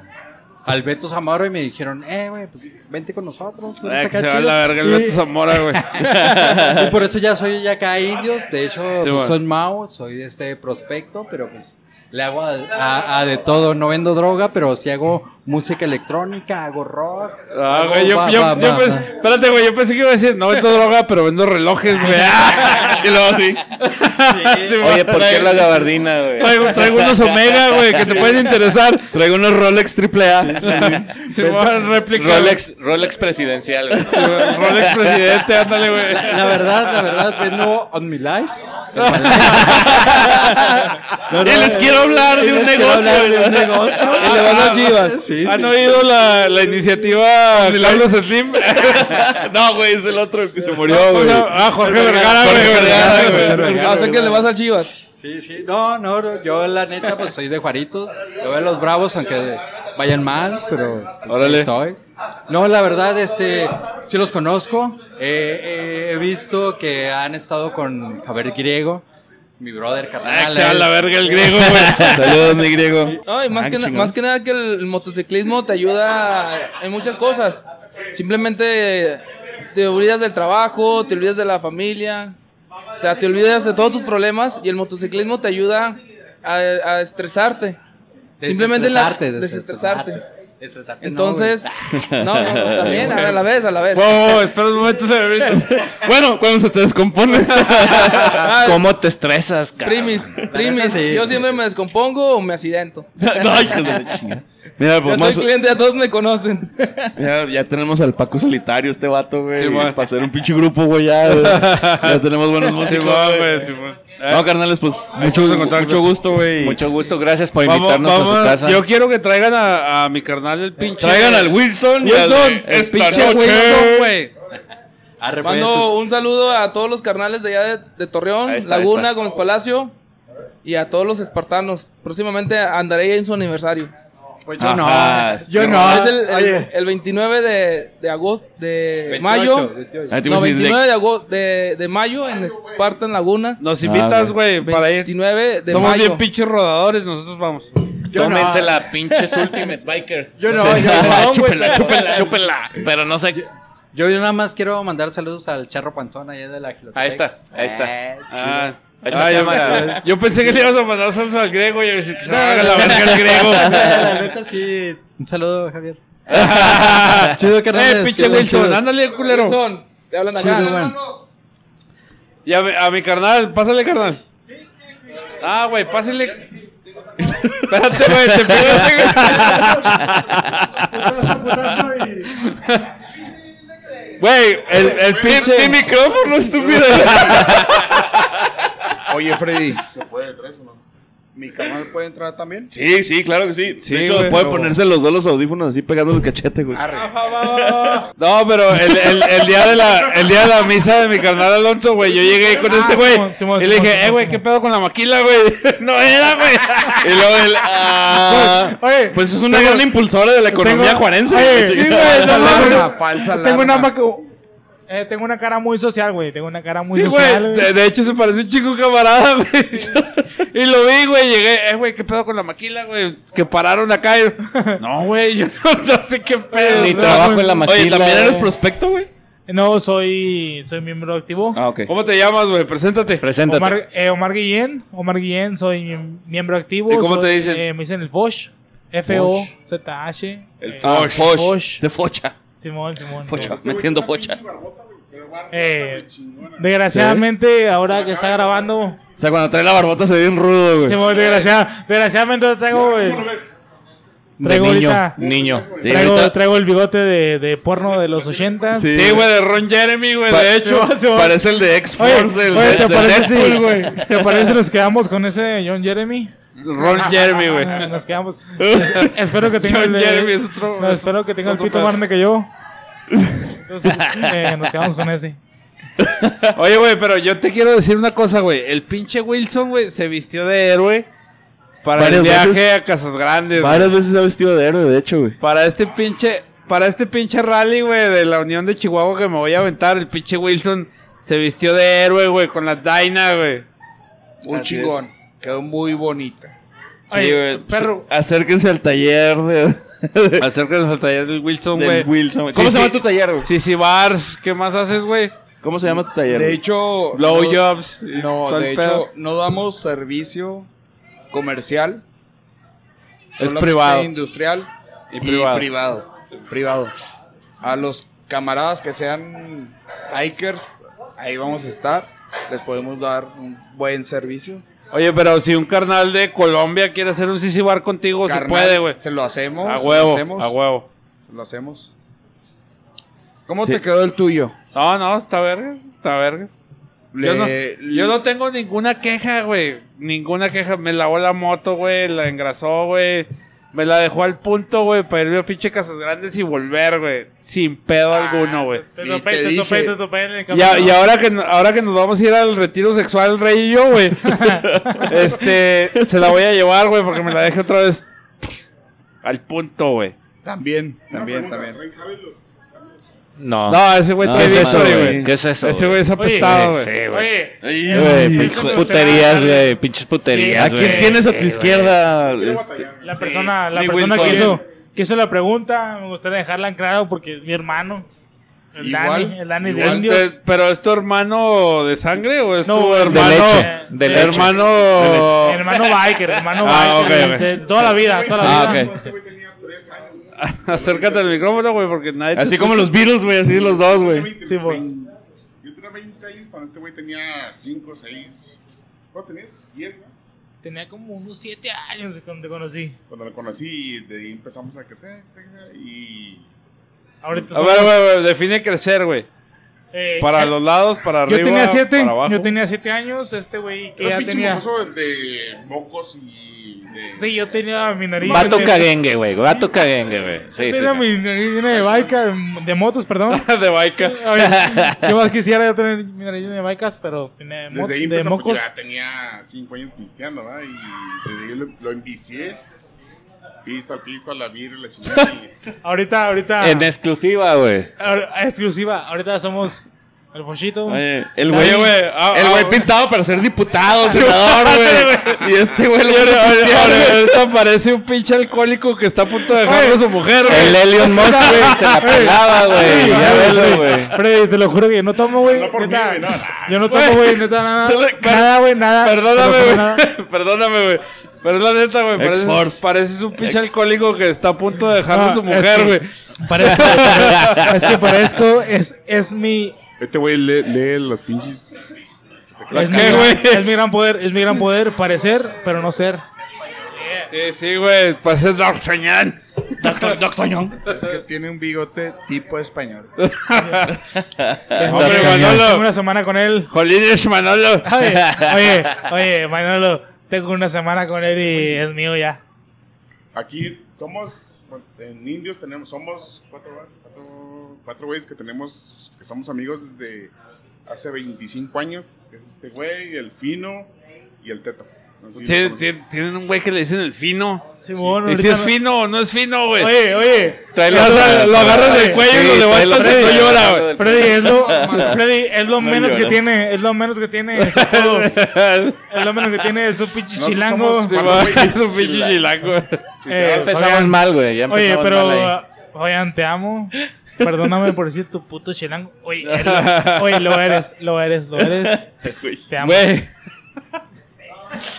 al Beto Zamora y me dijeron, eh, güey, pues vente con nosotros. tú eres
Ay, que
acá
se va
chido".
la verga el
Y-
Beto Zamora, güey.
(laughs) y por eso ya soy ya acá indios. De hecho, pues,
bueno.
soy Mao, soy este prospecto, pero pues le hago a, a- a Ah, de todo. No vendo droga, pero sí hago música electrónica, hago rock.
Ah,
hago
güey, yo,
ba-
yo-
ba-
yo
ba-
pens-
ba-
espérate, güey, yo pensé que iba a decir, no vendo droga, pero vendo relojes, güey. Ah.
(laughs) Y luego sí.
Sí,
Oye, ¿por qué
traigo-
la gabardina, güey?
Traigo, traigo unos Omega, güey, (laughs) que te pueden interesar.
Traigo unos Rolex triple
(laughs)
A.
Se me van a replicar.
Rolex, Rolex presidencial, güey.
Rolex presidente, ándale, güey.
La, la verdad, la verdad, vendo on mi life.
Y les quiero hablar de un negocio. Ah,
de un negocio. Y le van a Chivas. Sí.
¿Han oído la, la iniciativa Carlos Slim?
(laughs) No, güey, es el otro el que se murió,
O
güey.
sea, ah, Jorge Vergara, güey.
Jorge Vergara, güey.
Vergara, güey.
Ah, o sea que le vas al Chivas.
Sí, sí. No, no, no, yo la neta, pues soy de Juaritos. Yo veo a los bravos, aunque vayan mal, pero pues,
Órale.
ahí estoy. No, la verdad, este, sí los conozco. Eh, eh, he visto que han estado con Javier Griego, mi brother
Ah,
carnal. eh.
que se va a la
es-
verga el
(laughs)
griego, güey.
Saludos, mi griego.
No, y más,
Ah,
que
qué
na-
chingón.
más que nada que el, el motociclismo te ayuda en muchas cosas. Simplemente te olvidas del trabajo, te olvidas de la familia, o sea, te olvidas de todos tus problemas y el motociclismo te ayuda a, a estresarte. Simplemente la,
Desestresarte,
desestresarte.
Estresarte, no, güey. (laughs)
Entonces, no, no, también, a la vez, a la vez.
Wow, Oh, espera un momento, señorita.
(laughs) Bueno, cuando se te descompone.
Ah,
¿Cómo te (laughs) estresas, cabrón?
Primis, primis.
sí.
Yo siempre me descompongo o me accidento.
No, hijos de la chingada. Mira,
Yo
pues
soy
más,
cliente, a todos me conocen.
Ya, ya tenemos al Paco Solitario, este vato, güey.
Sí, man.
para hacer un pinche grupo, güey, ya. güey. Ya tenemos buenos músicos.
Simón,
güey.
güey, Simón.
No, carnales, pues mucho,
estamos en contacto.
mucho gusto, güey.
Mucho gusto, gracias por
Vamos,
invitarnos a
vamos.
su casa.
Yo quiero que traigan a, a mi carnal carnal del pinche.
Traigan al Wilson y al
Wilson,
de
el
esta
pinche
noche.
Wilson, güey.
Arre, pues.
Mando un saludo a todos los carnales de allá de, de Torreón,
Ahí está, ahí
Laguna,
está.
Gómez Palacio y a todos los espartanos. Próximamente andaré en su aniversario.
Pues yo no, Ajá. yo no.
Es el, el-
Oye.
el 29 de, de agosto, de
28,
mayo.
28.
Ah, te iba a
No,
decir,
29 de, agosto, de, de mayo en Espartan Laguna.
Nos invitas, güey, para ir.
29 de
Somos
mayo.
bien pinches rodadores, nosotros vamos.
Yo Tómense no. la pinches Ultimate Bikers.
Yo no,
Sí.
yo
(laughs)
no,
chúpela,
güey.
chúpela, chúpela. Pero no sé.
Yo nada más quiero mandar saludos al Charro Panzón allá de la Giloteca.
Ahí está, ahí está.
Eh, chido.
Ah,
Ahí está
ah, yo,
cámara.
(laughs) yo pensé que le ibas a mandar saludos al griego y a decir que se
No,
haga la
no,
verga el (laughs)
(laughs)
griego.
La neta sí. Un saludo, Javier. chido, carnal.
Eh, pinche Wilson, ándale, culero.
Wilson, te hablan acá.
Chido, güey.
Y a mi, a mi carnal, pásale, carnal. Ah, güey, pásale. Espérate, güey, te pegaste. Güey, el, el pinche. Mi micrófono, (laughs) estúpido.
(laughs) Oye, Freddy.
¿Se puede tres o no?
¿Mi canal puede entrar también?
Sí, sí, claro que sí.
Sí,
de hecho,
güey,
puede
no.
ponerse los dos los audífonos así pegando el cachete, güey.
No, pero el, el- el día de la, el día de la misa de mi carnal Alonso, güey, yo llegué con este güey.
Ah, Simón, Simón,
y le
Simón,
dije, eh,
Simón,
güey, ¿qué pedo con la maquila, güey? (laughs) no era, güey. Y luego el. ah,
pues es una gran impulsora de la economía
tengo-
juarense.
Oye, sí, güey, no mames.
falsa
Tengo una, maca- eh, tengo una cara muy social, güey. Tengo una cara muy
Sí,
social.
güey. De, de hecho, se parece un chico camarada, güey. y lo vi, güey. Llegué, eh, güey, ¿qué pedo con la maquila, güey? Que pararon acá. Y... No, güey, yo (laughs) no, no sé qué pedo.
Ni
No,
trabajo
güey.
en la maquila.
prospecto, güey?
No, soy, soy miembro activo.
Ah, ok.
¿Cómo te llamas, güey? Preséntate.
Preséntate.
Omar, eh, Omar Guillén. Omar Guillén, soy miem- miembro activo.
¿Y cómo
soy-
te dicen?
eh, me dicen el Fosh. F-O-Z-H.
El
eh,
Ah,
Foch. De focha.
Simón, Simón.
Focha.
Simón.
Metiendo focha.
Eh, desgraciadamente, ahora que está grabando.
O sea, cuando trae la barbota se ve bien rudo, güey.
Simón, desgracia- desgraciadamente lo traigo. eh,
De
traigo
niño,
ahorita-
niño.
Sí,
traigo,
ahorita-
traigo el bigote de, de porno de los 80.
Sí.
Sí, güey, de Ron Jeremy, güey.
Pa-
de
(laughs)
hecho,
se va.
Parece el de X-Force,
Oye,
el
oye,
de,
¿te
de
parece si-
Deadpool, güey.
¿Te parece nos quedamos con ese John Jeremy?
Ron Jeremy, güey.
Ajá, (laughs) Nos quedamos. Es- espero que tenga
John
el,
Jeremy es otro-
no, espero que tenga el
otro
pito
pedo.
más grande que yo. Entonces, eh, nos quedamos con ese.
(laughs) Oye, güey, pero yo te quiero decir una cosa, güey. El pinche Wilson, güey, se vistió de héroe para el
Varias
viaje
veces.
a Casas Grandes. güey.
Varias veces se ha vestido de héroe, de hecho, güey.
Para este pinche, para este pinche rally, güey, de la Unión de Chihuahua que me voy a aventar, el pinche Wilson se vistió de héroe, güey, con la Dyna, güey.
Un
Así
chingón. Quedó muy bonita.
Sí, güey. Perro. Acérquense al taller de.
Acérquense al taller del Wilson,
Del
güey.
Wilson, güey. ¿Cómo se llama tu taller, güey?
Sí, sí, Bars, ¿qué más haces, güey?
¿Cómo se llama tu taller?
De
güey?
hecho.
Blowjobs. y
No,
todo el
de
pedo.
hecho, no damos servicio comercial.
Es
Solamente
privado.
Industrial
Y
y
privado.
privado. privado. A los camaradas que sean hikers, ahí vamos a estar. Les podemos dar un buen servicio.
Oye, pero si un carnal de Colombia quiere hacer un CC Bar contigo, se
Carnal,
puede, güey.
Se lo hacemos.
A
se lo
huevo,
hacemos,
a huevo.
se Lo hacemos. ¿Cómo
Sí.
te quedó el tuyo?
No, no, está verga, está verga. Yo,
Le-
no,
le-
yo no tengo ninguna queja, güey. Ninguna queja. Me lavó la moto, güey. La engrasó, güey. Me la dejó al punto, güey, para irme a pinche Casas Grandes y volver, güey. Sin pedo alguno, güey.
Ah, Te
Ni
topé,
te
te topé,
dije.
te topé en el
Y, a-
camino.
y ahora, que, no- ahora que nos vamos a ir al retiro sexual, Rey y yo, güey.
(laughs)
este, se la voy a llevar, güey, porque me la dejé otra vez al punto, güey.
También, también, también.
No.
No, ese güey
No,
trae
¿qué es eso,
Victory,
güey?
güey.
¿Qué es eso,
Ese
güey?
güey es apestado, güey.
Sí, güey.
Oye,
Ahí,
Güey,
güey.
pinches puterías, güey. Pinches puterías,
¿A
güey.
quién tienes a tu
Sí,
izquierda? Este,
la persona, la
Lee
persona que
Wilson.
hizo, que hizo la pregunta, me gustaría dejarla en claro porque es mi hermano. El
Igual,
Dani, el Dani de
igual.
Indios.
Este, ¿Pero es tu hermano de sangre o es
No,
tu
de
hermano?
leche, de leche.
Hermano.
Mi hermano biker, hermano
Ah,
biker.
ok, ok.
de- de toda la vida, toda la
Ah,
vida.
ok.
(laughs) Acércate al micrófono, güey, porque nadie. te
Así
escucha.
como los Beatles, güey. Así los dos, güey.
Sí, bo.
Yo tenía 20 años cuando este güey tenía 5, 6. ¿Cuánto tenías? 10, ¿no?
Tenía como unos 7 años de cuando te conocí.
Cuando lo conocí, de ahí empezamos a crecer. etcétera, Y.
Ahorita
A ver, güey, güey, define crecer, güey.
eh,
Para
eh,
los lados, para
Yo
arriba.
tenía 7,
para abajo.
yo tenía 7 años, este güey que
Era
ya
un pinche
tenía...
mocoso de mocos y
Sí, yo tenía mi nariz.
Vato
de-
caguengue, güey. Vato caguengue, güey. Sí, sí,
tenía
sí.
mi nariz llena de baica, de motos, perdón. (laughs)
de baica.
Yo más quisiera yo tener mi nariz llena de baicas, pero tenía de, mo-
Desde ahí
de
empezó,
mocos.
pues, ya tenía 5 años pisteando, ¿verdad? Y desde ahí lo, lo envicié. Pista, pista, la birra, la chingada.
(laughs) Ahorita, ahorita.
En exclusiva, güey.
ahor- exclusiva. Ahorita somos el Fonchito.
Oye, el güey,
ah,
el güey pintado para ser diputado, senador, güey. Y este güey lo
Ahora-
puso
ahora-
cristiano,
ahora-
güey.
ahorita parece un pinche alcohólico que está a punto de dejar a su mujer, güey.
El Elon Musk, güey, se la pelaba, güey. Ya velo, güey.
Freddy, te lo juro que yo no tomo, güey. neta. Yo no tomo, güey, neta, nada. Nada, güey, nada. Te lo
Perdóname,
juro,
güey.
nada.
Perdóname, güey. Pero es la neta, güey. Pareces,
X-Force.
pareces un pinche alcohólico que está a punto de dejar
No,
Ah,
a su
es
mujer,
que-
güey.
Parezco, es que parezco, es, es mi.
Este güey lee, lee las pinches.
Es mi,
que, güey.
es mi gran poder, es mi gran poder parecer, pero no ser.
(laughs) Sí, sí, güey. pues Pareces D'Artagnan.
D'Artagnan. Es que tiene un bigote tipo
(laughs)
español.
Hombre, Manolo.
Tengo una semana con él.
Jolines, Manolo.
Oye, oye, oye, Manolo, tengo una semana con él y es mío ya.
Aquí somos, en indios tenemos, somos cuatro, cuatro, cuatro güeyes que tenemos, que somos amigos desde hace 25 años. Es este güey, el fino y el teto. Así
Tienen-
nos
tienen- Tienen un güey que le dicen el fino.
Simón,
¿Y si
ahorita
es
no-
fino o no es fino, güey?
Oye, oye.
Trae la- O sea, lo agarras del
Oye,
cuello y lo
sí,
levantas
trae la-
y no
Freddy,
llora, güey.
Freddy, es lo, Freddy, es lo
(laughs) No
menos
llora.
que tiene, es lo menos que tiene.
(laughs)
su apodo. es lo menos que tiene es su pinche
Nosotros
chilango.
somos cuatro güeyes. (laughs) Es un pinche chilango. Sí,
Eh,
ya empezamos
oigan,
mal, güey, ya
Oye,
empezamos
pero, ah,
mal
oigan, te amo. Perdóname por decir tu puto chilango.
(laughs)
Oye, eh, lo- oye, lo eres, lo eres, lo eres. Te amo.
Güey.
(laughs)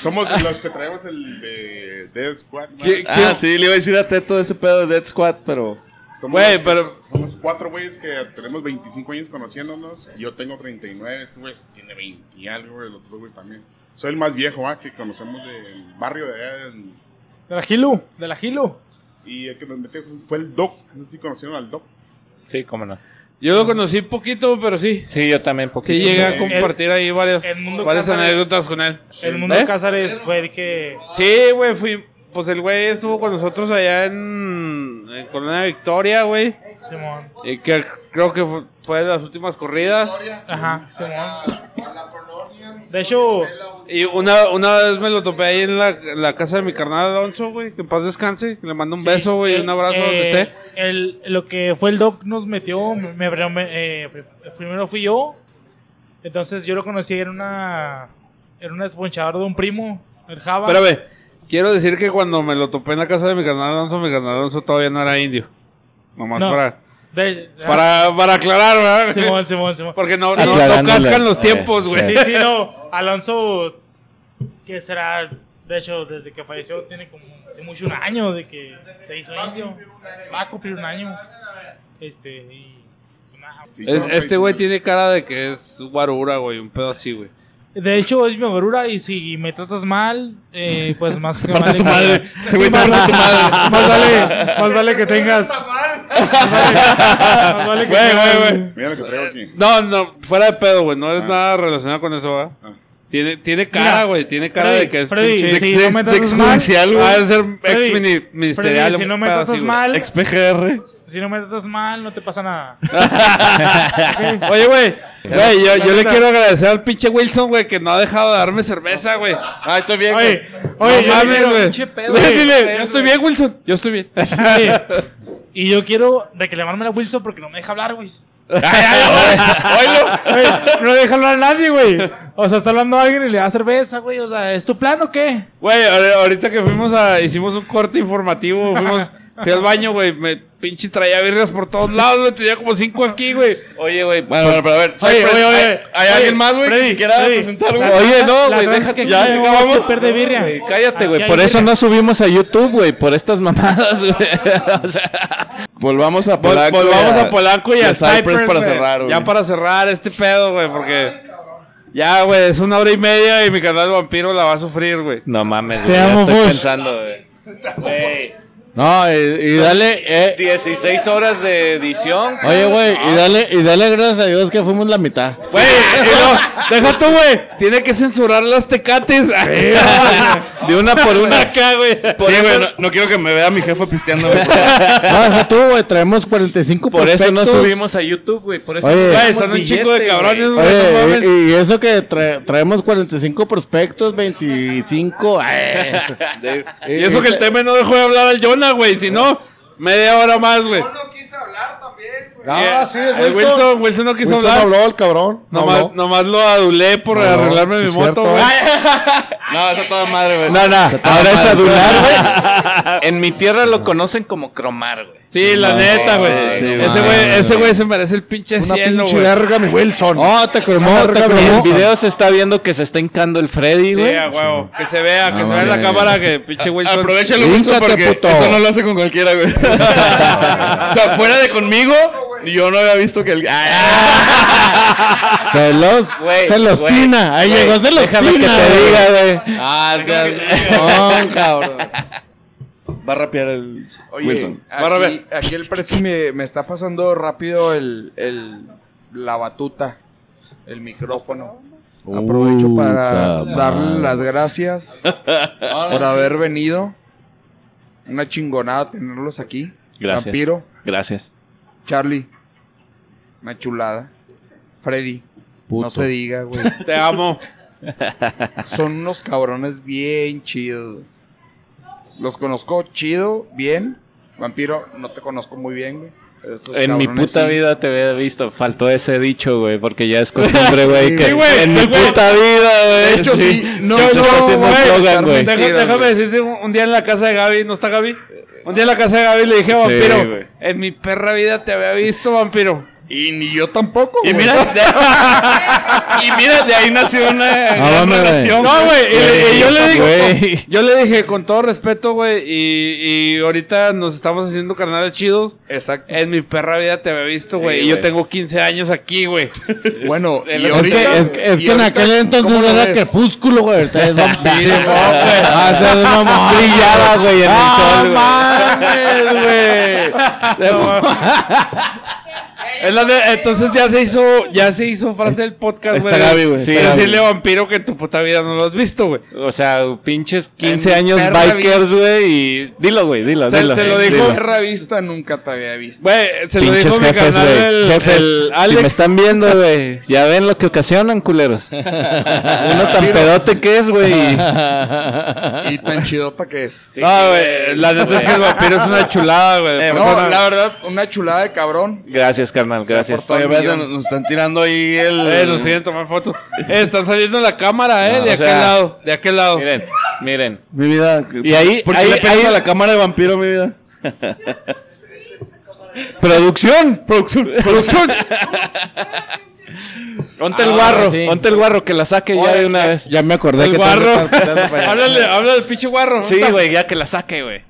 Somos los que traemos el de Dead Squad. ¿no?
Ah, sí, le iba a decir a Teto ese pedo de Dead Squad, pero.
Somos
Güey,
los que-
pero-
Somos cuatro güeyes que tenemos 25 años conociéndonos. Yo tengo 39, este güey tiene 20 y algo, güey, el otro güey también. Soy el más viejo, ¿ah? Que conocemos del barrio de allá. en-
De la Gilu, de la Gilu.
y el que nos metió fue- fue el Doc. No sé si conocieron al Doc.
Sí, cómo no.
Yo lo conocí poquito, pero sí.
Sí, yo también poquito.
Sí, llegué a
El-
compartir ahí varias,
Edmundo
varias
Cázares.
anécdotas con él.
El mundo
¿Eh?
Cázares fue el que.
Sí, güey, fui. Pues el güey estuvo con nosotros allá en, en Colonia Victoria, güey.
Simón.
Y que creo que fue, fue de las últimas corridas.
Ajá, Simón. De hecho,
Y una, una vez me lo topé ahí en la, en la casa de mi carnal Alonso, güey. Que en paz descanse. que Le mando un beso, güey. y un abrazo donde
eh,
esté.
el- lo que fue el doc nos metió, me, me- me- eh, primero fui yo, entonces yo lo conocí en una, en un esponchador de un primo, el Java.
Espérame. Quiero decir que cuando me lo topé en la casa de mi carnal Alonso, mi carnal Alonso todavía no era indio. Nomás
No.
para...
De- ah.
Para, para aclarar, ¿verdad?
Simón, Simón, Simón.
Porque no,
Sí.
no, no cascan los tiempos,
Sí,
güey. (laughs)
sí, no. Alonso, que será, de hecho, desde que falleció, tiene como, hace mucho un año de que se hizo indio. Va a cumplir un año. Este, y. pues, nah.
Es- este güey tiene cara de que es guarura, güey. Un pedo así, güey.
De hecho, es mi gorura y si me tratas mal, eh, pues más que
(laughs) Manda a
vale
tu
que-
madre. Este güey te
Más-
manda a tu madre.
Más vale, más vale
(laughs)
que tengas. Más vale que
Güey,
tengas-
güey, güey.
Mira lo que traigo aquí.
No, no, fuera de pedo, güey. No es nada relacionado con eso, ¿verdad? Tiene, tiene cara, güey. Tiene cara
Freddy,
de que es
Freddy,
pinche
si no me tratas mal-
güey. Ha de ser
Freddy,
ex mini-
Freddy,
ministerial.
si
un
no me
pedo
tratas
así, güey.
mal- Ex (laughs)
PGR.
Si no me tratas mal, no te pasa nada.
Oye, güey. Güey, yo, yo le quiero agradecer al pinche Wilson, güey, que no ha dejado de darme cerveza, güey. Ah, estoy bien, Oye,
oye, yo le
oye, no mames,
quiero-
güey.
pinche pedo,
Dile,
güey.
dile, Yo estoy bien, Wilson. Yo estoy bien.
Y yo quiero reclamarme a Wilson porque no me deja hablar, güey. Güey, No deja hablar a nadie, güey. O sea, está hablando alguien y le da cerveza, güey. O sea, ¿es tu plan o qué?
Güey, ahor- ahorita que fuimos a. Hicimos un corte informativo. Fuimos. Fui al baño, güey. Me pinche traía birras por todos lados, güey. Tenía como cinco aquí, güey.
Oye, güey.
Bueno, bueno, pero a ver.
Oye,
Cypress,
oye, oye.
¿hay- ¿Hay
Oye,
alguien más, güey, que
Freddy,
se quiera
Fredey.
presentar,
La-
güey?
Oye, no,
la
güey,
verdad es
déjate.
que
Ya,
aquí no
ya
vamos a
vamos.
hacer de birria.
Güey, Cállate,
Aquí
güey.
hay
Por eso
birria.
no subimos a YouTube, güey. Por estas mamadas, güey. O sea,
Volvamos a
Vol-
Polanco.
volvamos a Polanco y a,
Cypress,
pues,
para
güey.
cerrar, güey.
Ya para cerrar este pedo, güey, porque. Ya, güey, es una hora y media y mi canal vampiro la va a sufrir, güey.
No mames,
Te
güey. ya
amo,
estoy
Bush.
pensando, güey. Güey.
No, y, y dale, eh,
16 horas de edición. (laughs)
oye, güey, y dale, y dale gracias a Dios que fuimos la mitad.
Güey, y luego, deja tú, güey. Tiene que censurar las tecates.
De una por una.
Acá, güey.
Sí, güey, no, no quiero que me vea mi jefe pisteando. güey.
No, deja tú, güey, traemos 45
Por eso no
prospectos.
subimos a YouTube, güey. Por eso
Oye.
no
Güey,
tenemos
son un
billete,
chingo de
güey.
cabrones,
Oye, y, y eso que tra- traemos 45 prospectos, 25.
(laughs)
eh.
(laughs) De- y eso que el tema no dejó de hablar al Jonah, güey. Si no, media hora más, güey.
Ah, sí, el
Eh, el
Wilson.
Wilson, Wilson no quiso
Wilson
hablar.
habló el cabrón.
Nomás,
habló.
nomás lo adulé por
No,
arreglarme
sí
mi
es
moto,
cierto,
güey.
No, está toda madre, güey.
No, no, ahora es
adular, güey. En mi tierra lo conocen como cromar, güey.
Sí, la
No,
neta, güey.
sí, sí,
ese güey,
no, no,
ese
no.
güey se merece el pinche
Una
cielo,
pinche
güey.
verga, mi Wilson.
Oh, te cromó,
Una verga,
En
mi
el
Wilson.
video se está viendo que se está hincando el Freddy,
Sí,
güey.
a huevo. Que se vea, que
No,
se vea en la
sí.
cámara que pinche
(laughs)
Wilson.
Aprovechalo mucho porque eso no lo hace con cualquiera, güey. o sea, fuera de conmigo, yo no había visto que el.
Se los,
Güey,
se los
güey,
tina. Ahí
güey,
llegó, se los
déjame que
tina.
te
güey.
diga, güey.
Ah, o sea,
No, cabrón.
Va a rapear el
Oye,
Wilson. Va a rapear.
Aquí, aquí el precio me, me está pasando rápido el, el- la batuta, el micrófono.
(laughs)
Aprovecho para
Puta
darle
madre.
las gracias por haber venido. Una chingonada tenerlos aquí.
Gracias.
Vampiro,
Gracias.
Charlie, una chulada. Freddy, no se diga, güey.
(laughs) Te amo.
Son unos cabrones bien chidos. güey. Los conozco chido, bien. Vampiro, no te conozco muy bien, güey. pero estos
En mi
cabrones
puta
sí.
vida te había visto. Faltó ese dicho, güey, porque ya es costumbre, güey. que
Sí, güey,
en mi
sí, güey.
puta vida, güey.
De hecho, sí, no,
Yo
no,
casi
güey.
eslogan, güey.
Deja-
Mentiras,
déjame
güey.
decirte, un, un día en la casa de Gaby, ¿no está Gaby? Un día en la casa de Gaby le dije, vampiro,
güey.
en mi perra vida te había visto, vampiro.
Y ni yo tampoco,
Y mira,
(laughs)
Y mira, de ahí nació una
No,
gran
mames.
relación.
No, Ah, güey. y le- y yo le digo,
Güey.
yo le dije con todo respeto, güey. Y, y ahorita nos estamos haciendo carnales chidos.
Exacto.
En mi perra vida te había visto, güey. y yo
güey.
tengo 15 años aquí, güey. (laughs)
Bueno,
Es
y
que-
Es que,
ahorita-
es que, es
y
que en
ahorita,
aquel
¿cómo lo
entonces era
ves?
crepúsculo, güey. Ahorita es vampiro. Ah, se
(laughs)
ve mamón.
Brillaba, güey, en el sol, güey.
(laughs) Es la de- entonces ya se hizo, ya se hizo frase del podcast,
Está
güey.
Gaby, güey,
Sí,
está Gaby.
decirle vampiro que en tu puta vida no lo has visto, güey.
O sea, pinches 15
mi
años
perra
bikers, güey. Y dilo, güey, dilo,
Se-
dilo. eh,
se lo dijo-
dilo.
Perra vista nunca te había visto.
Güey, se lo
Pinches
dijo mi
jefes,
canal
güey.
el,
Jefes,
el
Si me
Alex.
están viendo, güey. Ya ven lo que ocasionan, culeros. (laughs) Uno tan pedote que es,
(laughs)
güey.
Y tan chidota que es.
No, güey, la neta es que el vampiro es una chulada, güey. de
Eh, no,
persona.
la verdad, una chulada de cabrón.
Gracias, carnal, gracias.
portó
Oye,
al
espérate,
millón.
nos, nos están tirando ahí el.
Eh, nos siguen tomando fotos. Eh, están saliendo la cámara, eh,
No,
de
o
aquel
sea,
lado, de aquel lado.
Miren, miren.
Mi vida.
Y ahí-
¿Por qué
ahí-
le pegas
ahí-
a la cámara de vampiro, mi vida?
(laughs) Producción.
Producción.
Producción. Ponte el
Ah,
guarro,
sí.
ponte el guarro que la saque ya de una vez.
Ya me acordé
El
que
guarro.
tengo que estar pitando para
(laughs)
allá.
háblale, háblale al pinche guarro. ¿no?
Sí, güey, ya que la saque, güey.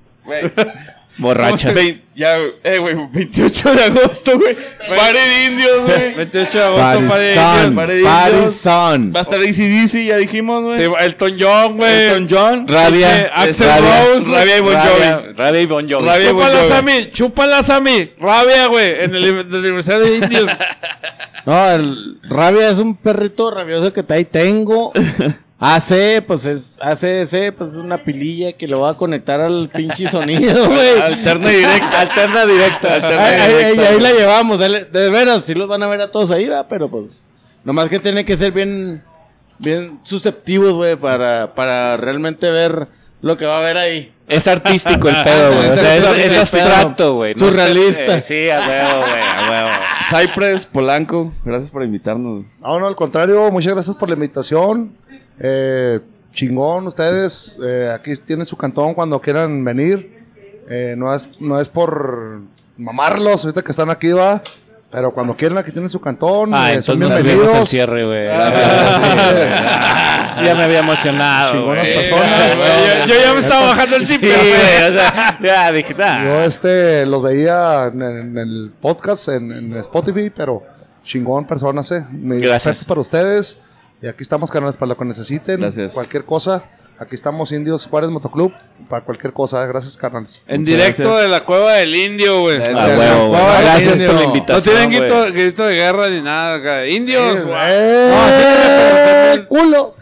Borrachas.
Vein- ya, eh, güey, 28 de agosto, güey. Pare de indios, güey.
28 de agosto, padre.
Parizón,
Par de indios.
Parizón.
Va a estar ACDC, ya dijimos, güey.
Sí, Elton John, güey.
Elton John.
Pinche
Rabia.
Axel
rabia.
Rose. güey.
Rabia y Bon Jovi.
Rabia, rabia y Bon Jovi.
Rabia y Bon
Chúpalas
Jovi.
a mí, chúpalas a mí. Rabia, güey, en el, (laughs) en el aniversario de indios.
No, el rabia es un perrito rabioso que
(laughs)
ahí tengo. AC, pues es ACDC, pues es una pililla que lo va a conectar al
(laughs)
pinche sonido, güey.
Alterna directa.
Alterna directa.
(laughs) Ahí,
Alterna
ahí- ahí-
directa.
ahí la llevamos, ahí le- de veras, sí los van a ver a todos ahí, va, pero pues. Nomás que tiene que ser bien, bien susceptivos, güey, para, para realmente ver lo que va a haber ahí.
Es artístico
(laughs)
el pedo, güey. O sea, es, es abstracto, güey. No es-
Surrealista.
eh, sí, a huevo, güey, a huevo.
Cypress, Polanco, gracias por invitarnos.
No, no, al contrario, muchas gracias por la invitación. Eh, chingón, ustedes. eh, aquí tienen su cantón cuando quieran venir. Eh, no, es, no es por mamarlos, ahorita que están aquí, va. Pero cuando quieran, aquí tienen su cantón.
Ah,
eh, son
entonces nos Ah. fuimos al
bienvenidos.
cierre, güey. (laughs) ya me había emocionado,
Chingonas
güey. (laughs)
personas.
yo, yo ya me estaba bajando el
Sí,
simple.
güey, o sea, (laughs) ya dije, nah.
Yo este, los veía en, en el podcast, en, en Spotify, pero chingón personas, eh. Mis
Gracias.
respetos para ustedes. Y aquí estamos, canales, para lo que necesiten.
Gracias.
Cualquier cosa, Aquí estamos, Indios Juárez Motoclub, para cualquier cosa. Gracias, carnales.
En directo eh, de la cueva del indio, güey.
Ah, huevo, huevo.
Cueva del
Gracias por la
No
invitación,
tienen grito, grito de guerra ni nada. acá. Indios.
Sí,
güey.
¡Eh,
culo!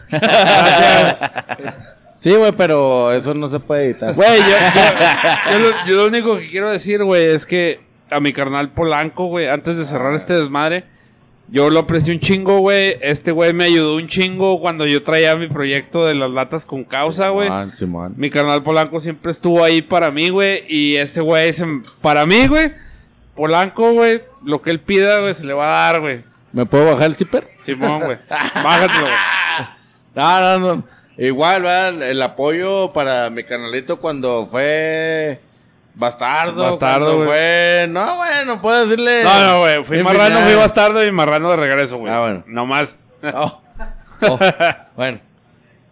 Sí, güey, pero eso no se puede editar.
Güey, yo, yo- yo lo, yo lo único que quiero decir, güey, es que a mi carnal Polanco, güey, antes de cerrar este desmadre, yo lo aprecié un chingo, güey. Este güey me ayudó un chingo cuando yo traía mi proyecto de las latas con causa, güey.
Simón, Ah, Simón.
Mi carnal Polanco siempre estuvo ahí para mí, güey. Y este güey, se- para mí, güey, Polanco, güey, lo que él pida, güey, se le va a dar, güey.
¿Me puedo bajar el zipper?
Simón,
(laughs)
güey. Bájatelo, güey.
No, no, Ah, no. Igual, ¿verdad? El apoyo para mi canalito cuando fue bastardo.
Bastardo,
cuando
güey.
fue. No, güey, no puedo decirle.
No, no, güey. Fui
En
marrano,
final.
fui bastardo y marrano de regreso, güey. Ah, bueno. No más.
Oh, (laughs) bueno.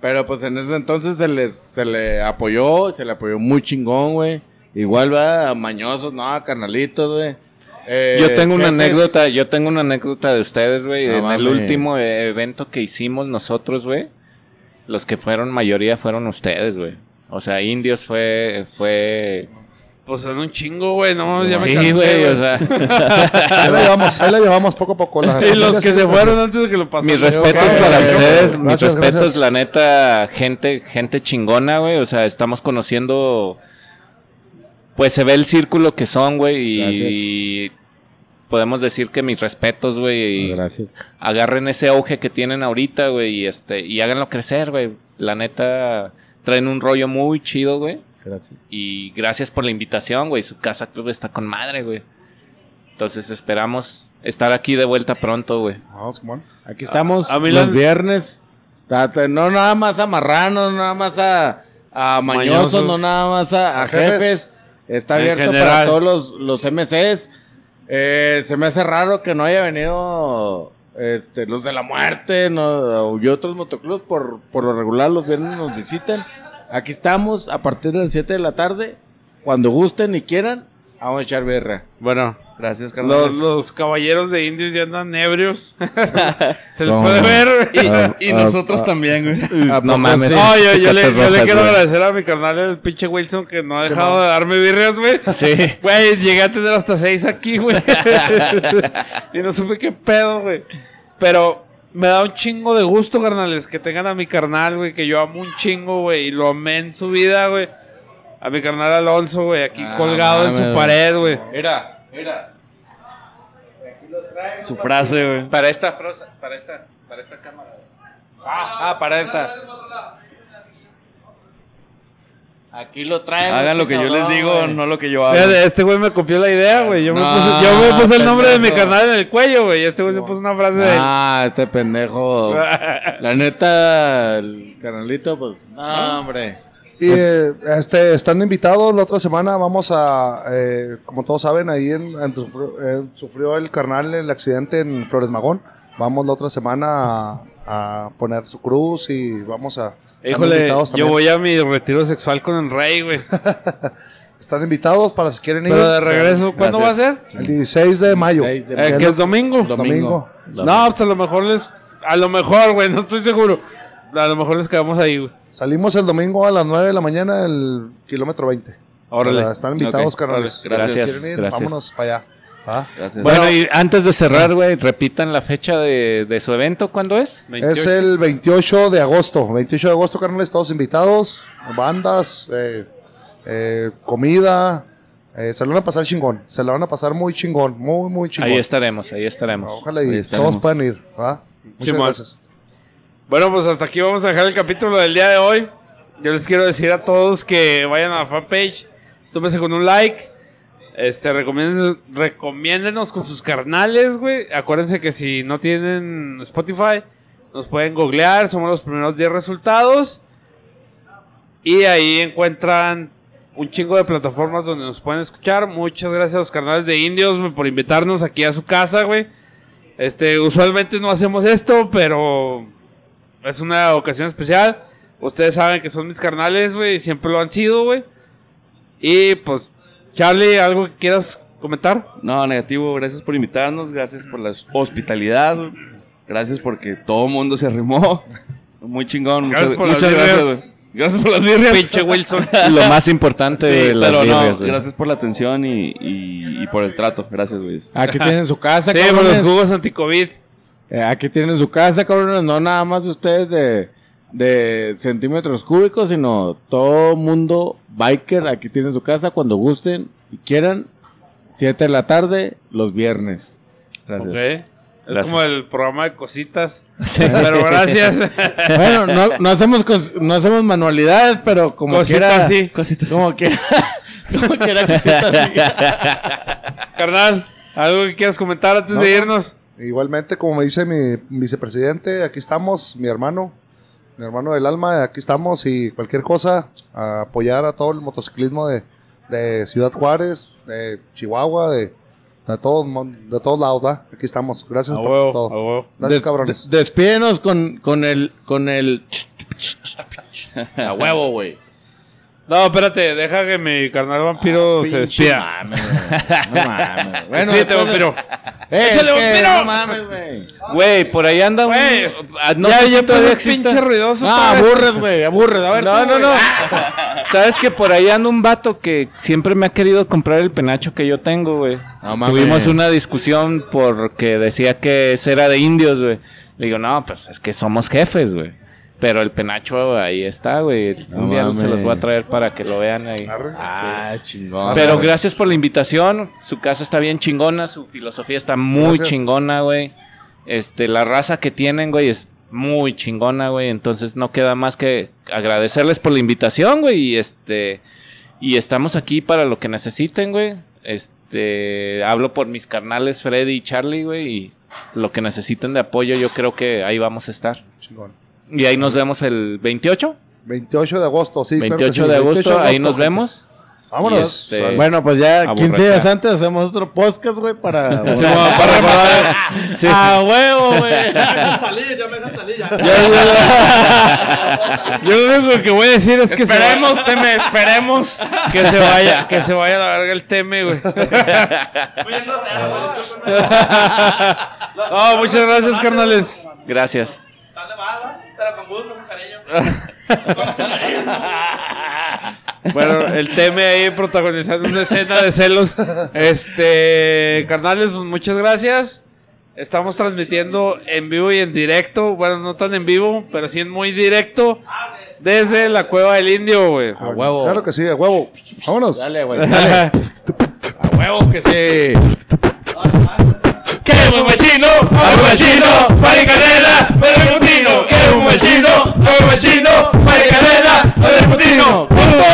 Pero pues en ese entonces se le, se le apoyó, se le apoyó muy chingón, güey. Igual, va, mañosos, no, canalitos, güey. Eh,
Yo tengo una
jefes.
anécdota, yo tengo una anécdota de ustedes, güey.
No
en el
mames.
último eh, evento que hicimos nosotros, güey, los que fueron mayoría fueron ustedes, güey. O sea, indios fue, fue.
(laughs) Pues son un chingo, güey. No, ya me
Sí,
cansé,
güey,
(laughs)
o sea.
Ahí la llevamos, ahí la llevamos poco a poco. La
Y los que se fueron antes de que lo pasara.
Mis respetos
Yo,
para
güey.
ustedes, mis
Gracias,
respetos,
gracias.
la neta, gente, gente chingona, güey. O sea, estamos conociendo, pues se ve el círculo que son, güey, y podemos decir que mis respetos, güey.
Gracias.
Agarren ese auge que tienen ahorita, güey, y este, y háganlo crecer, güey. La neta, traen un rollo muy chido, güey.
Gracias.
Y gracias por la invitación, güey. Su casa club está con madre, güey. Entonces esperamos estar aquí de vuelta pronto, güey.
Ah,
Aquí estamos
A- a mí
los
las-
viernes. Tata- No nada más a marranos, no nada más a, a mañosos,
Mañosos.
no nada más a, a
A
jefes.
jefes.
Está
En
abierto para
general.
todos los, los MCs. Eh, se me hace raro que no haya venido este, los de la muerte no, y otros motoclubs. Por, por lo regular los viernes nos visitan. Aquí estamos a partir de las 7 de la tarde. Cuando gusten y quieran, vamos a echar berra.
Bueno,
gracias,
Los, los caballeros de indios ya andan ebrios. (laughs) Se les
No.
puede ver. güey.
Ah, Y- y ah, nosotros ah,
también,
(laughs) ¿A poco sí?
No, yo, yo le, yo le
Catarrojas,
quiero
güey.
agradecer a mi carnal, el pinche Wilson, que no ha dejado de darme birrias, güey.
Sí.
Güey, llegué a tener hasta seis aquí, güey. (laughs) y no supe qué pedo, güey. Pero me da un chingo de gusto, carnales, que tengan a mi carnal, güey, que yo amo un chingo, güey, y lo amé en su vida, güey. A mi carnal Alonso, güey, aquí colgado en
mames,
su
güey.
pared, güey.
Mira, mira.
Su frase, güey.
Para esta frase, para esta, para esta cámara.
Ah, para esta. Aquí lo este traen.
Hagan lo que yo les digo, no lo que yo hago.
Fíjate, este güey me copió la idea, güey. Yo, me
No,
puse, yo me puse el nombre de mi
pendejo.
canal en el cuello, güey. y Este güey se puso una frase de él.
Ah, este pendejo. La neta, el canalito, pues. No, hombre.
Pues,
Y eh, este, están invitados la otra semana. Vamos a, eh, como todos saben, ahí en, en sufrió, eh, sufrió el carnal el accidente en Flores Magón. Vamos la otra semana a, a poner su cruz y vamos a. están
Híjole,
invitados
yo
también.
voy a mi retiro sexual con el rey, güey.
Están invitados para si quieren ir.
Pero de regreso, ¿cuándo va a ser?
El 16 de mayo.
Eh, que es domingo.
Domingo.
No, pues a lo mejor les. A lo mejor, güey, (laughs) no estoy seguro. A lo mejor les quedamos ahí, güey.
Salimos el domingo a las 9 de la mañana, el kilómetro 20.
Órale.
Ahora, Están invitados,
Ok,
carnales.
órale. Gracias,
Si quieren ir,
gracias.
vámonos para allá. ¿va?
Bueno, y antes de cerrar, güey, repitan la fecha de, de su evento, ¿cuándo es?
Es el 28 de agosto. 28 de agosto, carnales, todos invitados, bandas, eh, eh, comida. eh, se lo van a pasar chingón. Se la van a pasar muy chingón, muy, muy chingón.
Ahí estaremos, ahí estaremos.
Ojalá
Ahí
y
estaremos.
todos puedan ir. ¿va? Muchas
Simón.
gracias.
Bueno, pues hasta aquí vamos a dejar el capítulo del día de hoy. Yo les quiero decir a todos que vayan a la fanpage, tómense con un like, este, recomiéndenos, recomiéndenos con sus carnales, güey. Acuérdense que si no tienen Spotify, nos pueden googlear, somos los primeros 10 resultados. Y ahí encuentran un chingo de plataformas donde nos pueden escuchar. Muchas gracias a los carnales de Indios güey, por invitarnos aquí a su casa, güey. Este, usualmente no hacemos esto, pero es una ocasión especial. Ustedes saben que son mis carnales, güey, y siempre lo han sido, güey. Y pues, Charlie, ¿algo que quieras comentar?
No, negativo, gracias por invitarnos, gracias por la hospitalidad, güey. gracias porque todo el mundo se arrimó. Muy chingón, muchas
Gracias
muchas
por
gracias.
las birrias.
güey. Gracias por las birrias.
Pinche
(laughs)
Wilson. Lo más importante de las
pero
birrias, güey.
Gracias por la atención y, y- y por el trato. Gracias, güey.
Aquí Ah, tienen su casa,
Sí,
cabrones.
por los jugos
anti-COVID.
Eh, aquí tienen su casa, cabrones. No nada más ustedes de, de centímetros cúbicos, sino todo mundo biker. Aquí tienen su casa cuando gusten y quieran. 7 de la tarde, los viernes.
Ok. Es
pues, Gracias.
como el programa de cositas. Pero gracias.
(laughs) Bueno, no,
(laughs)
no hacemos, cos- no hacemos manualidades, pero como
Cositas
quiera.
sí.
Cositas
como quiera. como quiera, cositas
Carnal, ¿algo que quieras comentar antes
No,
de
no.
irnos?
Igualmente, como me dice mi vicepresidente, aquí estamos, mi hermano, mi hermano del alma, aquí estamos y cualquier cosa, a apoyar a todo el motociclismo de, de Ciudad Juárez, de Chihuahua, de, de, todos, mon- de todos lados, ¿va? Aquí estamos. Gracias
A
por
huevo,
todo.
a huevo.
Gracias,
Des-
cabrones.
de- despídenos con, con el. Con el a huevo, güey.
No, espérate, deja que mi carnal vampiro se
Ah, pinche
despida.
mames, No mames. Bueno,
Despídete,
después de-
vampiro.
Eh, es
¡Échale,
que
vampiro!
No mames, güey.
Güey, por ahí anda un... Ah, No sé si todavía existe.
No, aburres, güey, aburres. A ver,
No,
tú,
no,
güey.
no. (laughs) Sabes que por ahí anda un vato que siempre me ha querido comprar el (laughs) penacho que yo tengo, güey.
mames.
Tuvimos una discusión porque decía que ese era de indios, güey. Le digo, no, pues es que somos jefes, güey. Pero el penacho ahí está, güey. un día
mames.
se los voy a traer para que lo vean ahí.
Ah, chingón.
Pero
güey.
gracias por la invitación. Su casa está bien chingona, su filosofía está muy
Gracias.
chingona, güey. Este, la raza que tienen, güey, es muy chingona, güey. Entonces no queda más que agradecerles por la invitación, güey. Y este, y estamos aquí para lo que necesiten, güey. Este, hablo por mis carnales Freddy y Charlie, güey. Y lo que necesiten de apoyo, yo creo que ahí vamos a estar.
Chingón.
Y ahí nos vemos el 28.
28 de agosto, sí. claro que
28
sí,
de agosto, ahí nos
gente.
vemos.
Vámonos.
Y, este,
Bueno, pues
a
ya 15 días
borrachar.
antes hacemos otro podcast, güey, para.
Sí, vamos, para recordar. Sí.
A huevo, güey.
Ya me dejan salir, ya me dejan salir. Ya.
Yo lo único que voy a decir es que
Esperemos,
se vaya, esperemos que se vaya, que se vaya a la verga el teme, güey. (laughs)
Oh,
No, muchas gracias, carnales.
Gracias. (laughs)
Bueno, el teme ahí protagonizando una escena de celos. Este, carnales, pues, muchas gracias. Estamos transmitiendo en vivo y en directo. Bueno, no tan en vivo, pero sí en muy directo. Desde la cueva del indio, güey. A
huevo.
Claro que sí, a huevo. Vámonos.
Dale, güey.
(laughs)
Dale.
A huevo que sí.
¡Que un machino! ¡Algo machino! ¡Fari Canela! ¡Pero putino! ¡Que un machino! ¡Algo machino! ¡Fari Canela! ¡Pero putino! ¡Puto!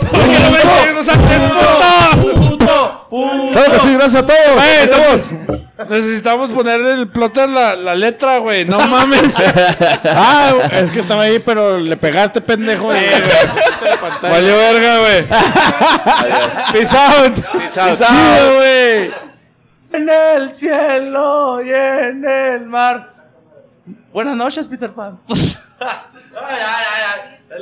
¡Porque no me entiendes a puto! ¡Puto!
Claro que sí, gracias a todos.
Güey, Eh, estamos- necesitamos ponerle el plotter la, la letra, güey. No
(laughs)
mames.
Ah, es que estaba ahí, pero le pegaste, pendejo.
Valió verga, güey. Peace out.
Peace out.
Chido, güey.
En el cielo (laughs) y en el mar. Buenas noches, Peter Pan. Ay, ay,